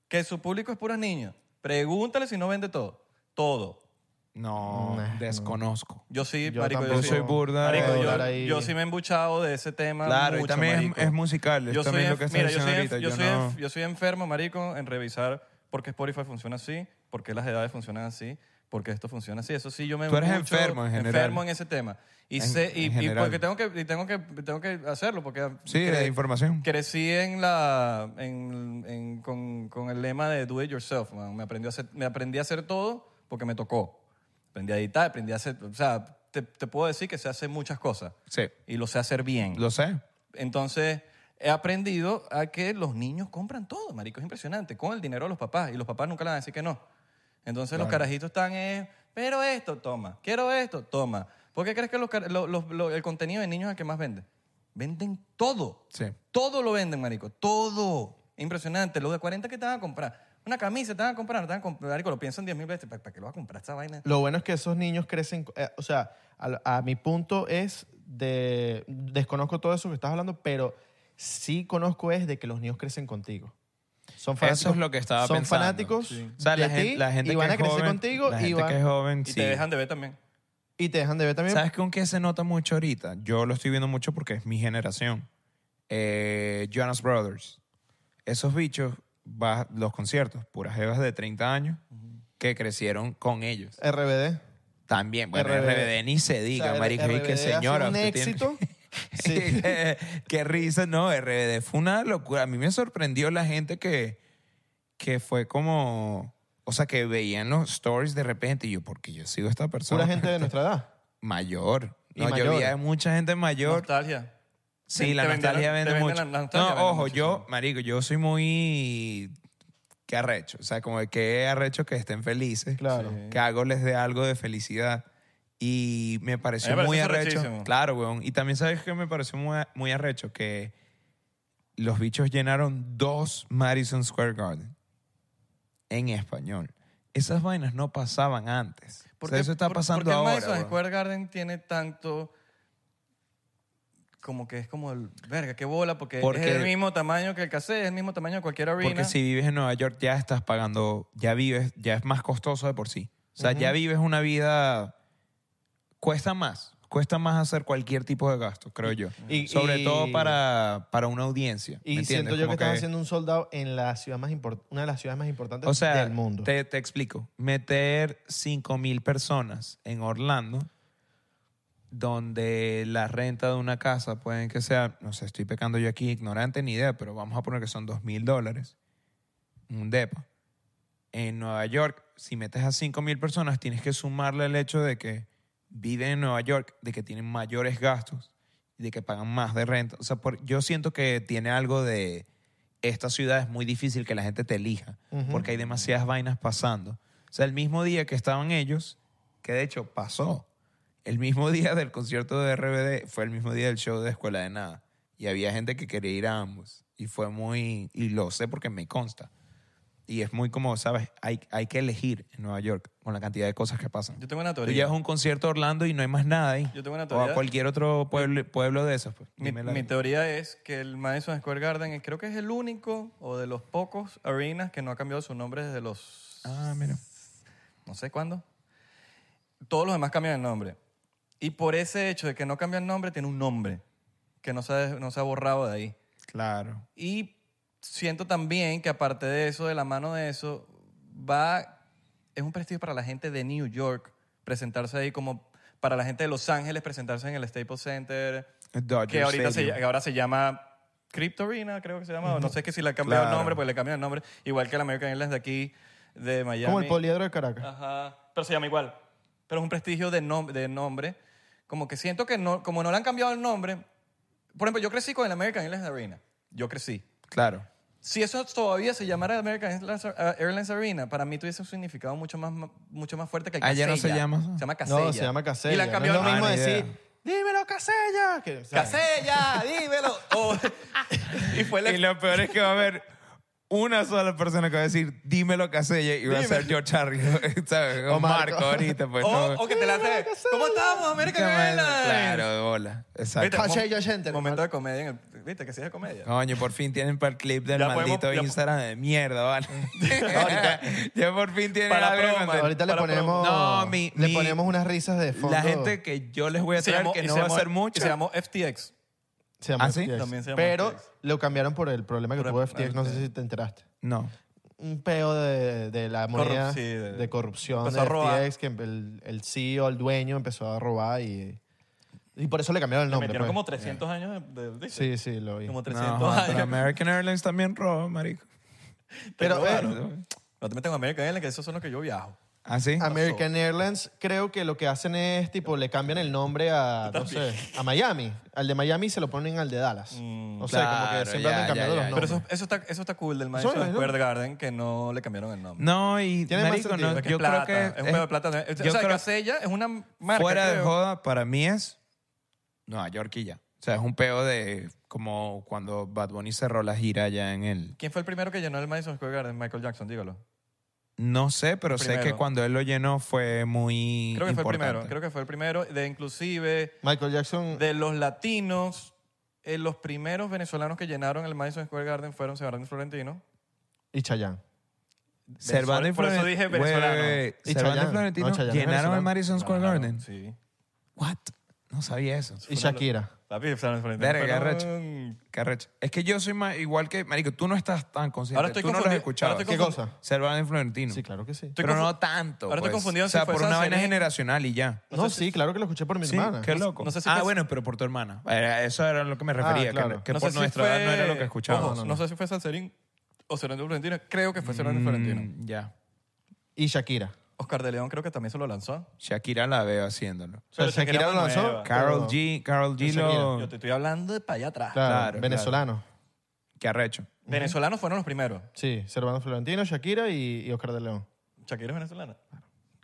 que su público es puros niños. Pregúntale si no vende todo. Todo. No, Nah, no. desconozco. Yo sí, Yo marico, yo tampoco sí. soy burda Marico, de hablar yo, ahí. yo sí me he embuchado de ese tema Claro, Ah, mucho, y también es- marico. es musical, es Yo soy, también lo enf- que estás mira, yo diciendo soy, enf- ahorita, yo yo soy no- enf- yo soy enfermo, marico, en revisar porque Spotify funciona así, porque las edades funcionan así, porque esto funciona así. Eso sí, yo me Tú eres mucho enfermo en general. enfermo en ese tema. Y, En- sé, y, en y general. porque tengo que, y tengo, que, tengo que hacerlo, porque Sí, de información. crecí en la, en- en- con, con el lema de do it yourself. man. Me, aprendí a hacer, me aprendí a hacer todo porque me tocó. Aprendí a editar, aprendí a hacer... O sea, te, te puedo decir que sé hacer muchas cosas. Sí. Y lo sé hacer bien. Lo sé. Entonces, he aprendido a que los niños compran todo, marico. Es impresionante. Con el dinero de los papás. Y los papás nunca le van a decir que no. Entonces, los carajitos están eh, pero esto, toma. Quiero esto, toma. ¿Por qué crees que los car- lo- los- lo- el contenido de niños es el que más vende? Venden todo. Sí. Todo lo venden, marico. Todo. Impresionante. Los de 40 que te van a comprar. Una camisa te van a comprar, no te van a comprar. Marico, lo piensan 10 mil veces. ¿Para, para qué lo vas a comprar esta vaina? Lo bueno es que esos niños crecen, eh, o sea, a, a mi punto es de, desconozco todo eso que estás hablando, pero sí conozco es de que los niños crecen contigo. Son fanáticos, Eso es lo que estaba son pensando. fanáticos Sí. O sea, de la, ti gente, la gente y van que a es crecer joven- contigo la y, gente van- que es joven, Y sí. te dejan de ver también. y te dejan de ver también. ¿Sabes con qué se nota mucho ahorita? Yo lo estoy viendo mucho porque es mi generación. Eh, Jonas Brothers. Esos bichos, va, los conciertos, puras jevas de 30 años que crecieron con ellos. RBD. También, bueno, RBD. RBD, ni se diga, O sea, marico, y RBD que hace señora. un usted tiene- éxito. Sí. qué risa, no, RBD fue una locura. A mí me sorprendió la gente que, que fue como, o sea, que veían los stories de repente y yo, porque yo sigo a esta persona. Pura gente de nuestra edad. Mayor. Y No, yo mayor. vi a mucha gente mayor. Nostalgia. Sí, Te- la te nostalgia vendieron- vende te mucho. venden la nostalgia, no, vende ojo, yo, muchísimo. marico, yo soy muy... Qué arrecho. O sea, como de qué arrecho que estén felices. Claro. Que algo les dé algo de felicidad. Y me pareció A mí me muy parece eso arrecho. arrechísimo. Claro, weón. Y también sabes que me pareció muy, muy arrecho que los bichos llenaron dos Madison Square Garden en español. Esas vainas no pasaban antes. O ¿Por sea, qué- eso está por- pasando por qué el ahora. Madison weón. Square Garden tiene tanto como que es como el verga, qué bola, porque, Porque- es el mismo tamaño que el cassette, es el mismo tamaño de cualquier arena. Porque si vives en Nueva York ya estás pagando, ya vives, ya es más costoso de por sí. O sea, ya vives una vida cuesta más, cuesta más hacer cualquier tipo de gasto, creo yo. Y- Sobre y- todo para, para una audiencia. ¿me Y entiendes? siento yo que Como estás haciendo un soldado en la ciudad más import- una de las ciudades más importantes o sea, del mundo. Te, te explico. Meter 5.000 personas en Orlando, donde la renta de una casa pueden que sea, no sé, estoy pecando yo aquí, ignorante ni idea, pero vamos a poner que son 2.000 dólares, un depa. En Nueva York, si metes a 5.000 personas, tienes que sumarle el hecho de que viven en Nueva York, de que tienen mayores gastos y de que pagan más de renta. O sea, por- yo siento que tiene algo de esta ciudad es muy difícil que la gente te elija porque hay demasiadas vainas pasando. O sea, el mismo día que estaban ellos, que de hecho pasó, el mismo día del concierto de RBD fue el mismo día del show de Escuela de Nada y había gente que quería ir a ambos y fue muy, y lo sé porque me consta. Y es muy como, ¿sabes? Hay, hay que elegir en Nueva York con la cantidad de cosas que pasan. Yo tengo una Tú teoría. llevas a un concierto a Orlando y no hay más nada ahí. Yo tengo una O teoría. a cualquier otro pueblo, pueblo de esos. Pues. mi, Dímela. mi teoría es que el Madison Square Garden creo que es el único o de los pocos arenas que no ha cambiado su nombre desde los Ah, mira. no sé cuándo. Todos los demás cambian el nombre. Y por ese hecho de que no cambia el nombre, tiene un nombre que no se ha- no se ha borrado de ahí. Claro. Y siento también que aparte de eso, de la mano de eso, va, es un prestigio para la gente de New York presentarse ahí como para la gente de Los Ángeles presentarse en el Staples Center, Dodger que, ahorita se, Stadium. que ahora se llama Crypto Arena, creo que se llama, o no sé que si le han cambiado el Claro. nombre, pues le cambian el nombre, igual que la American Airlines de aquí, de Miami. Como el poliedro de Caracas. Ajá. Pero se llama igual. Pero es un prestigio de, nom- de nombre. Como que siento que no, como no le han cambiado el nombre. Por ejemplo, yo crecí con el American Airlines Arena. Yo crecí. Claro. Si eso todavía se llamara American Airlines, eh, Airlines Arena, para mí tuviese un significado mucho más, mucho más fuerte que el Ah, ya no Casella. se llama eso. Se llama Casella. No, se llama Casella. Y la han cambiado no es el lo mismo nombre. Ah, ni decir, dímelo Casella. que, o sea, ¡Casella! ¡Dímelo! O- y fue la Y lo peor es que va a haber una sola persona que va a decir, dímelo Casella, y va a ser George Harris, ¿sabes? O, O Marco. Marco. ahorita, pues. o, no. o que te la hace. ¿Cómo estamos, American Airlines? Claro, hola. Exacto. Viste, Casella Center. Momento de comedia. en el- ¿Viste que sí es de comedia? Coño, por fin tienen para el clip del Ya podemos- maldito ya- Instagram de mierda, ¿vale? ya por fin tienen Para algo de broma. contenido. Ahorita le Para ponemos, promo- No, mi- le mi- ponemos unas risas de fondo. La gente que yo les voy a Se traer llamó- que y no se va llamó- a ser y mucho. Se llamó FTX. se llama ¿Ah, sí? FTX. También se llama Pero FTX. lo cambiaron por el problema que Por el- tuvo FTX. No sé ah, si te enteraste. No. un peo de, de la moneda sí, de, de- corrupción empezó de a robar. FTX, que el, el CEO, el dueño, empezó a robar y, y por eso le cambiaron el nombre. Metieron pues. como 300 años de... de- Sí, sí, lo vi. Como 300 eh. No, pero años. American Airlines también roba, marico. Pero, eh, Robaron. No te metas con American Airlines, que esos son los que yo viajo. ¿Ah, sí? American Airlines creo que lo que hacen es tipo le cambian el nombre a no sé, a Miami al de Miami se lo ponen al de Dallas o sea como que Mm, claro, siempre ya, andan ya, cambiando ya, los ya. Pero nombres eso, eso, está, eso está cool del Eso es, Madison ¿no? Square Garden, que no le cambiaron el nombre. No, y Tiene más marico, sentido. no, Es que yo es plata, creo que es un pedo de plata. O sea, yo creo- Casella es una marca. fuera de creo. joda, para mí es Nueva York y ya. O sea, es un peo de como cuando Bad Bunny cerró la gira allá en el... ¿Quién fue el primero que llenó el Madison Square Garden? Michael Jackson, dígalo. No sé, pero sé que Primero. cuando él lo llenó fue muy Creo que fue el importante. primero. Creo que fue el primero. De inclusive Michael Jackson de los latinos, eh, los primeros venezolanos que llenaron el Madison Square Garden fueron Sebastián y Florentino. y Chayanne Servando y Por eso Florent- dije Güey, venezolano. Y Servando y Chayanne. Florentino No, Chayanne es llenaron venezolano. el Madison Square Claro, Garden. Sí. What? No sabía eso. y Shakira Papi, Sebastián y Florentino. Verga, fueron- arrecho. Qué arrecho. Es que yo soy más, igual que, marico, tú no estás tan consciente. Ahora estoy tú no los confundido- escuchabas. ahora estoy ¿Qué confundido. cosa? Servando y Florentino. sí claro que sí Estoy pero confu- no tanto. Ahora estoy pues. confundido O si sea, fue por una vaina Sanserín. generacional y ya. no sí claro que lo escuché por mi Sí, hermana qué loco. no sé si ah, fue- bueno, pero por tu hermana. Era- Eso era lo que me refería, que- Ah, claro. que, por nuestra edad no era lo que escuchaba. escuchábamos. No, sé si fue Salserín o Serán Florentino. Creo que fue Serán Florentino. Mm, ya. y Shakira Oscar de León creo que también se lo lanzó. Shakira la veo haciéndolo. o sea, Pero Shakira Shakira lo fue lanzó nueva. Carol pero- G, Carol G Shakira. lo... Yo te estoy hablando de para allá atrás. claro Oh. claro. venezolano Qué arrecho. Venezolanos fueron los primeros. sí Servando Florentino Shakira y, y Oscar de León Shakira es venezolana.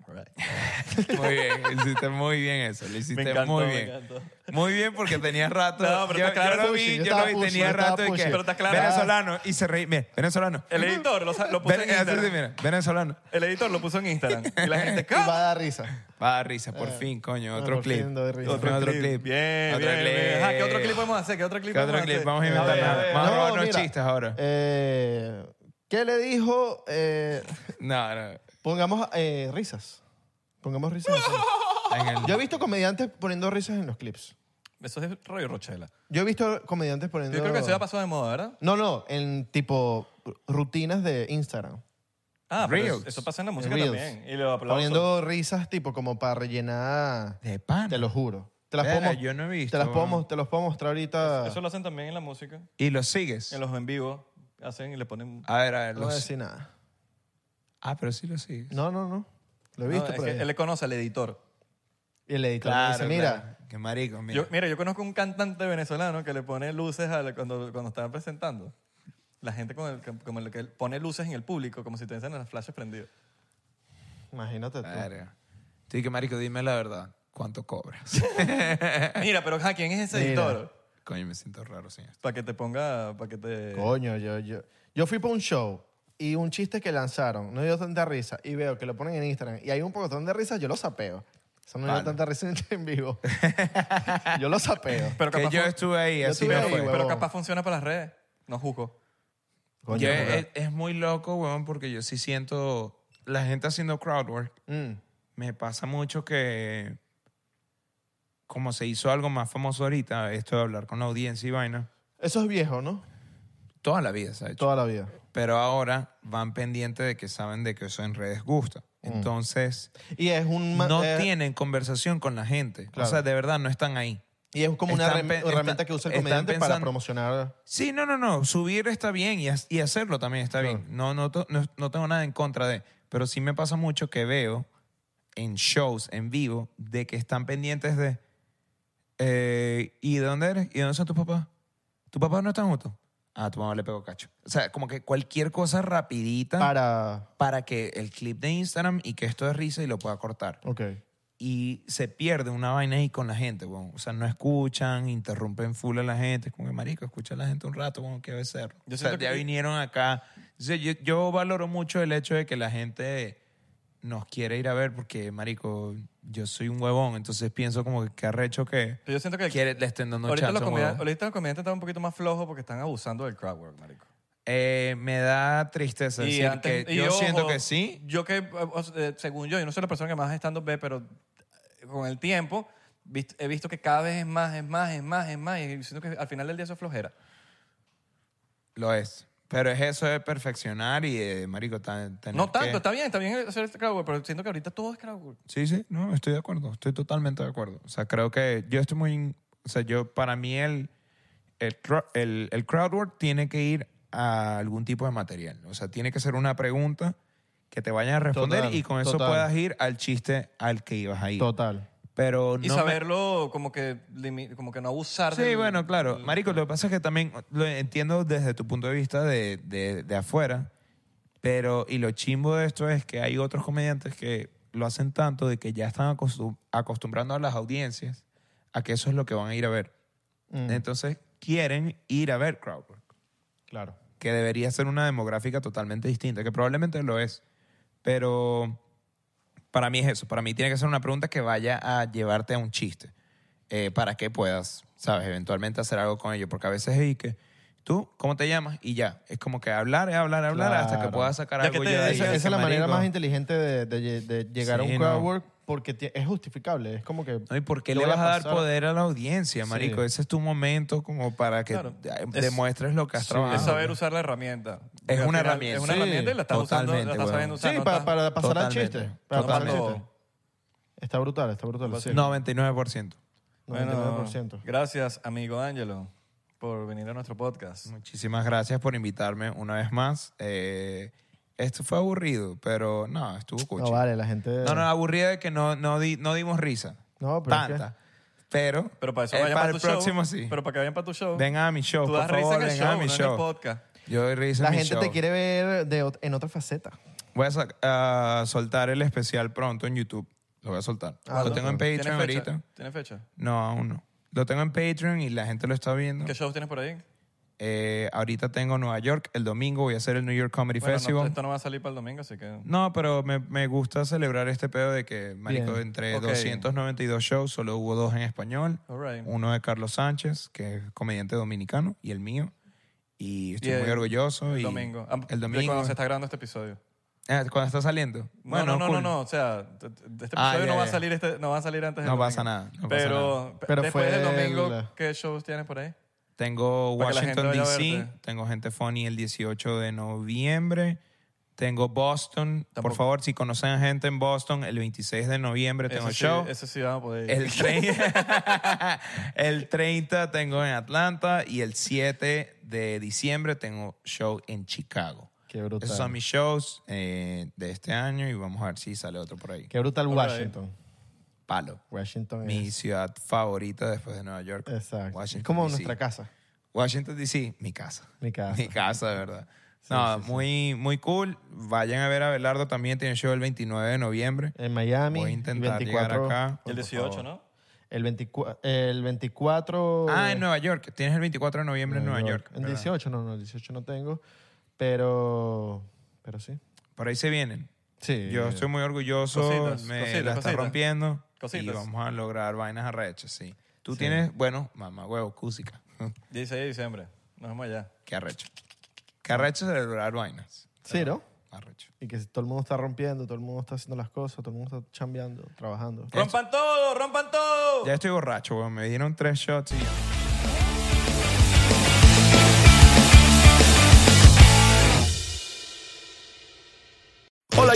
All right. Muy bien, hiciste muy bien eso, lo hiciste Me encantó, muy me bien. encantó. Muy bien porque tenías rato. No, pero yo, está claro, yo lo pushy, vi, yo yo, estaba lo vi, pushy, yo tenía estaba rato de que pushy. Pero está claro. venezolano y se reí, mira, venezolano. El editor lo, sa- lo Eh, puso en Ven- así se Instagram. mira, venezolano. El editor lo puso en Instagram. Y la gente, y va ¿cómo? a dar risa Va a risa, por fin, coño, ah, otro por clip. fin doy risa. Otro, otro clip. Bien, Otro bien, bien. Ajá, ¿Qué otro clip podemos hacer? ¿Qué otro clip ¿Qué otro podemos clip? hacer? Vamos a inventar ver, nada. ver. Vamos a No, robar los mira. chistes ahora. Eh, ¿qué le dijo eh, No, no. Pongamos eh, risas. Pongamos risas. en escena. En el- Yo he visto comediantes poniendo risas en los clips. Eso es rollo Rochela. Yo he visto comediantes poniendo. Yo creo que eso ya pasó de moda, ¿verdad? No, no, en tipo rutinas de Instagram. Ah, pero Reels. eso pasa en la música Reels. también. Y lo aplauso. Poniendo risas tipo como para rellenar. De pan. Te lo juro. Te las Verga, puedo, mos- yo no he visto, Te las puedo, weón. mos- te los puedo mostrar ahorita. Eso lo hacen también en la música. Y lo sigues. En los en vivo hacen y le ponen... A ver, a ver. No voy a Los... decir nada. Ah, pero sí lo sigues. No, no, no. Lo he No, visto es por que ahí. él le conoce al editor. Y el editor Claro, dice, mira, claro. Qué marico, mira. Yo, mira, yo conozco un cantante venezolano que le pone luces a la- cuando, cuando estaba presentando. La gente con el, como el que pone luces en el público, como si tuviesen las flashes prendidas. imagínate tú. Verga. Estoy que marico, dime la verdad. ¿Cuánto cobras? Mira, pero ajá, ¿quién es ese Mira. editor? Coño, me siento raro sin esto. Para que te ponga, para que te... Coño, yo, yo, yo fui para un show y un chiste que lanzaron no dio tanta risa y veo que lo ponen en Instagram y hay un pocotón de risa, yo lo sapeo. Eso no dio Vale. tanta risa en- en vivo. yo lo sapeo. Pero que capaz, yo fun- estuve ahí, Yo así estuve no ahí, fue. huevón. pero capaz funciona para las redes. No juzgo. Coño, Yo- porque- es, es muy loco, weón, porque yo sí siento... La gente haciendo crowdwork Mm, me pasa mucho que como se hizo algo más famoso ahorita, esto de hablar con la audiencia y vaina, Eso es viejo, ¿no? toda la vida se ha hecho. Toda la vida. Pero ahora van pendientes de que saben de que eso en redes gusta. Entonces, Y es Mm. un ma- no eh, tienen conversación con la gente. Claro. O sea, de verdad no están ahí. y es como una están herram- pe- herramienta están- que usa el están comediante para pensando- promocionar. Sí, no, no, no. Subir está bien y, ha- y hacerlo también está Claro. bien. No, no, to- no, no tengo nada en contra de. Pero sí me pasa mucho que veo en shows, en vivo, de que están pendientes de. eh, ¿Y de dónde eres? ¿Y de dónde son tus papás? ¿Tu papá no está juntos? Ah, tu mamá le pegó cacho. O sea, como que cualquier cosa rapidita para, Para. que el clip de Instagram y que esto es risa y lo pueda cortar. Ok. Y se pierde una vaina ahí con la gente, weón. O sea, no escuchan, interrumpen full a la gente. Es como que, marico, escucha a la gente un rato, weón, qué becerro. Yo o sea, siento que- ya vinieron acá. O sea, yo, yo valoro mucho el hecho de que la gente nos quiere ir a ver porque, marico, yo soy un huevón. Entonces pienso como que qué arrecho que Pero yo siento que... quiere, le estén dando ahorita, chance los a un comediantes, huevón. ahorita los comediantes están un poquito más flojos porque están abusando del crowd work, marico. Eh, me da tristeza decir antes- que y yo ojo, siento que sí. Yo que, o sea, eh, según yo, yo no soy la persona que más estando ve, pero eh, con el tiempo vist- he visto que cada vez es más, es más, es más, es más, y siento que al final del día eso es flojera. Lo es. Pero es eso de perfeccionar y, eh, marico, tan- tener No tanto, que- está bien, está bien hacer crowdwork, pero siento que ahorita todo es crowdwork. Sí, sí, no, estoy de acuerdo, estoy totalmente de acuerdo. O sea, creo que yo estoy muy, o sea, yo para mí el, el, cro- el, el crowd work tiene que ir a algún tipo de material. O sea, tiene que ser una pregunta que te vayan a responder Total, y con eso total. puedas ir al chiste al que ibas a ir. Total. Pero Y no me- saberlo como que limi- como que no abusar Sí, del- bueno, claro. del- Marico, lo que pasa es que también lo entiendo desde tu punto de vista de, de- de afuera, pero y lo chimbo de esto es que hay otros comediantes que lo hacen tanto de que ya están acostum- acostumbrando a las audiencias a que eso es lo que van a ir a ver. Mm, Entonces quieren ir a ver crowdwork, Claro. que debería ser una demográfica totalmente distinta, que probablemente lo es, pero para mí es eso. Para mí tiene que ser una pregunta que vaya a llevarte a un chiste. eh, para que puedas, ¿sabes? Eventualmente hacer algo con ello. Porque a veces es que tú, ¿cómo te llamas? Y ya. Es como que hablar, es hablar, hablar hasta que Claro. puedas sacar Ya algo que te- ya de ahí. Sí, Esa, esa Que, es la manera marico, más inteligente de, de- de llegar a Sí, un no. crowdwork porque ti- es justificable. Es como que. No, ¿y por qué yo le voy vas a dar pasar- poder a la audiencia, Sí. marico? Ese es tu momento como para que Claro. eh, Es- demuestres lo que has sí, trabajado. Es saber usar la herramienta. Porque Es al una final herramienta. Es una Sí, herramienta y la estás usando, la totalmente, estás sabiendo weón. usar. Sí, no para, estás- para pasar al Totalmente. chiste. Para no pasar al tanto- chiste. Está brutal, está brutal. sí. 99%. 99%. gracias, amigo Ángelo, por venir a nuestro podcast. Muchísimas gracias por invitarme una vez más. Eh, esto fue aburrido, pero no, estuvo cuchi. No vale, la gente. No, no, aburrida de que no, no, di- no dimos risa. No, pero es que- Tanta. Pero, Pero para eso eh, vayan para, el tu próximo show. sí. Pero para que vayan para tu show. Vengan a mi show, Tú por das risa en favor, el vengan show, a no mi en el show. podcast. Yo doy risa La en mi gente te show. quiere ver de ot- en otra faceta. Voy a sac- a soltar el especial pronto en YouTube. Lo voy a soltar. Ah, lo tengo en ¿Tienes Patreon fecha? ahorita. ¿Tienes fecha? No, aún no. Lo tengo en Patreon y la gente lo está viendo. ¿Qué shows tienes por ahí? Eh, ahorita tengo Nueva York. El domingo voy a hacer el New York Comedy Bueno, no, Festival. esto no va a salir para el domingo, así que... No, pero me, me gusta celebrar este pedo de que, marico, Bien. entre Ok. 292 shows, solo hubo dos en español. All right. Uno de Carlos Sánchez, que es comediante dominicano, y el mío. Y estoy Y el- muy orgulloso. El y domingo. Ah, El de domingo. Cuando se está grabando este episodio. Ah, ¿cuándo está saliendo. no, no, no, cool. no, no, o sea, t- t- este episodio Ah, ya, no va a ya. salir este, no va a salir antes del No domingo. pasa nada, no pasa pero p- Pero después fue del domingo, el- ¿qué shows tienes por ahí? Tengo Para que la gente Washington vaya a DC, verte. tengo Gente Funny el 18 de noviembre, tengo Boston, por Tampoco. favor, si conocen gente en Boston, el 26 de noviembre tengo Eh, sí, Este show. ese sí vamos a poder ir. El 30, el 30 tengo en Atlanta y el 7 de diciembre tengo show en Chicago. Qué brutal. Esos son mis shows eh, de este año y vamos a ver si sale otro por ahí. Qué brutal All right. Washington. Palo. Washington Mi es. ciudad favorita después de Nueva York. Exacto. Washington, es como DC. nuestra casa. Washington DC, mi casa. Mi casa. Mi casa, de verdad. no, muy, muy cool. Vayan a ver a Belardo también. Tiene show el 29 de noviembre. En Miami. Voy a y intentar 24, llegar acá. El 18, ¿no? El 24. El 24 Ah, en Nueva York. Tienes el 24 de noviembre en Nueva York. En ¿verdad? 18, no, no, el 18 no tengo. Pero. Pero sí. Por ahí se vienen. Sí. Yo estoy muy orgulloso, Eh, Cositas, me cositas, la está cositas. rompiendo y Cositas. vamos a lograr vainas arrechas, sí. Tú tienes, bueno, mamá huevo, cúsica. 16 de diciembre. Nos vemos allá. Qué arrecho. Qué arrecho celebrar vainas. Sí, ¿no? Arrecho. Y que todo el mundo está rompiendo, todo el mundo está haciendo las cosas, todo el mundo está chambeando, trabajando. ¡Rompan todo! ¡Rompan todo! Ya estoy borracho, weón. Me dieron tres shots y ya. Hola,